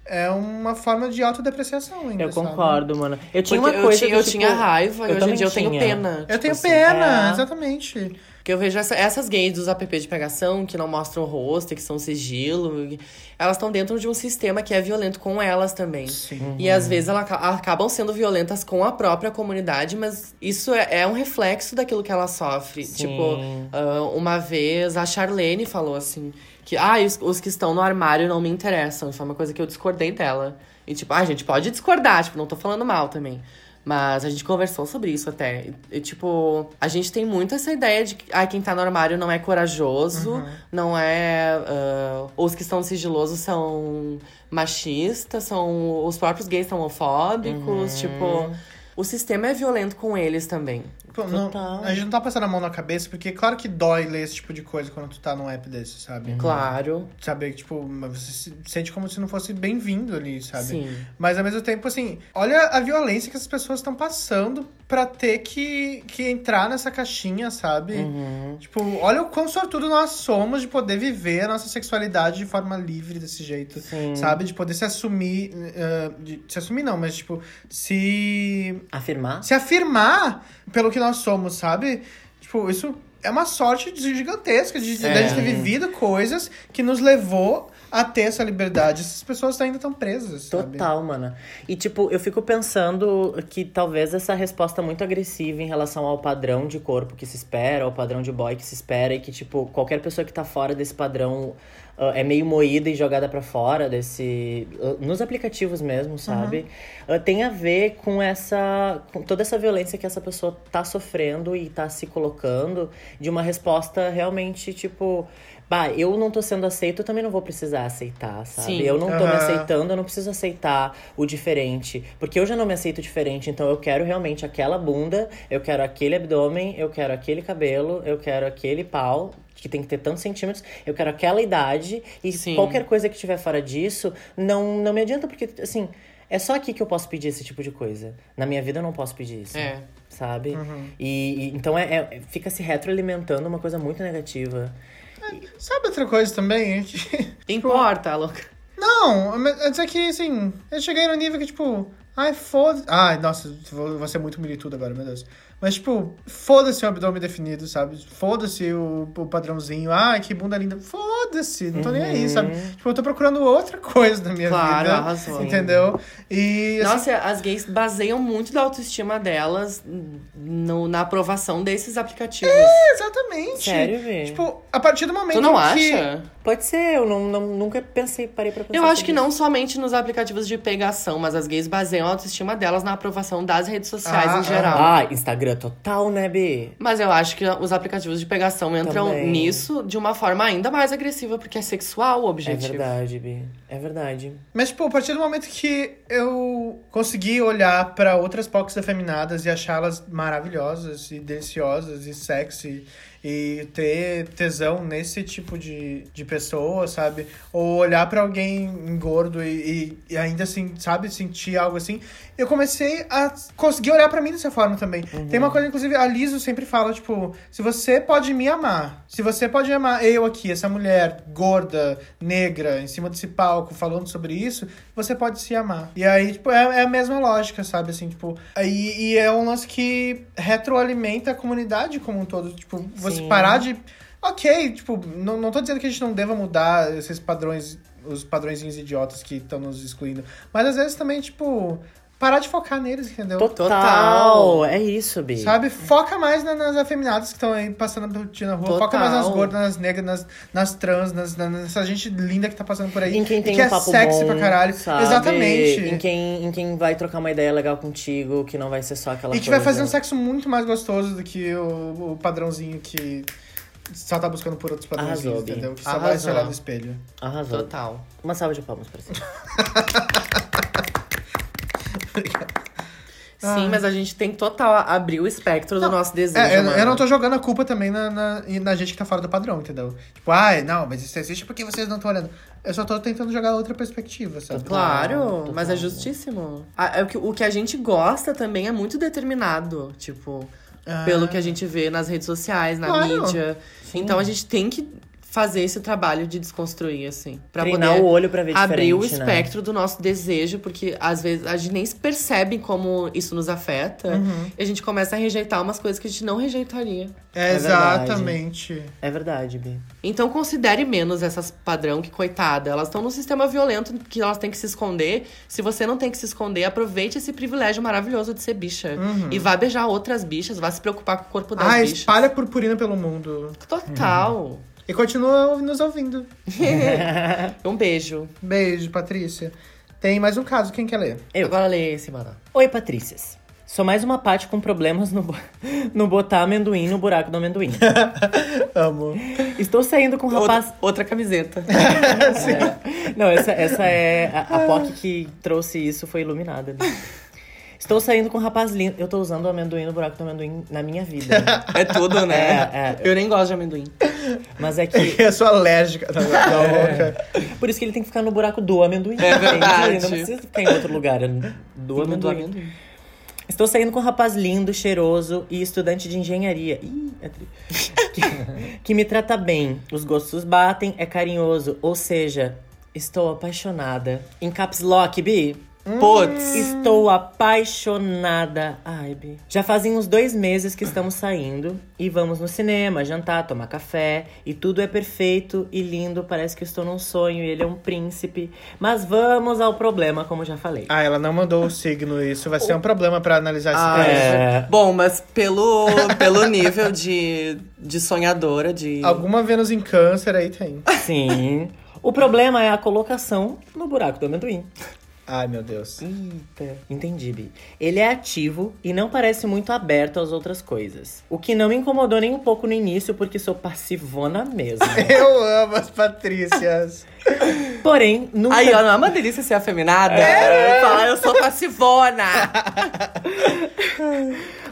é uma forma de autodepreciação ainda.
Eu
sabe?
concordo, mano. Eu tinha
Porque
uma
eu,
coisa.
tinha,
do
eu
tipo,
tinha raiva e
eu
hoje em
também
dia eu tenho
tinha.
pena.
Eu tenho
assim.
pena,
é.
exatamente.
Porque eu vejo essa- essas gays dos app de pegação que não mostram o rosto, e que são sigilo. e- Elas estão dentro de um sistema que é violento com elas também.
Sim.
E às vezes elas aca- acabam sendo violentas com a própria comunidade, mas isso é, é um reflexo daquilo que ela sofre.
Sim.
Tipo, ah, uma vez a Charlene falou assim: que ah, os, os que estão no armário não me interessam. Isso é uma coisa que eu discordei dela. E tipo, ah, a gente pode discordar, tipo, não tô falando mal também. Mas a gente conversou sobre isso até. E, e, tipo, a gente tem muito essa ideia de que ah, quem tá no armário não é corajoso, não é. ah, os que estão sigilosos são machistas, são. Os próprios gays são homofóbicos. Tipo, o sistema é violento com eles também.
Pô, não-
Total.
a gente não tá passando a mão na cabeça, porque claro que dói ler esse tipo de coisa quando tu tá num app desse, sabe?
Claro.
Saber que, tipo, você se sente como se não fosse bem-vindo ali, sabe?
Sim.
Mas ao mesmo tempo, assim, olha a violência que as pessoas estão passando pra ter que, que entrar nessa caixinha, sabe? Tipo, olha o quão sortudo nós somos de poder viver a nossa sexualidade de forma livre desse jeito, sabe? De poder se assumir. eh, de- se assumir não, mas tipo, se.
Afirmar?
se afirmar pelo que nós somos, sabe? Tipo, isso é uma sorte de- gigantesca de, de a gente ter vivido coisas que nos levou a ter essa liberdade. Essas pessoas ainda estão presas, sabe?
Total, mana. E, tipo, eu fico pensando que talvez essa resposta muito agressiva em relação ao padrão de corpo que se espera, ao padrão de boy que se espera, e que, tipo, qualquer pessoa que tá fora desse padrão ah, é meio moída e jogada pra fora desse. ah, nos aplicativos mesmo, sabe? Ah, tem a ver com essa. com toda essa violência que essa pessoa tá sofrendo e tá se colocando, de uma resposta realmente, tipo. Bah, eu não tô sendo aceito, eu também não vou precisar aceitar, sabe?
Sim.
Eu não tô me
Aham.
aceitando aceitando, eu não preciso aceitar o diferente. Porque eu já não me aceito diferente, então eu quero realmente aquela bunda, eu quero aquele abdômen, eu quero aquele cabelo, eu quero aquele pau, que tem que ter tantos centímetros, eu quero aquela idade, e
Sim.
qualquer coisa que tiver fora disso, não, não me adianta, porque assim. É só aqui que eu posso pedir esse tipo de coisa. Na minha vida eu não posso pedir isso.
É. Uhum.
Sabe? E, e- então é, é- fica se retroalimentando uma coisa muito negativa.
Sabe outra coisa também? É que-
Importa, louca.
(laughs) Não, mas é dizer que, assim, eu cheguei no nível que, tipo, ai, foda Ai, nossa, vou, vou ser muito militudo agora, meu Deus. Mas, tipo, foda-se o abdômen definido, sabe? Foda-se o, o padrãozinho. Ai, que bunda linda. Foda-se, não tô nem aí, sabe? Tipo, eu tô procurando outra (laughs) coisa na minha
Uhum. Claro,
vida.
arrasou.
Entendeu? E, assim,
Nossa, as gays baseiam muito da autoestima delas no- na aprovação desses aplicativos.
É, exatamente.
Sério, velho?
Tipo, a partir do momento
tu não
em que...
acha?
Pode ser, eu não, não- nunca pensei, parei pra pensar.
Eu acho que
sobre
não somente nos aplicativos de pegação, mas as gays baseiam a autoestima delas na aprovação das redes sociais
Ah,
em geral.
Ah, Instagram total, né, Bi?
Mas eu acho que os aplicativos de pegação entram
Também.
nisso de uma forma ainda mais agressiva, porque é sexual o
É
objetivo.
verdade, Bi. É verdade.
Mas, tipo, a partir do momento que eu consegui olhar pra outras POCs afeminadas e achá-las maravilhosas e deliciosas e sexy E ter tesão nesse tipo de, de pessoa, sabe? Ou olhar pra alguém gordo e, e- e ainda assim, sabe, sentir algo assim. Eu comecei a conseguir olhar pra mim dessa forma também. Tem uma coisa, inclusive, a Liso sempre fala, tipo, se você pode me amar, se você pode amar eu aqui, essa mulher gorda, negra, em cima desse palco, falando sobre isso, você pode se amar. E aí, tipo, é, é a mesma lógica, sabe? Assim, tipo, aí, e é um lance que retroalimenta a comunidade como um todo. Tipo, você
Sim.
parar de. Ok, tipo, não, não tô dizendo que a gente não deva mudar esses padrões, os padrõezinhos idiotas que estão nos excluindo. Mas às vezes também, tipo, parar de focar neles, entendeu?
Total.
Total.
É isso, Bi.
Então, Sabe? Foca mais na- nas afeminadas que estão aí passando pelo dia na rua.
Total.
Foca mais nas gordas, nas negras, nas, nas trans, nas, na- nessa gente linda que tá passando por aí.
Em quem
e
tem
que
um
é
papo
sexy
bom,
pra caralho.
sabe?
Exatamente.
Em quem, em quem vai trocar uma ideia legal contigo, que não vai ser só aquela
E que vai
coisa.
fazer um sexo muito mais gostoso do que o, o padrãozinho que só tá buscando por outros padrãozinhos,
Arrasou, Bi.
entendeu? Que só vai se
Arrasou.
olhar no espelho.
Arrasou.
Total.
Uma salva de palmas
(laughs)
pra você.
Sim, mas a gente tem que total abrir o espectro do nosso desejo.
É, eu,
mano.
eu não tô jogando a culpa também na, na, e na gente que tá fora do padrão, entendeu? Tipo, ai, não, mas isso existe porque vocês não estão olhando. Eu só tô tentando jogar outra perspectiva, sabe?
Claro,
Ah,
mas é justíssimo. A- é o, que, o que a gente gosta também é muito determinado, tipo,
Ah.
pelo que a gente vê nas redes sociais, na
Claro.
mídia. Então a gente tem que fazer esse trabalho de desconstruir, assim, pra
Treinar
poder
o olho pra ver diferente,
abrir o
né?
espectro do nosso desejo, porque às vezes a gente nem se percebe como isso nos afeta
Uhum.
e a gente começa a rejeitar umas coisas que a gente não rejeitaria.
É,
verdade.
exatamente.
É verdade, Bi.
Então considere menos essas padrão que, coitada, elas estão num sistema violento que elas têm que se esconder. Se você não tem que se esconder, aproveite esse privilégio maravilhoso de ser bicha. E vá beijar outras bichas, vá se preocupar com o corpo das
Ah,
bichas.
espalha purpurina pelo mundo.
Total.
E continua nos ouvindo.
Um beijo.
Beijo, Patrícia. Tem mais um caso, quem quer ler?
Eu.
Agora lê esse, mano.
Oi, Patrícias. Sou mais uma Paty com problemas no, bo- (laughs) no botar amendoim no buraco do amendoim.
Amo. (laughs)
Estou saindo com um rapaz.
Outra, outra camiseta.
(laughs) Não, essa, essa é. A, a POC que trouxe isso foi iluminada. né? Estou saindo com um rapaz lindo. Eu tô usando o amendoim no buraco do amendoim na minha vida. né?
é tudo, né?
É, é.
Eu nem gosto de amendoim.
Mas é que.
Eu sou alérgica Tá, da, da boca.
Por isso que ele tem que ficar no buraco do amendoim.
É verdade.
entende? Não precisa ficar em outro lugar. é Do
Não do
amendoim.
amendoim.
Estou saindo com um rapaz lindo, cheiroso e estudante de engenharia. Ih, é tri- que, que me trata bem. Os gostos batem, é carinhoso. Ou seja, estou apaixonada. Em caps lock, Bi.
Putz.
Estou apaixonada. Ai, Bi. Já fazem uns dois meses que estamos saindo e vamos no cinema, jantar, tomar café. E tudo é perfeito e lindo. Parece que estou num sonho e ele é um príncipe. Mas vamos ao problema, como já falei.
(laughs) Ah, ela não mandou o signo, isso vai ser um problema pra analisar esse
Ah,
caso.
É.
Bom, mas pelo, pelo nível de, de sonhadora, de.
Alguma Vênus em câncer aí tem.
(laughs)
Sim. O problema é a colocação no buraco do amendoim.
Ai, meu Deus.
Eita. Entendi, Bi. Ele é ativo e não parece muito aberto às outras coisas. O que não me incomodou nem um pouco no início, porque sou
(laughs)
passivona mesmo.
Eu amo as Patrícias.
Porém, nunca.
Aí, ó, não é uma delícia ser afeminada? Falar, eu sou passivona.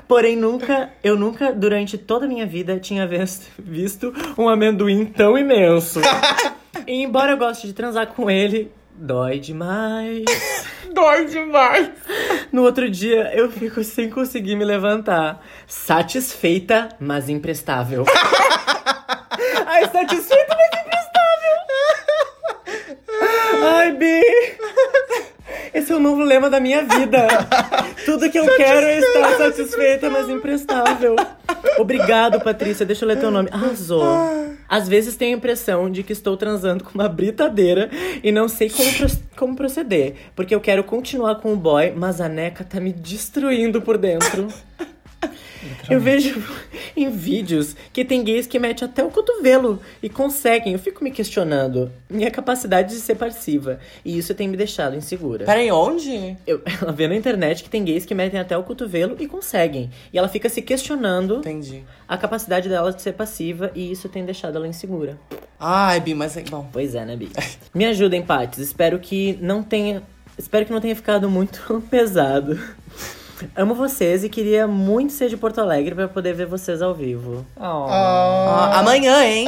Porém, nunca, eu nunca, durante toda a minha vida, tinha ves- visto um amendoim tão imenso. e embora eu goste de transar com ele, dói demais.
(laughs) Dói demais.
No outro dia, eu fico sem conseguir me levantar. Satisfeita, mas
(laughs)
imprestável. Ai, satisfeita, mas imprestável. Ai, Bi. Esse é o novo lema da minha vida. Tudo que eu quero é estar satisfeita, mas imprestável. Obrigado, Patrícia. Deixa eu ler teu nome. Arrasou. Às vezes tenho a impressão de que estou transando com uma britadeira e não sei como, pro- como proceder. Porque eu quero continuar com o boy, mas a neca tá me destruindo por dentro. Eu vejo em vídeos que tem gays que metem até o cotovelo e conseguem. Eu fico me questionando minha capacidade de ser passiva. E isso tem me deixado insegura.
Peraí, onde?
Eu, (laughs) ela vê na internet que tem gays que metem até o cotovelo e conseguem. E ela fica se questionando
Entendi.
a capacidade dela de ser passiva e isso tem deixado ela insegura.
Ai, Bi, mas é bom.
Pois é,
(laughs)
né, Bi? Me ajudem, Pates. Espero que não tenha. Espero que não tenha ficado muito (laughs) pesado. Amo vocês e queria muito ser de Porto Alegre pra poder ver vocês ao vivo.
Ah,
Ó, amanhã, (laughs) hein?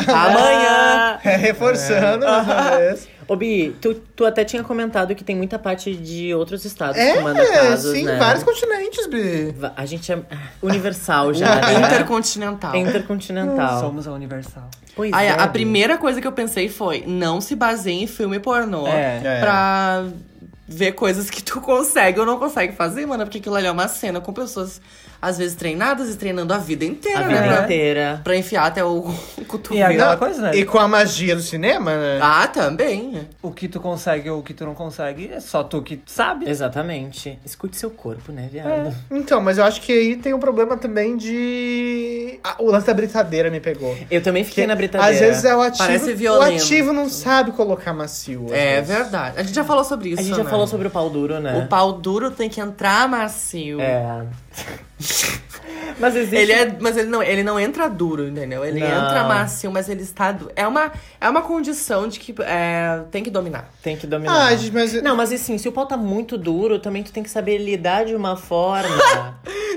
Ah.
Amanhã!
É, Reforçando mais uma vez.
Ô, Bi, tu, tu até tinha comentado que tem muita parte de outros estados que manda
É,
Tá casos,
sim,
né?
vários continentes, Bi.
Va- A gente é ah, universal
(laughs)
já, né?
Intercontinental.
Intercontinental.
Somos a Universal.
Pois
Ai,
é,
a
Bi.
primeira coisa que eu pensei foi: não se baseie em filme pornô
É.
pra ver coisas que tu consegue ou não consegue fazer, mano. Porque aquilo ali é uma cena com pessoas, às vezes, treinadas e treinando a vida inteira,
A
né?
vida
pra-
inteira.
Pra enfiar até o (laughs) o
E
cotovelo.
aquela coisa, né?
E com a magia do cinema, né?
Ah, também.
O que tu consegue ou o que tu não consegue é só tu que sabe.
É Exatamente. Escute seu corpo, né, viado?
Então, mas eu acho que aí tem um problema também de. Ah, o lance da britadeira me pegou.
Eu também fiquei
Que
na britadeira.
Às vezes é o ativo.
Parece
o
violento.
ativo não sabe colocar macio. às
É
vezes.
verdade. A gente já falou sobre isso.
A gente já
né?
falou sobre o pau duro, né?
O pau duro tem que entrar macio.
É. Mas existe.
Ele é, mas ele não, ele não entra duro, entendeu? Ele
Não.
entra macio, mas ele está du- é uma é uma condição de que é, tem que dominar.
Tem que dominar.
Ah, gente, mas.
Não, mas assim, se o pau tá muito duro, também tu tem que saber lidar de
(laughs)
uma forma.
(laughs)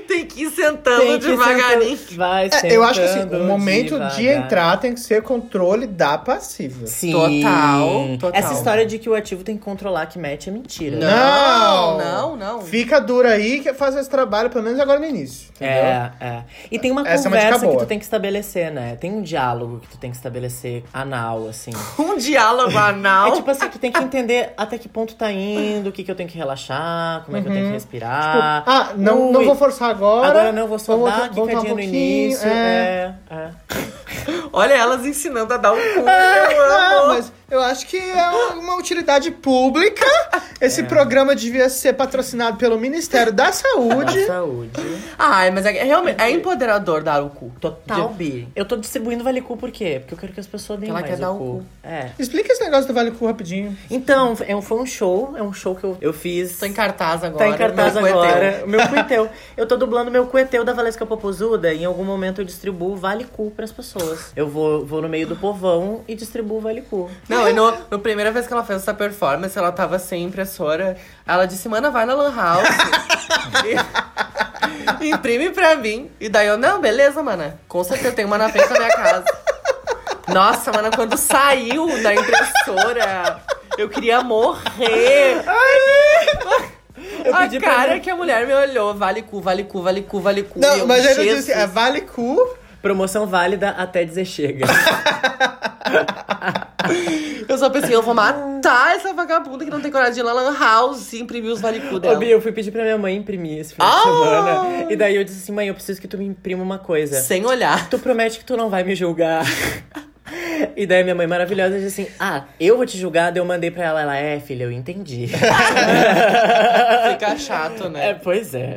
Tem que ir sentando
tem que
devagarinho.
sentar- Vai,
É, eu acho que assim, o
sentando
momento de
devagar.
entrar tem que ser controle da passiva.
Sim.
Total, total.
Essa história de que o ativo tem que controlar que mete é mentira.
Não.
não, não.
Fica dura aí que faz esse trabalho, pelo menos agora no início. Entendeu?
É, é. E tem uma
Essa é uma dica
conversa que
boa.
tu tem que estabelecer, né? Tem um diálogo que tu tem que estabelecer anal, assim.
(laughs) Um diálogo (laughs)
É
anal.
tipo assim, que tem que entender até que ponto tá indo, o que, que eu tenho que relaxar, como é que eu tenho que respirar.
Ah, não,
Ui,
não vou forçar Uhum. agora.
Agora não, vou só
Vamos
dar uma
voltar- voltar
quicadinha no
pouquinho,
início.
é.
É, é.
Olha elas ensinando a dar um cu.
Ah,
Eu amo.
mas eu acho que é uma utilidade pública. Esse programa devia ser patrocinado pelo Ministério da Saúde.
Da Saúde.
(laughs) Ai, mas é, é realmente é empoderador dar o cu. Total,
De-
Bi.
Eu tô distribuindo Vale Cu por quê? Porque eu quero que as pessoas deem
Ela
mais
quer
um
dar o cu.
É.
Explica esse negócio do Vale Cu rapidinho.
Então, é um, foi um show, é um show que eu, eu fiz.
Tô em cartaz agora.
Tá em cartaz
meu cu é teu.
agora. (laughs) O meu cueteu. Eu tô dublando meu cueteu da Valesca Popozuda. e Em algum momento eu distribuo vale cu pras pessoas. Eu vou, vou no meio do povão e distribuo vale cu.
(laughs)
Não, e no, no primeira vez que ela fez essa performance, ela tava sem impressora. Ela disse, mana, vai na Lan House. (laughs) e- imprime pra mim. E daí eu, não, beleza, mana. Com certeza tem uma na frente da minha casa. Nossa, mana, quando saiu da impressora, eu queria morrer. a
pedi pra
cara
mim-
que a mulher me olhou, vale cu, vale cu, vale cu, vale cu. E
Não,
eu,
mas eu não
"Jesus".
disse, é Vale Cu. (laughs)
Promoção válida até dizer (laughs) chega.
Eu só pensei, eu vou matar essa vagabunda que não tem coragem de ir na Lan House e imprimir os vale cu dela.
Ô, Bi, eu fui pedir pra minha mãe imprimir esse final
Ah!
de semana. E daí eu disse assim, mãe, eu preciso que tu me imprima uma
É.
coisa.
Sem
(laughs)
olhar.
Tu promete que tu não vai me julgar. (laughs) E daí minha mãe maravilhosa disse assim: Ah, eu vou te julgar, daí eu mandei pra ela, ela, é, filha, eu (laughs) entendi.
Fica chato, né?
É, pois é.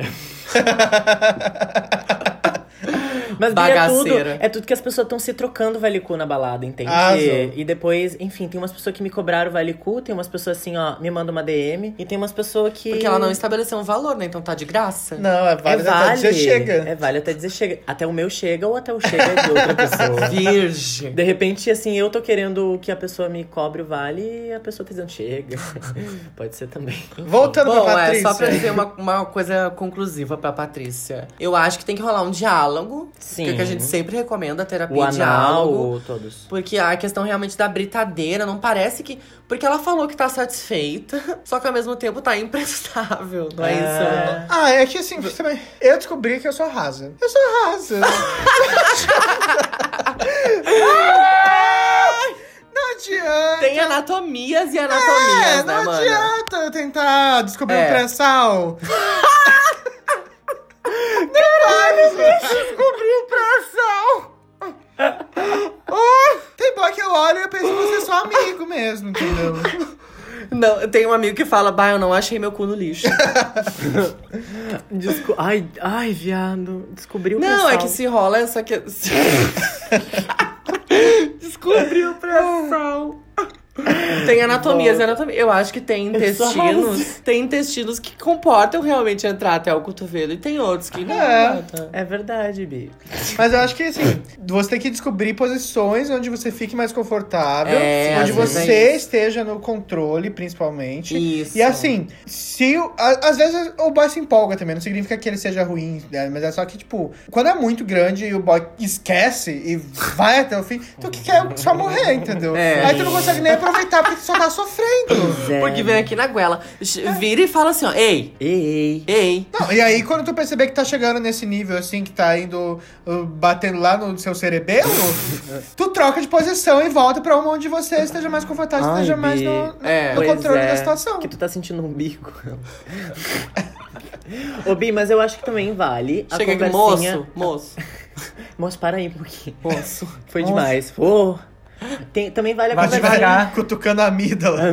Mas Bia, é tudo,
Bagaceira. Ah,
é tudo que as pessoas estão se trocando valicu na balada, entende?
Arrasou.
E depois, enfim, tem umas pessoas que me cobraram valicu, tem umas pessoas assim, ó, me mandam uma DM, e tem umas pessoas que.
Porque ela não estabeleceu um valor, né? Então tá de graça.
Não, é
É
Vale, até
vale,
dizer chega.
É vale até dizer chega. Até o meu chega ou até o chega
(laughs)
de outra pessoa.
Virgem.
De repente, assim, eu tô querendo que a pessoa me cobre o vale e a pessoa tá dizendo chega. (laughs) Pode ser também.
Voltando
Bom,
tá pra
é
Patrícia.
só pra dizer uma, uma coisa conclusiva pra Patrícia. Eu acho que tem que rolar um diálogo.
Sim.
Que é o que a gente sempre recomenda, terapia
O
e
anal,
diálogo.
o- todos.
Porque a questão realmente da britadeira não parece que. Porque ela falou que tá satisfeita, (laughs) só que ao mesmo tempo tá imprestável, não é, isso?
Ah, é que assim, você também. Eu descobri que eu sou rasa. Eu sou rasa. (laughs) não adianta.
Tem anatomias e anatomias,
É,
né,
não
mano?
adianta eu tentar descobrir
É.
um
(laughs)
pré-sal.
um
(laughs) Tem boy que eu olho e eu penso que você é só amigo mesmo,
(laughs)
entendeu?
Não, tem um amigo que fala, bah, eu não achei meu cu no (laughs) lixo.
Desco- Ai, ai, viado. Descobriu o
Não,
pré-sal.
é que se rola essa que. (laughs) Descobriu o pré-sal. Tem anatomias e anatomias. Eu acho que tem intestinos. (laughs) Tem intestinos que comportam realmente entrar até o cotovelo. E tem outros que não. né?
É.
Ah.
É verdade, Bi.
Mas eu acho que assim, você tem que descobrir posições onde você fique mais confortável,
É,
onde
às vezes
você
é
esteja no controle, principalmente.
Isso.
E assim, se. o- a- Às vezes o boy se empolga também, não significa que ele seja ruim, né? Mas é só que, tipo, quando é muito grande e o boy esquece e vai até o fim, tu que quer só morrer, entendeu?
É.
Aí tu não consegue nem aproveitar porque tu só tá sofrendo.
Porque vem aqui na goela. Vira e fala assim, ó. Ei,
Ei,
ei.
Não, e aí quando tu perceber que tá chegando nesse nível, assim, que tá indo uh, batendo lá no seu cerebelo, tu troca de posição e volta pra onde você esteja mais confortável,
Ai,
esteja mais
Bi.
no, no
É,
pois
controle
é,
da situação.
Que tu tá sentindo um bico. (laughs) Ô, Bi, mas eu acho que também vale a
Chega aqui,
conversinha...
moço, moço,
Moço, para aí um pouquinho.
moço.
(laughs) Foi demais. Ô, tem- também vale a
Vai
conversinha...
devagar, cutucando a amígdala.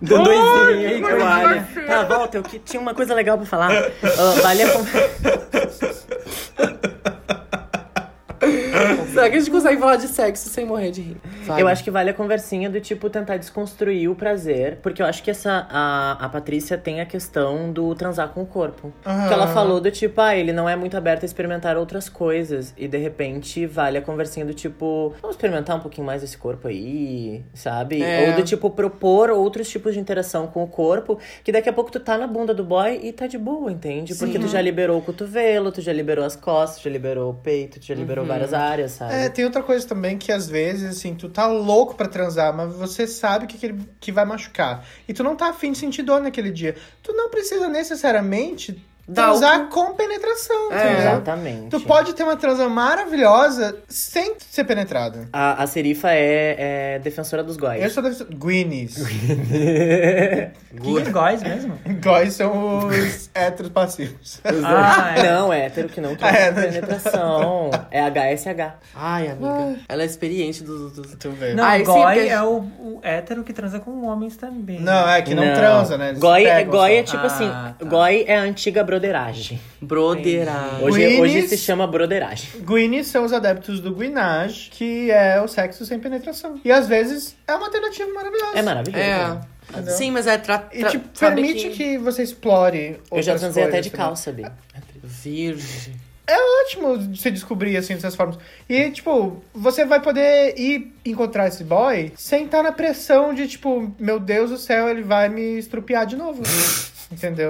Do doizinho aí que olha. Tá, volta, eu que tinha uma coisa legal pra falar. Ah, vale a conversa.
(laughs) Será que a gente consegue falar de sexo sem morrer de rir?
Eu acho que vale a conversinha do tipo tentar desconstruir o prazer, porque eu acho que essa a, a Patrícia tem a questão do transar com o corpo. Que ela falou do tipo, ah, ele não é muito aberto a experimentar outras coisas e de repente vale a conversinha do tipo, vamos experimentar um pouquinho mais esse corpo aí, sabe?
É.
Ou do tipo propor outros tipos de interação com o corpo, que daqui a pouco tu tá na bunda do boy e tá de boa, entende? Porque tu já liberou o cotovelo, tu já liberou as costas, tu já liberou o peito, tu já liberou várias áreas, sabe?
É, tem outra coisa também que às vezes, assim, tu tá louco pra transar, mas você sabe que, aquele- que vai machucar. E tu não tá afim de sentir dor naquele dia. Tu não precisa necessariamente
Dar o-
transar com penetração, entendeu?
Exatamente.
É, Tu pode ter uma transa maravilhosa sem ser penetrado.
A, a Serifa é, é defensora dos góis.
Eu sou da... Guinness. (laughs)
Que é góis mesmo?
Góis são os héteros passivos.
(laughs)
Ah, é.
Não, é hétero que não quer
É, né?
penetração. É HSH.
Ai, amiga. Ela é experiente dos... dos-
tu vê.
Não,
Ah, sim,
goi
porque-
é o, o hétero que transa com homens também.
Não, é que não, transa, né? Eles
Goi, é-
pegam
goi
só.
é tipo
Ah,
assim,
tá.
goi é a antiga broderagem.
Broderagem.
Hoje, hoje
Guinness.
se chama broderagem.
Guinis são os adeptos do guinage, que é o sexo sem penetração. E às vezes é uma alternativa maravilhosa.
É maravilhoso. né?
É. Sim, mas é... Tra,
E
tra-
te
sabe
permite que... você explore
Eu já
outras
transei até
coisas
de
também.
calça, Bi.
Virgem.
É ótimo você descobrir, assim, dessas formas. E, tipo, você vai poder ir encontrar esse boy sem estar na pressão de, tipo, meu Deus do céu, ele vai me estrupiar de
(laughs)
novo. Entendeu?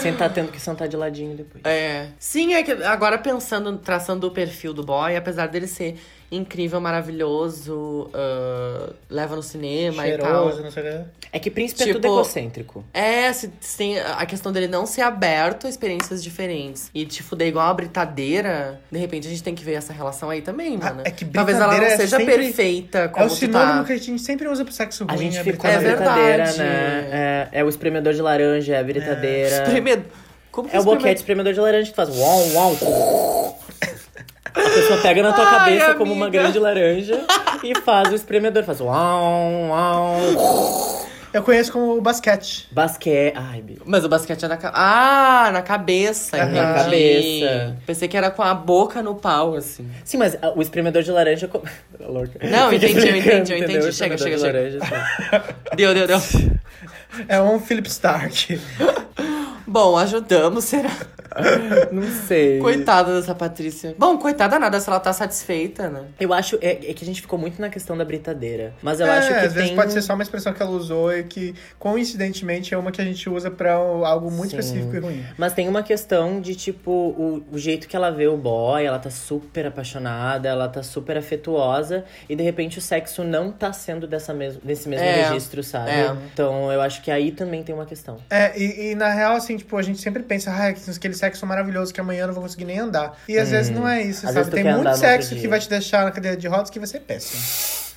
Sentar tá tendo que sentar de ladinho depois.
É. Sim, é que agora pensando, traçando o perfil do boy, apesar dele ser incrível, maravilhoso, ah, leva no
tá.
cinema e
Cheiroso,
tal.
não sei o quê.
É que príncipe é tudo
Tipo-
egocêntrico.
É, se, se tem a questão dele não ser aberto a experiências diferentes e te fuder igual uma britadeira, de repente a gente tem que ver essa relação aí também,
Ah,
mano.
é que
Talvez ela não
britadeira é
seja
sempre-
perfeita como
É o
tu
sinônimo
tá.
que a gente sempre usa pro sexo ruim.
A gente
é
fica na
É
brincadeira.
britadeira,
verdade.
né? É, é o espremedor de laranja, é a britadeira.
Espremer- Como que
É o boquete espremedor de laranja que faz uau, uau. A pessoa pega na tua
Ai,
cabeça como uma
amiga.
grande laranja e faz o espremedor, faz uau, uau.
Eu conheço como o basquete.
Basquete. Ai, bicho.
Mas o basquete é na cabeça. Ah, na cabeça.
Na
entendi.
cabeça.
Pensei que era com a boca no pau, assim.
Sim, mas ah, o espremedor de laranja. é Co... (laughs) Louca.
Não,
Fiquei
entendi, eu
brincando,
entendi, eu
entendeu?
entendi.
O
Chega,
espremedor
chega,
de laranja, assim. sim.
Deu, deu, deu.
É um Philip Stark.
Bom, ajudamos, será?
(laughs) Não sei.
Coitada dessa Patrícia. Bom, coitada nada se ela tá satisfeita, né?
Eu acho é, é que a gente ficou muito na questão da britadeira. Mas eu
é,
acho que
às
tem... um
vezes pode ser só uma expressão que ela usou e que, coincidentemente, é uma que a gente usa pra algo muito
Sim.
específico e ruim.
um, Mas tem uma questão de, tipo, o, o jeito que ela vê o boy, ela tá super apaixonada, ela tá super afetuosa, e de repente o sexo não tá sendo dessa mes desse mesmo
É,
registro, sabe?
é.
Então eu acho que aí também tem uma questão.
É, e, e na real, assim, tipo, a gente sempre pensa, ah, aquele sexo maravilhoso que amanhã eu não vou conseguir nem andar. E às vezes não é isso,
Uhum. Às
sabe?
vezes tu
Tem
quer andar
muito
no outro
sexo que
dia.
vai te deixar na cadeira de rodas que vai ser péssimo.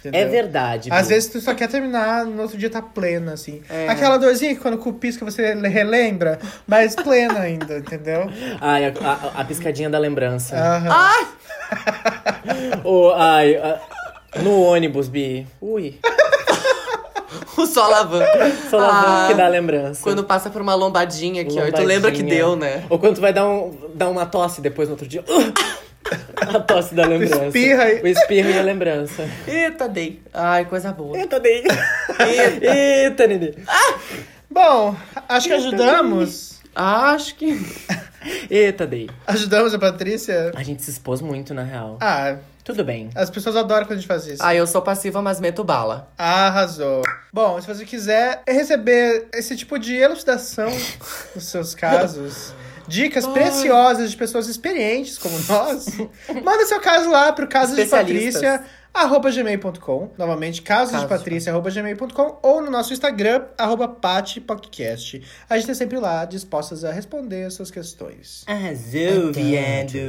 É
entendeu?
verdade.
Às
Bi.
vezes tu só quer terminar, no outro dia tá plena, assim.
É.
Aquela dorzinha que quando cupisca você relembra, mas plena ainda, entendeu?
Ai, a, a- a piscadinha da lembrança.
Aham.
Ou, ai, a- no ônibus, Bi. Ui.
O solavanco.
Solavanco
Ah,
que dá a lembrança. é.
Quando passa por uma lombadinha aqui, ó. E tu lembra que
Lombadinha.
deu, né?
Ou quando tu vai dar, um, dar uma tosse depois no outro dia. (laughs) A tosse da lembrança.
espirra aí.
O espirro e a lembrança.
Eita, dei. Ai, coisa boa.
Eita, Nene. Eita, Nenê.
Bom, acho que ajudamos.
Acho que.
Eita, Dei.
Ajudamos a Patrícia.
A gente se expôs muito, na real.
Ah,
Tudo bem.
as pessoas adoram quando a gente faz isso.
Ai, eu sou passiva, mas meto bala.
Arrasou. Bom, se você quiser receber esse tipo de elucidação nos seus (laughs) casos, dicas preciosas de pessoas experientes como (laughs) nós, manda seu caso lá pro caso de
Especialistas.
Patrícia. Arroba gmail.com, novamente, casos de
Casos.
Patrícia, arroba gmail.com, ou no nosso Instagram, arroba patipodcast. A gente tá sempre lá, dispostas a responder as suas questões.
Arrasou, viado.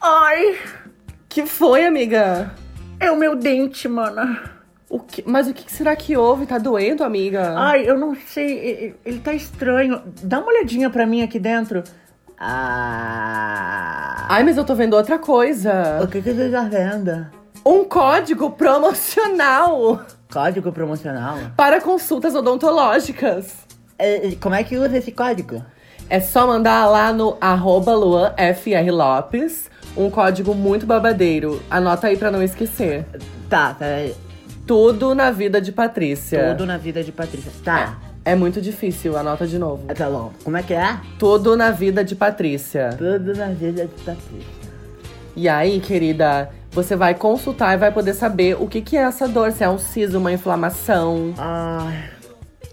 Ai, que foi, amiga?
É o meu dente, mana.
O que- mas o que será que houve? Tá doendo, amiga?
Ai, eu não sei. e- e- Ele tá estranho. Dá uma olhadinha pra mim aqui dentro. Ah.
Ai, mas eu tô vendo outra coisa.
O que que você tá vendo?
Um código promocional
Código promocional?
para consultas odontológicas.
É, e como é que usa esse código?
É só mandar lá no arroba luanfrlopes, um código muito babadeiro. Anota aí pra não esquecer.
Tá, peraí.
Tudo na vida de Patrícia.
Tudo na vida de Patrícia. Tá.
É muito difícil, anota de novo.
Tá bom. Como é que é?
Tudo na vida de Patrícia.
Tudo na vida de Patrícia.
E aí, querida, você vai consultar e vai poder saber o que, que é essa dor, se é um siso, uma inflamação.
Ai.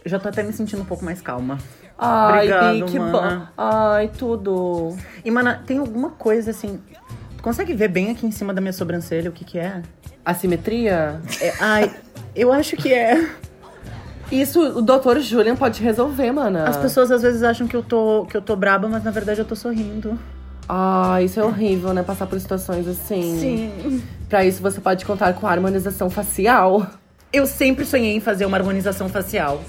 Já tô até me sentindo um pouco mais calma.
Ai,
Obrigado,
Bi, que bom.
mana.
Ai, tudo.
E, mana, tem alguma coisa assim. Tu consegue ver bem aqui em cima da minha sobrancelha o que que é?
Assimetria?
É, ai, eu acho que é.
Isso o doutor Julian pode resolver, mana.
As pessoas às vezes acham que eu tô que eu tô braba, mas na verdade eu tô sorrindo.
Ah, isso é horrível, né? Passar por situações assim. Pra isso, você pode contar com a harmonização facial.
Eu sempre sonhei em fazer uma harmonização facial.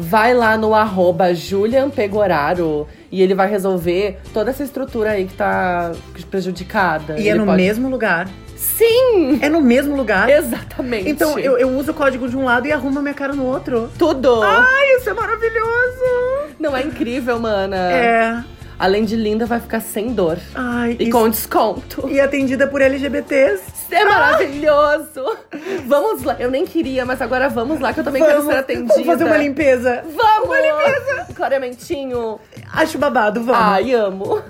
Vai lá no arroba Julian Pegoraro e ele vai resolver toda essa estrutura aí que tá prejudicada.
E é
Ele
no
pode-
mesmo lugar.
Sim!
É no mesmo lugar.
(laughs) Exatamente.
Então eu, eu uso o código de um lado e arrumo a minha cara no outro.
Tudo!
Ai, isso é maravilhoso!
Ah, Não é incrível, mana?
É.
Além de linda, vai ficar sem dor.
Ai,
E
isso- Ah.
com desconto.
e atendida por LGBTs.
Isso é maravilhoso! Vamos lá. Eu nem queria, mas agora vamos lá, que eu também quero ser atendida.
Vamos fazer uma limpeza.
Vamos! Uma limpeza! Claramentinho.
Acho babado, vamos.
Ai, amo.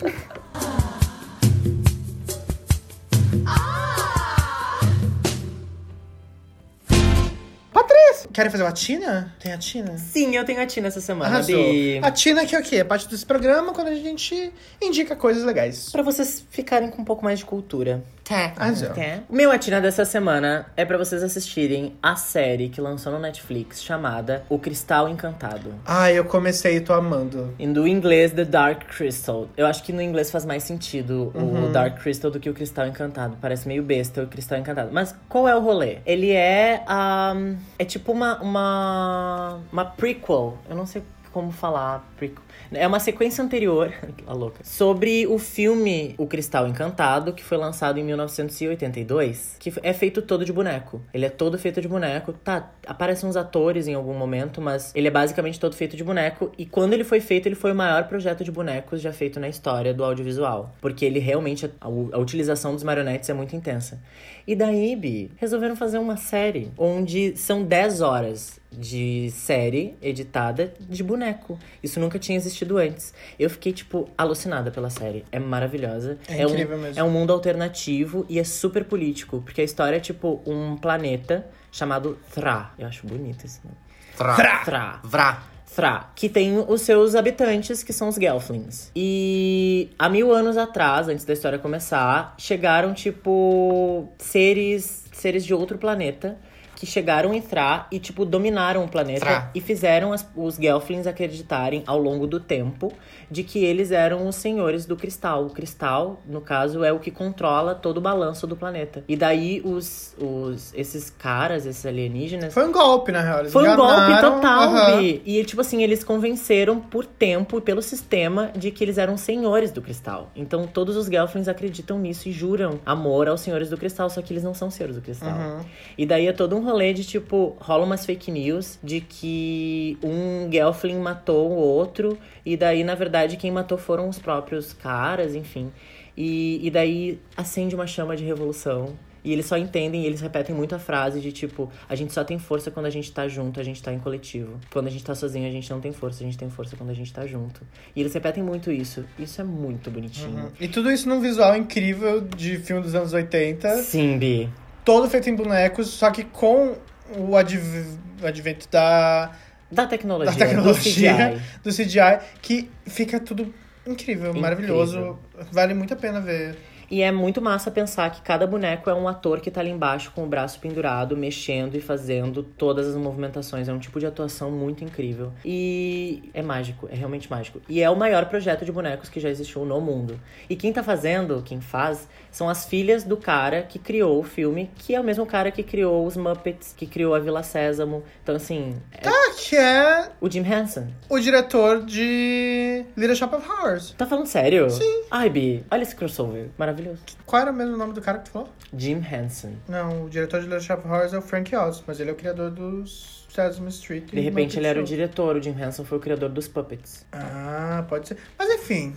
Querem fazer uma Tina? Tem a Tina?
Sim, eu tenho a Tina essa semana,
Arrasou.
Bi.
A Tina que é o quê? É parte desse programa quando a gente indica coisas legais.
Pra vocês ficarem com um pouco mais de cultura.
Tá.
Arrasou.
O meu Atina dessa semana é pra vocês assistirem a série que lançou no Netflix chamada O Cristal Encantado.
Ai, Ah, eu comecei e tô amando.
E do inglês, The Dark Crystal. Eu acho que no inglês faz mais sentido o Dark Crystal do que o Cristal Encantado. Parece meio besta o Cristal Encantado. Mas qual é o rolê? Ele é. ahn, é tipo uma, uma. Uma prequel. Eu não sei como falar prequel. É uma sequência anterior. (laughs) a louca. Sobre o filme O Cristal Encantado, que foi lançado em 1982, que é feito todo de boneco. Ele é todo feito de boneco. Tá, aparecem uns atores em algum momento, mas ele é basicamente todo feito de boneco. E quando ele foi feito, ele foi o maior projeto de bonecos já feito na história do audiovisual. Porque ele realmente. A, u- a utilização dos marionetes é muito intensa. E daí, Bi, resolveram fazer uma série onde são 10 horas de série editada de boneco. Isso nunca tinha existido antes. Eu fiquei, tipo, alucinada pela série. É maravilhosa.
É
um-
incrível mesmo.
é um mundo alternativo e é super político, porque a história é tipo um planeta chamado Thra. Eu acho bonito esse nome.
Tra.
Thra.
Vrá.
Thra, que tem os seus habitantes, que são os Gelflings. E há mil anos atrás, antes da história começar, chegaram, tipo, seres, seres de outro planeta que chegaram em Thra e, tipo, dominaram o planeta
Thra.
e fizeram as- os Gelflings acreditarem ao longo do tempo de que eles eram os senhores do cristal. O cristal, no caso, é o que controla todo o balanço do planeta. E daí, os, os, esses caras, esses alienígenas,
Foi um golpe, na real. Eles
foi um golpe
enganaram,
total,
aham.
Bi. E, tipo assim, eles convenceram por tempo e pelo sistema de que eles eram senhores do cristal. Então, todos os Gelflings
Uhum.
acreditam nisso e juram amor aos senhores do cristal, só que eles não são senhores do cristal. E daí é todo um rolê de tipo, rola umas fake news de que um Gelfling matou o outro, e daí, na verdade, quem matou foram os próprios caras, enfim. E, e daí acende uma chama de revolução. E eles só entendem, e eles repetem muito a frase de tipo, a gente só tem força quando a gente tá junto, a gente tá em coletivo. Quando a gente tá sozinho, a gente não tem força, a gente tem força quando a gente tá junto. E eles repetem muito isso. Isso é muito bonitinho.
E tudo isso num visual incrível de filme dos anos 80.
Sim, Bi.
Todo feito em bonecos, só que com o adv- advento da,
Da
da
tecnologia. do
tecnologia,
CGI.
do CGI. que fica tudo incrível, maravilhoso. Vale muito a pena ver.
E é muito massa pensar que cada boneco é um ator que tá ali embaixo com o braço pendurado, mexendo e fazendo todas as movimentações. É um tipo de atuação muito incrível. E é mágico, é realmente mágico. E é o maior projeto de bonecos que já existiu no mundo. E quem tá fazendo, quem faz, são as filhas do cara que criou o filme, que é o mesmo cara que criou os Muppets, que criou a Vila Sésamo. Então, assim, é
Ah, que é
o Jim Henson.
o diretor de Little Shop of Horrors.
Tá falando sério? Sim. Ai, Bi, olha esse crossover. Maravilhoso.
Qual era mesmo o nome do cara que tu falou?
Jim Henson.
Não, o diretor de Little Shop of Horrors é o Frank Oz, mas ele é o criador dos Sesame Street.
De
e
repente
Muppet
ele era o
Show.
diretor, o Jim Henson foi o criador dos puppets.
Ah, pode ser. Mas enfim,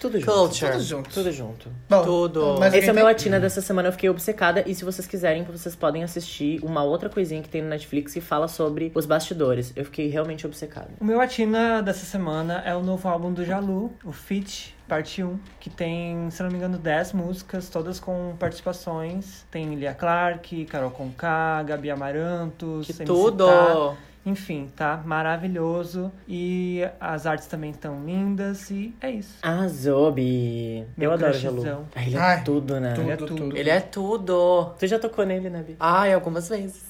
Tudo junto.
Culture.
tudo junto.
Tudo junto.
Bom,
Tudo.
Mas então-
Esse é o
alguém
meu Latina dessa semana, eu fiquei obcecada. E se vocês quiserem, vocês podem assistir uma outra coisinha que tem no Netflix que fala sobre os bastidores. Eu fiquei realmente obcecada.
O meu Atina dessa semana é o novo álbum do Jalu, o Fit, parte 1, que tem, se não me engano, 10 músicas, todas com participações. Tem Lia Clark, Carol Conká, Gabi Amarantos,
Que
MC
tudo!
Tá. Enfim, tá maravilhoso. E as artes também estão lindas e é isso.
Azobi!
Meu
Ah, Eu adoro
crushzão.
Jalu. Ah, ele é
Ai,
tudo, né?
Ele é
Tudo,
tudo.
tudo.
Ele é tudo.
Tu já tocou nele, né, Bi?
Ai, algumas vezes.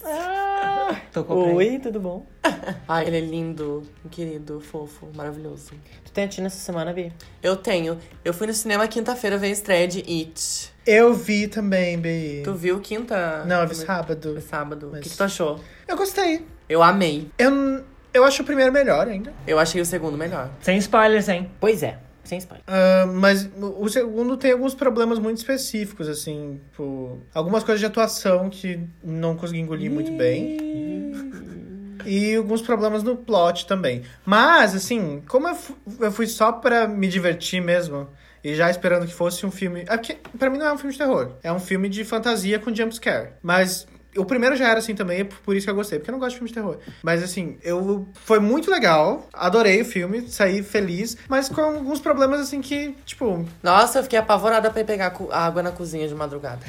Tocou pra ele.
Oi, tudo bom?
(laughs) Ai, ele é lindo, querido, fofo, maravilhoso.
Tu tem a Tina essa semana, Bi?
Eu tenho. Eu fui no cinema quinta-feira ver a estreia de It.
Eu vi também, Bi.
Tu viu quinta?
Não, eu vi
Foi
sábado.
sábado. O
Mas-
que, que tu achou?
Eu gostei.
Eu amei.
Eu, n- eu acho o primeiro melhor ainda.
Eu achei o segundo melhor.
Sem spoilers, hein?
Pois é, sem spoiler.
Ah, mas o segundo tem alguns problemas muito específicos, assim, tipo, algumas coisas de atuação que não consegui engolir muito bem. E alguns problemas no plot também. Mas, assim, como eu, fu- eu fui só pra me divertir mesmo, e já esperando que fosse um filme. É porque, pra mim, não é um filme de terror. É um filme de fantasia com jumpscare. Mas. O primeiro já era assim também, é por isso que eu gostei, porque eu não gosto de filme de terror. Mas assim, eu foi muito legal, adorei o filme, saí feliz, mas com alguns problemas assim que,
(laughs)
tipo,
Nossa, eu fiquei apavorada pra ir pegar cu- água na cozinha de madrugada.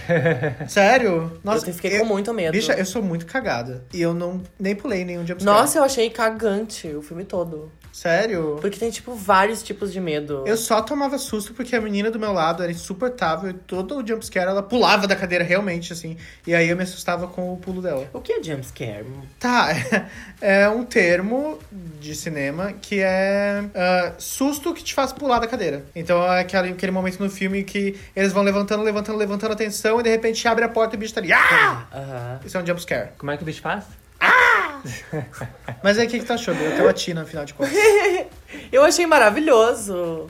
sério?
eu fiquei com muito medo.
Bicha, eu sou muito cagada. E eu não nem pulei nenhum jumpscare.
Nossa, eu achei cagante o filme todo.
Sério?
Porque tem, tipo, vários tipos de medo.
Eu só tomava susto porque a menina do meu lado era insuportável e todo o jumpscare ela pulava da cadeira realmente, assim. E aí eu me assustava com o pulo dela.
O que é jumpscare?
Tá, (laughs) é um termo de cinema que é ah, susto que te faz pular da cadeira. Então é aquele, aquele momento no filme que eles vão levantando, levantando, levantando a tensão e de repente abre a porta e o bicho tá ali. Ah!
Aham.
Isso é um jumpscare.
Como é que o bicho (laughs) faz?
Mas aí o que, que tu achou? Deu até latina, afinal de contas.
Eu achei
(laughs)
maravilhoso.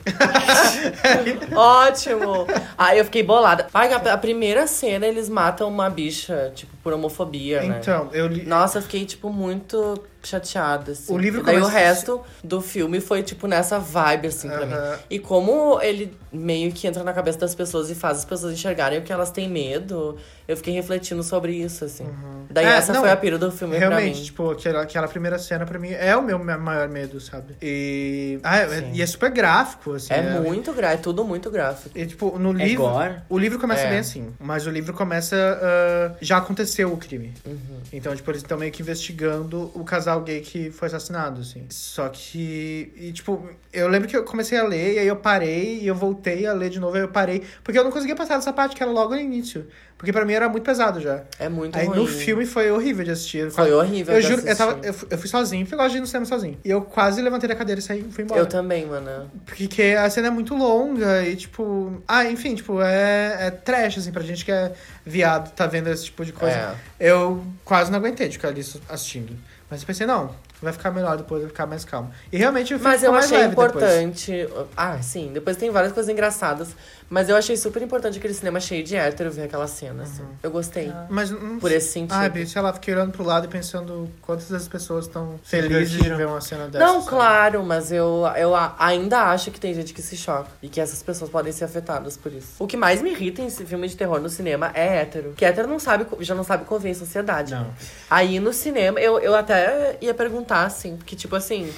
Ótimo. Aí eu fiquei bolada. Ai, a, a primeira cena eles matam uma bicha, tipo, por homofobia, né?
Então, eu li.
Nossa, eu fiquei, tipo, muito chateada, assim.
O livro
E daí o
começa-
resto do filme foi, tipo, nessa vibe, assim, pra
Aham.
mim. E como ele meio que entra na cabeça das pessoas e faz as pessoas enxergarem o que elas têm medo, eu fiquei refletindo sobre isso, assim. Daí
É,
essa
não,
foi a pira do filme
Realmente,
pra mim.
tipo, aquela, aquela primeira cena pra mim é o meu ma- maior medo, sabe? E. Ah, é- e é super gráfico, assim.
É muito gra, é tudo muito gráfico.
E, tipo, no
É
livro.
gore?
O livro começa
É.
bem assim, mas o livro começa. ah, já aconteceu o crime.
Uhum.
Então, tipo, eles estão meio que investigando o casal gay que foi assassinado, assim. Só que. E, tipo, eu lembro que eu comecei a ler, e aí eu parei, e eu voltei a ler de novo, e eu parei. Porque eu não conseguia passar dessa parte que era logo no início. Porque pra mim era muito pesado já.
É muito
Aí
ruim.
no filme foi horrível de assistir.
Foi horrível
Eu
de
juro, eu,
assistir.
tava, eu, fu- eu fui sozinho, porque eu gosto de ir no cinema sozinho. E eu quase levantei da cadeira e saí e fui embora.
Eu também, mano.
Porque a cena é muito longa e, tipo. Ah, enfim, tipo, é, é trash, assim, pra gente que é viado, tá vendo esse tipo de coisa.
É.
Eu quase não aguentei de ficar ali assistindo. Mas eu pensei, não, Vai ficar melhor depois, vai ficar mais calmo. E realmente o filme
Mas
ficou
eu
mais
achei
leve depois.
importante. Ah, sim. Depois tem várias coisas engraçadas. Mas eu achei super importante aquele cinema cheio de hétero ver aquela cena, assim. Eu gostei.
Mas não-
Por esse sentido.
Ah, Bia, sei lá, fiquei olhando pro lado e pensando quantas das pessoas estão felizes de
divertiram.
ver uma cena dessa.
Não, claro, mas eu, eu a- ainda acho que tem gente que se choca e que essas pessoas podem ser afetadas por isso. O que mais me irrita em esse filme de terror no cinema é hétero. Que hétero não sabe, co- já não sabe conviver em sociedade. né? Aí no cinema, eu, eu até ia perguntar, assim, que tipo assim.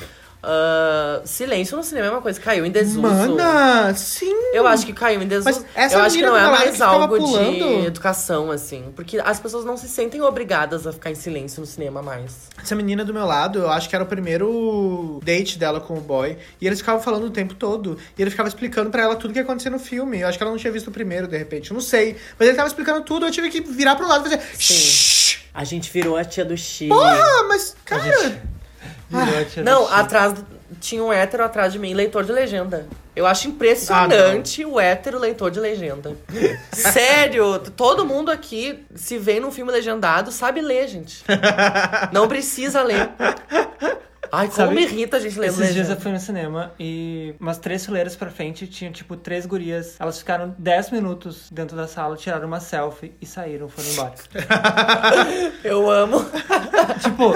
ah, silêncio no cinema é uma coisa que caiu em desuso.
Mana, sim!
Eu acho que caiu em desuso.
Mas essa
eu acho que
menina
não é
do Galera
mais
que ficava
algo
pulando.
de educação, assim. Porque as pessoas não se sentem obrigadas a ficar em silêncio no cinema mais.
Essa menina do meu lado, eu acho que era o primeiro date dela com o boy. E eles ficavam falando o tempo todo. E ele ficava explicando pra ela tudo que ia acontecer no filme. Eu acho que ela não tinha visto o primeiro, de repente. Eu não sei. Mas ele tava explicando tudo, eu tive que virar pro lado e fazer. "Shhh".
A gente virou a tia do Chile.
Porra, mas, cara.
Não, atrás tinha um hétero atrás de mim, leitor de legenda. Eu acho impressionante o hétero leitor de legenda. (laughs) Sério, t- todo mundo aqui se vê num filme legendado, sabe ler, gente. Não precisa ler. Ai, como
Sabe,
me irrita a gente lendo
Esses dias
legenda.
eu fui no cinema e umas três fileiras pra frente tinha, tipo, três gurias. Elas ficaram 10 minutos dentro da sala, tiraram uma selfie e saíram, foram embora.
Eu amo.
tipo.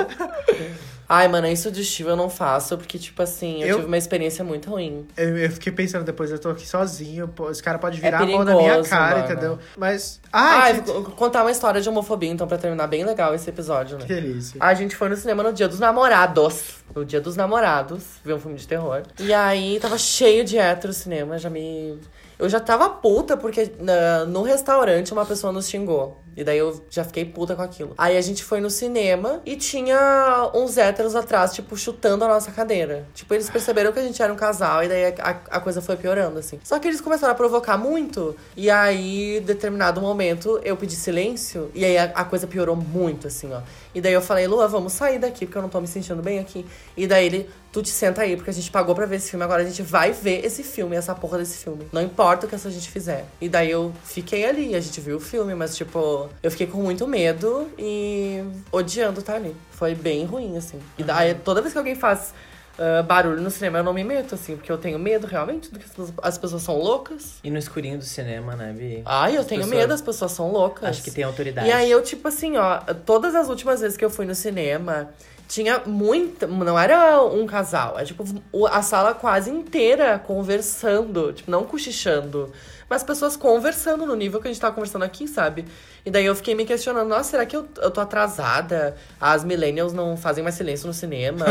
Ai, mano, isso de Shiva eu não faço, porque, tipo assim, eu,
Eu-
tive uma experiência muito ruim.
Eu, eu fiquei pensando depois, eu tô aqui sozinho, pô, esse cara pode
É
virar a mão da minha
perigoso,
cara,
mano.
entendeu? Mas.
Ah,
Ai,
eu
gente,
vou contar uma história de homofobia, então, pra terminar bem legal esse episódio, né?
que delícia.
A gente foi no cinema no dia dos namorados. No dia dos namorados, ver um filme de terror. E aí tava cheio de hétero o cinema, já me. Eu já tava puta porque na- no restaurante uma pessoa nos xingou. E daí eu já fiquei puta com aquilo. Aí a gente foi no cinema e tinha uns héteros atrás, tipo, chutando a nossa cadeira. Tipo, eles perceberam que a gente era um casal e daí a, a- a coisa foi piorando, assim. Só que eles começaram a provocar muito. E aí, em determinado momento, eu pedi silêncio. E aí a, a coisa piorou muito, assim, ó. E daí eu falei, Lua, vamos sair daqui, porque eu não tô me sentindo bem aqui. E daí ele, tu te senta aí, porque a gente pagou pra ver esse filme, agora a gente vai ver esse filme, essa porra desse filme. Não importa o que essa gente fizer. E daí eu fiquei ali, a gente viu o filme, mas tipo, eu fiquei com muito medo e odiando estar ali. Foi bem ruim, assim. E daí toda vez que alguém faz. ah, barulho no cinema, eu não me meto, assim, porque eu tenho medo realmente do que as- as pessoas são loucas.
E no escurinho do cinema, né, Bi?
Ai, eu
As
tenho
pessoas-
medo, as pessoas são loucas.
Acho que tem autoridade.
E aí eu, tipo assim, ó, todas as últimas vezes que eu fui no cinema, tinha muita. Não era um casal, é tipo o- a sala quase inteira conversando, tipo, não cochichando. Mas pessoas conversando no nível que a gente tá conversando aqui, sabe? E daí eu fiquei me questionando, nossa, será que eu, eu tô atrasada? As millennials não fazem mais silêncio no cinema?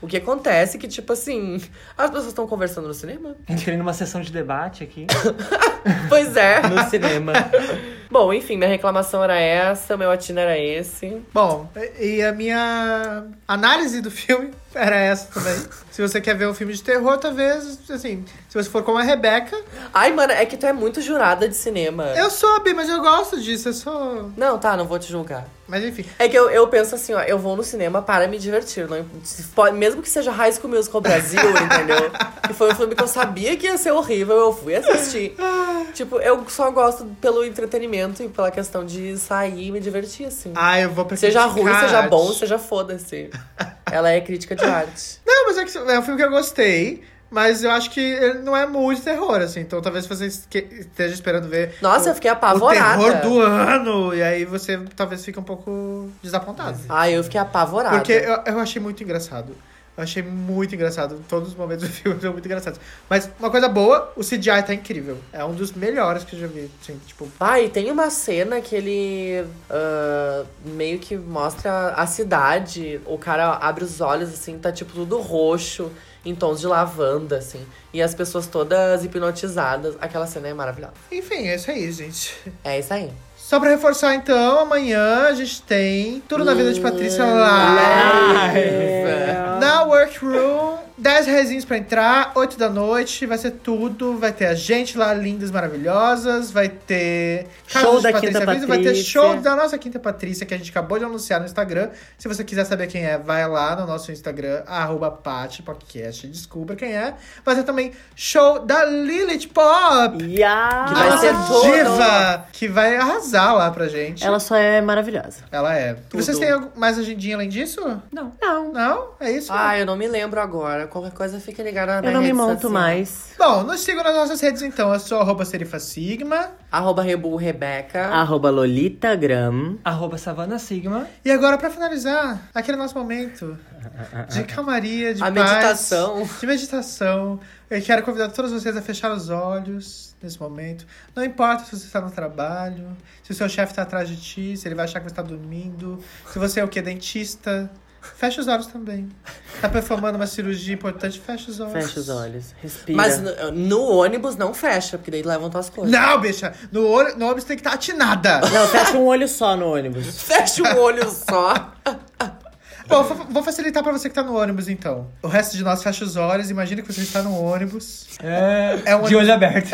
o que acontece que, tipo assim, as pessoas estão conversando no cinema?
Entrei numa sessão de debate aqui.
Pois é.
No cinema.
Bom, enfim, minha reclamação era essa, meu atino era esse.
Bom, e a minha análise do filme (laughs) era essa também. se você quer ver um filme de terror, talvez, assim, se você for como a Rebeca.
Ai, mano, é que tu é muito jurada de cinema.
Eu soube, mas eu gosto disso, eu sou.
Não, tá, não vou te julgar.
Mas enfim.
É que eu, eu penso assim, ó, eu vou no cinema para me divertir. Não, imp- se pode- mesmo que seja High School
(laughs)
Musical Brasil, entendeu? Que foi um filme que eu sabia que ia ser horrível, eu fui
(laughs)
assistir. tipo, eu só gosto pelo entretenimento e pela questão de sair e me divertir, assim.
Ah, eu vou preferir.
seja ruim,
criticar
seja
arte.
bom, seja foda-se. Ela é crítica
(laughs)
de arte.
Não, mas é, que é um filme que eu gostei. Mas eu acho que ele não é muito terror, assim. Então talvez você esque- esteja esperando ver
Nossa, eu fiquei
o
apavorada.
terror do ano. E aí você talvez fique um pouco desapontado.
Ai, eu fiquei apavorada.
Porque eu, eu achei muito engraçado. Eu achei muito engraçado. Todos os momentos do (laughs) filme são muito engraçados. Mas uma coisa boa, o CGI tá incrível. É um dos melhores que eu já vi. Assim, tipo,
Ah, e tem uma cena que ele ah, meio que mostra a cidade. O cara abre os olhos, assim, tá tipo tudo roxo, em tons de lavanda, assim. E as pessoas todas hipnotizadas. Aquela cena é maravilhosa.
enfim, é isso aí, gente.
É isso aí.
Só pra reforçar, então, amanhã a gente
Hum.
tem Tudo na Vida de Patrícia lá
Eva.
na Workroom. 10 rezinhos pra entrar, 8 da noite, vai ser tudo. Vai ter a gente lá, lindas, maravilhosas. Vai ter
Show
de
da
Patrícia
Quinta
Brito, Vai ter
Patrícia.
show da nossa Quinta Patrícia, que a gente acabou de anunciar no Instagram. Se você quiser saber quem é, vai lá no nosso Instagram, arroba Pati Podcast, descubra quem é. Vai ter também show da Lilith Pop!
Yeah!
Que
vai
vai ser
ser tudo.
diva! Que vai arrasar lá pra gente.
Ela só é maravilhosa.
Ela é. E Vocês têm algu- mais agendinha além disso?
Não.
Não.
Não? É isso?
Ah, eu não me lembro agora. Qualquer coisa fica ligada na
Eu não me
rede
monto
social.
mais.
Bom, nos sigam nas nossas redes então. Eu sou arroba serifasigma.
Arroba Rebu Rebeca.
Arroba Lolitagram.
Arroba Savana Sigma.
E agora, pra finalizar, aquele nosso momento de calmaria, de
A
paz,
meditação.
de meditação, eu quero convidar todos vocês a fechar os olhos nesse momento. Não importa se você está no trabalho, se o seu chefe está atrás de ti, se ele vai achar que você está dormindo, se você é o quê? Dentista. Fecha os olhos também. Tá performando uma cirurgia importante, fecha os olhos.
Fecha os olhos. Respira.
Mas no, no ônibus não fecha, porque daí levam tuas coisas.
Não, bicha! No olho, no ônibus tem que estar atinada!
Não, fecha um olho só no ônibus.
Fecha o olho só.
Bom, fa- vou facilitar pra você que tá no ônibus, então. O resto de nós fecha os olhos, imagina que você está no ônibus.
É,
É um
de olho aberto.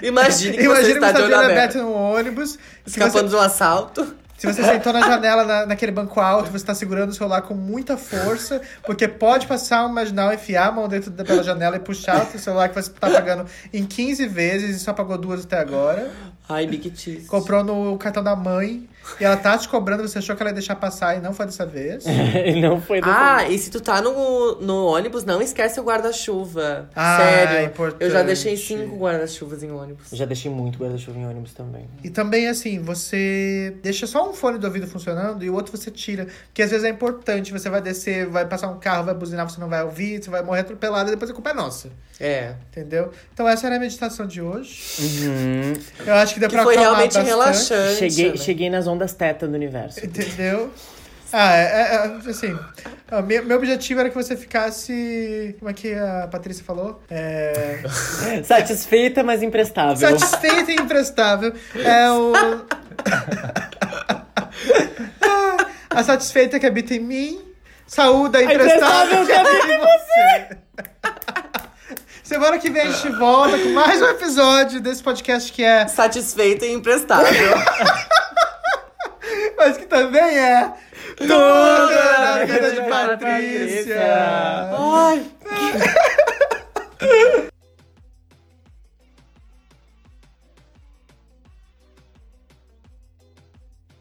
Imagine que você
Imagina
está
que
de
você
olho
tá
aberto.
aberto no ônibus. Se
Escapando
você,
de um assalto.
se você sentou na janela, na- naquele banco alto, você tá segurando o celular com muita força, porque pode passar um marginal, enfiar a mão dentro da pela janela e puxar o seu celular que você tá pagando em 15 vezes e só pagou duas até agora.
Ai, Big Cheese.
Comprou no cartão da mãe e ela tá te cobrando, você achou que ela ia deixar passar e não foi dessa vez.
(laughs) Ele não foi dessa
Ah, e se tu tá no, no ônibus, não esquece o guarda-chuva.
Ah,
Sério.
importante.
Eu já deixei cinco guarda-chuvas em ônibus.
Eu Já deixei muito guarda-chuva em ônibus também.
E também, assim, você deixa só um fone do ouvido funcionando e o outro você tira. Porque às vezes é importante, você vai descer, vai passar um carro, vai buzinar, você não vai ouvir, você vai morrer atropelado e depois a culpa é nossa.
É.
Entendeu? Então essa era a meditação de hoje. Eu acho que deu
Uhum. Que
pra
foi
acalmar
realmente
bastante,
relaxante.
Cheguei,
né?
cheguei nas ondas teta do universo.
Entendeu? Ah, é, é- é, assim. ó, Meu, meu objetivo era que você ficasse. Como é que a Patrícia falou? É,
Satisfeita, mas imprestável.
satisfeita e imprestável. É o. (laughs) a satisfeita que habita em mim. Saúde a imprestável que habita em você. (laughs) Semana que vem a gente volta com mais um episódio desse podcast que é.
Satisfeita e imprestável.
Mas que também é. Toda na vida de Patrícia.
Ai.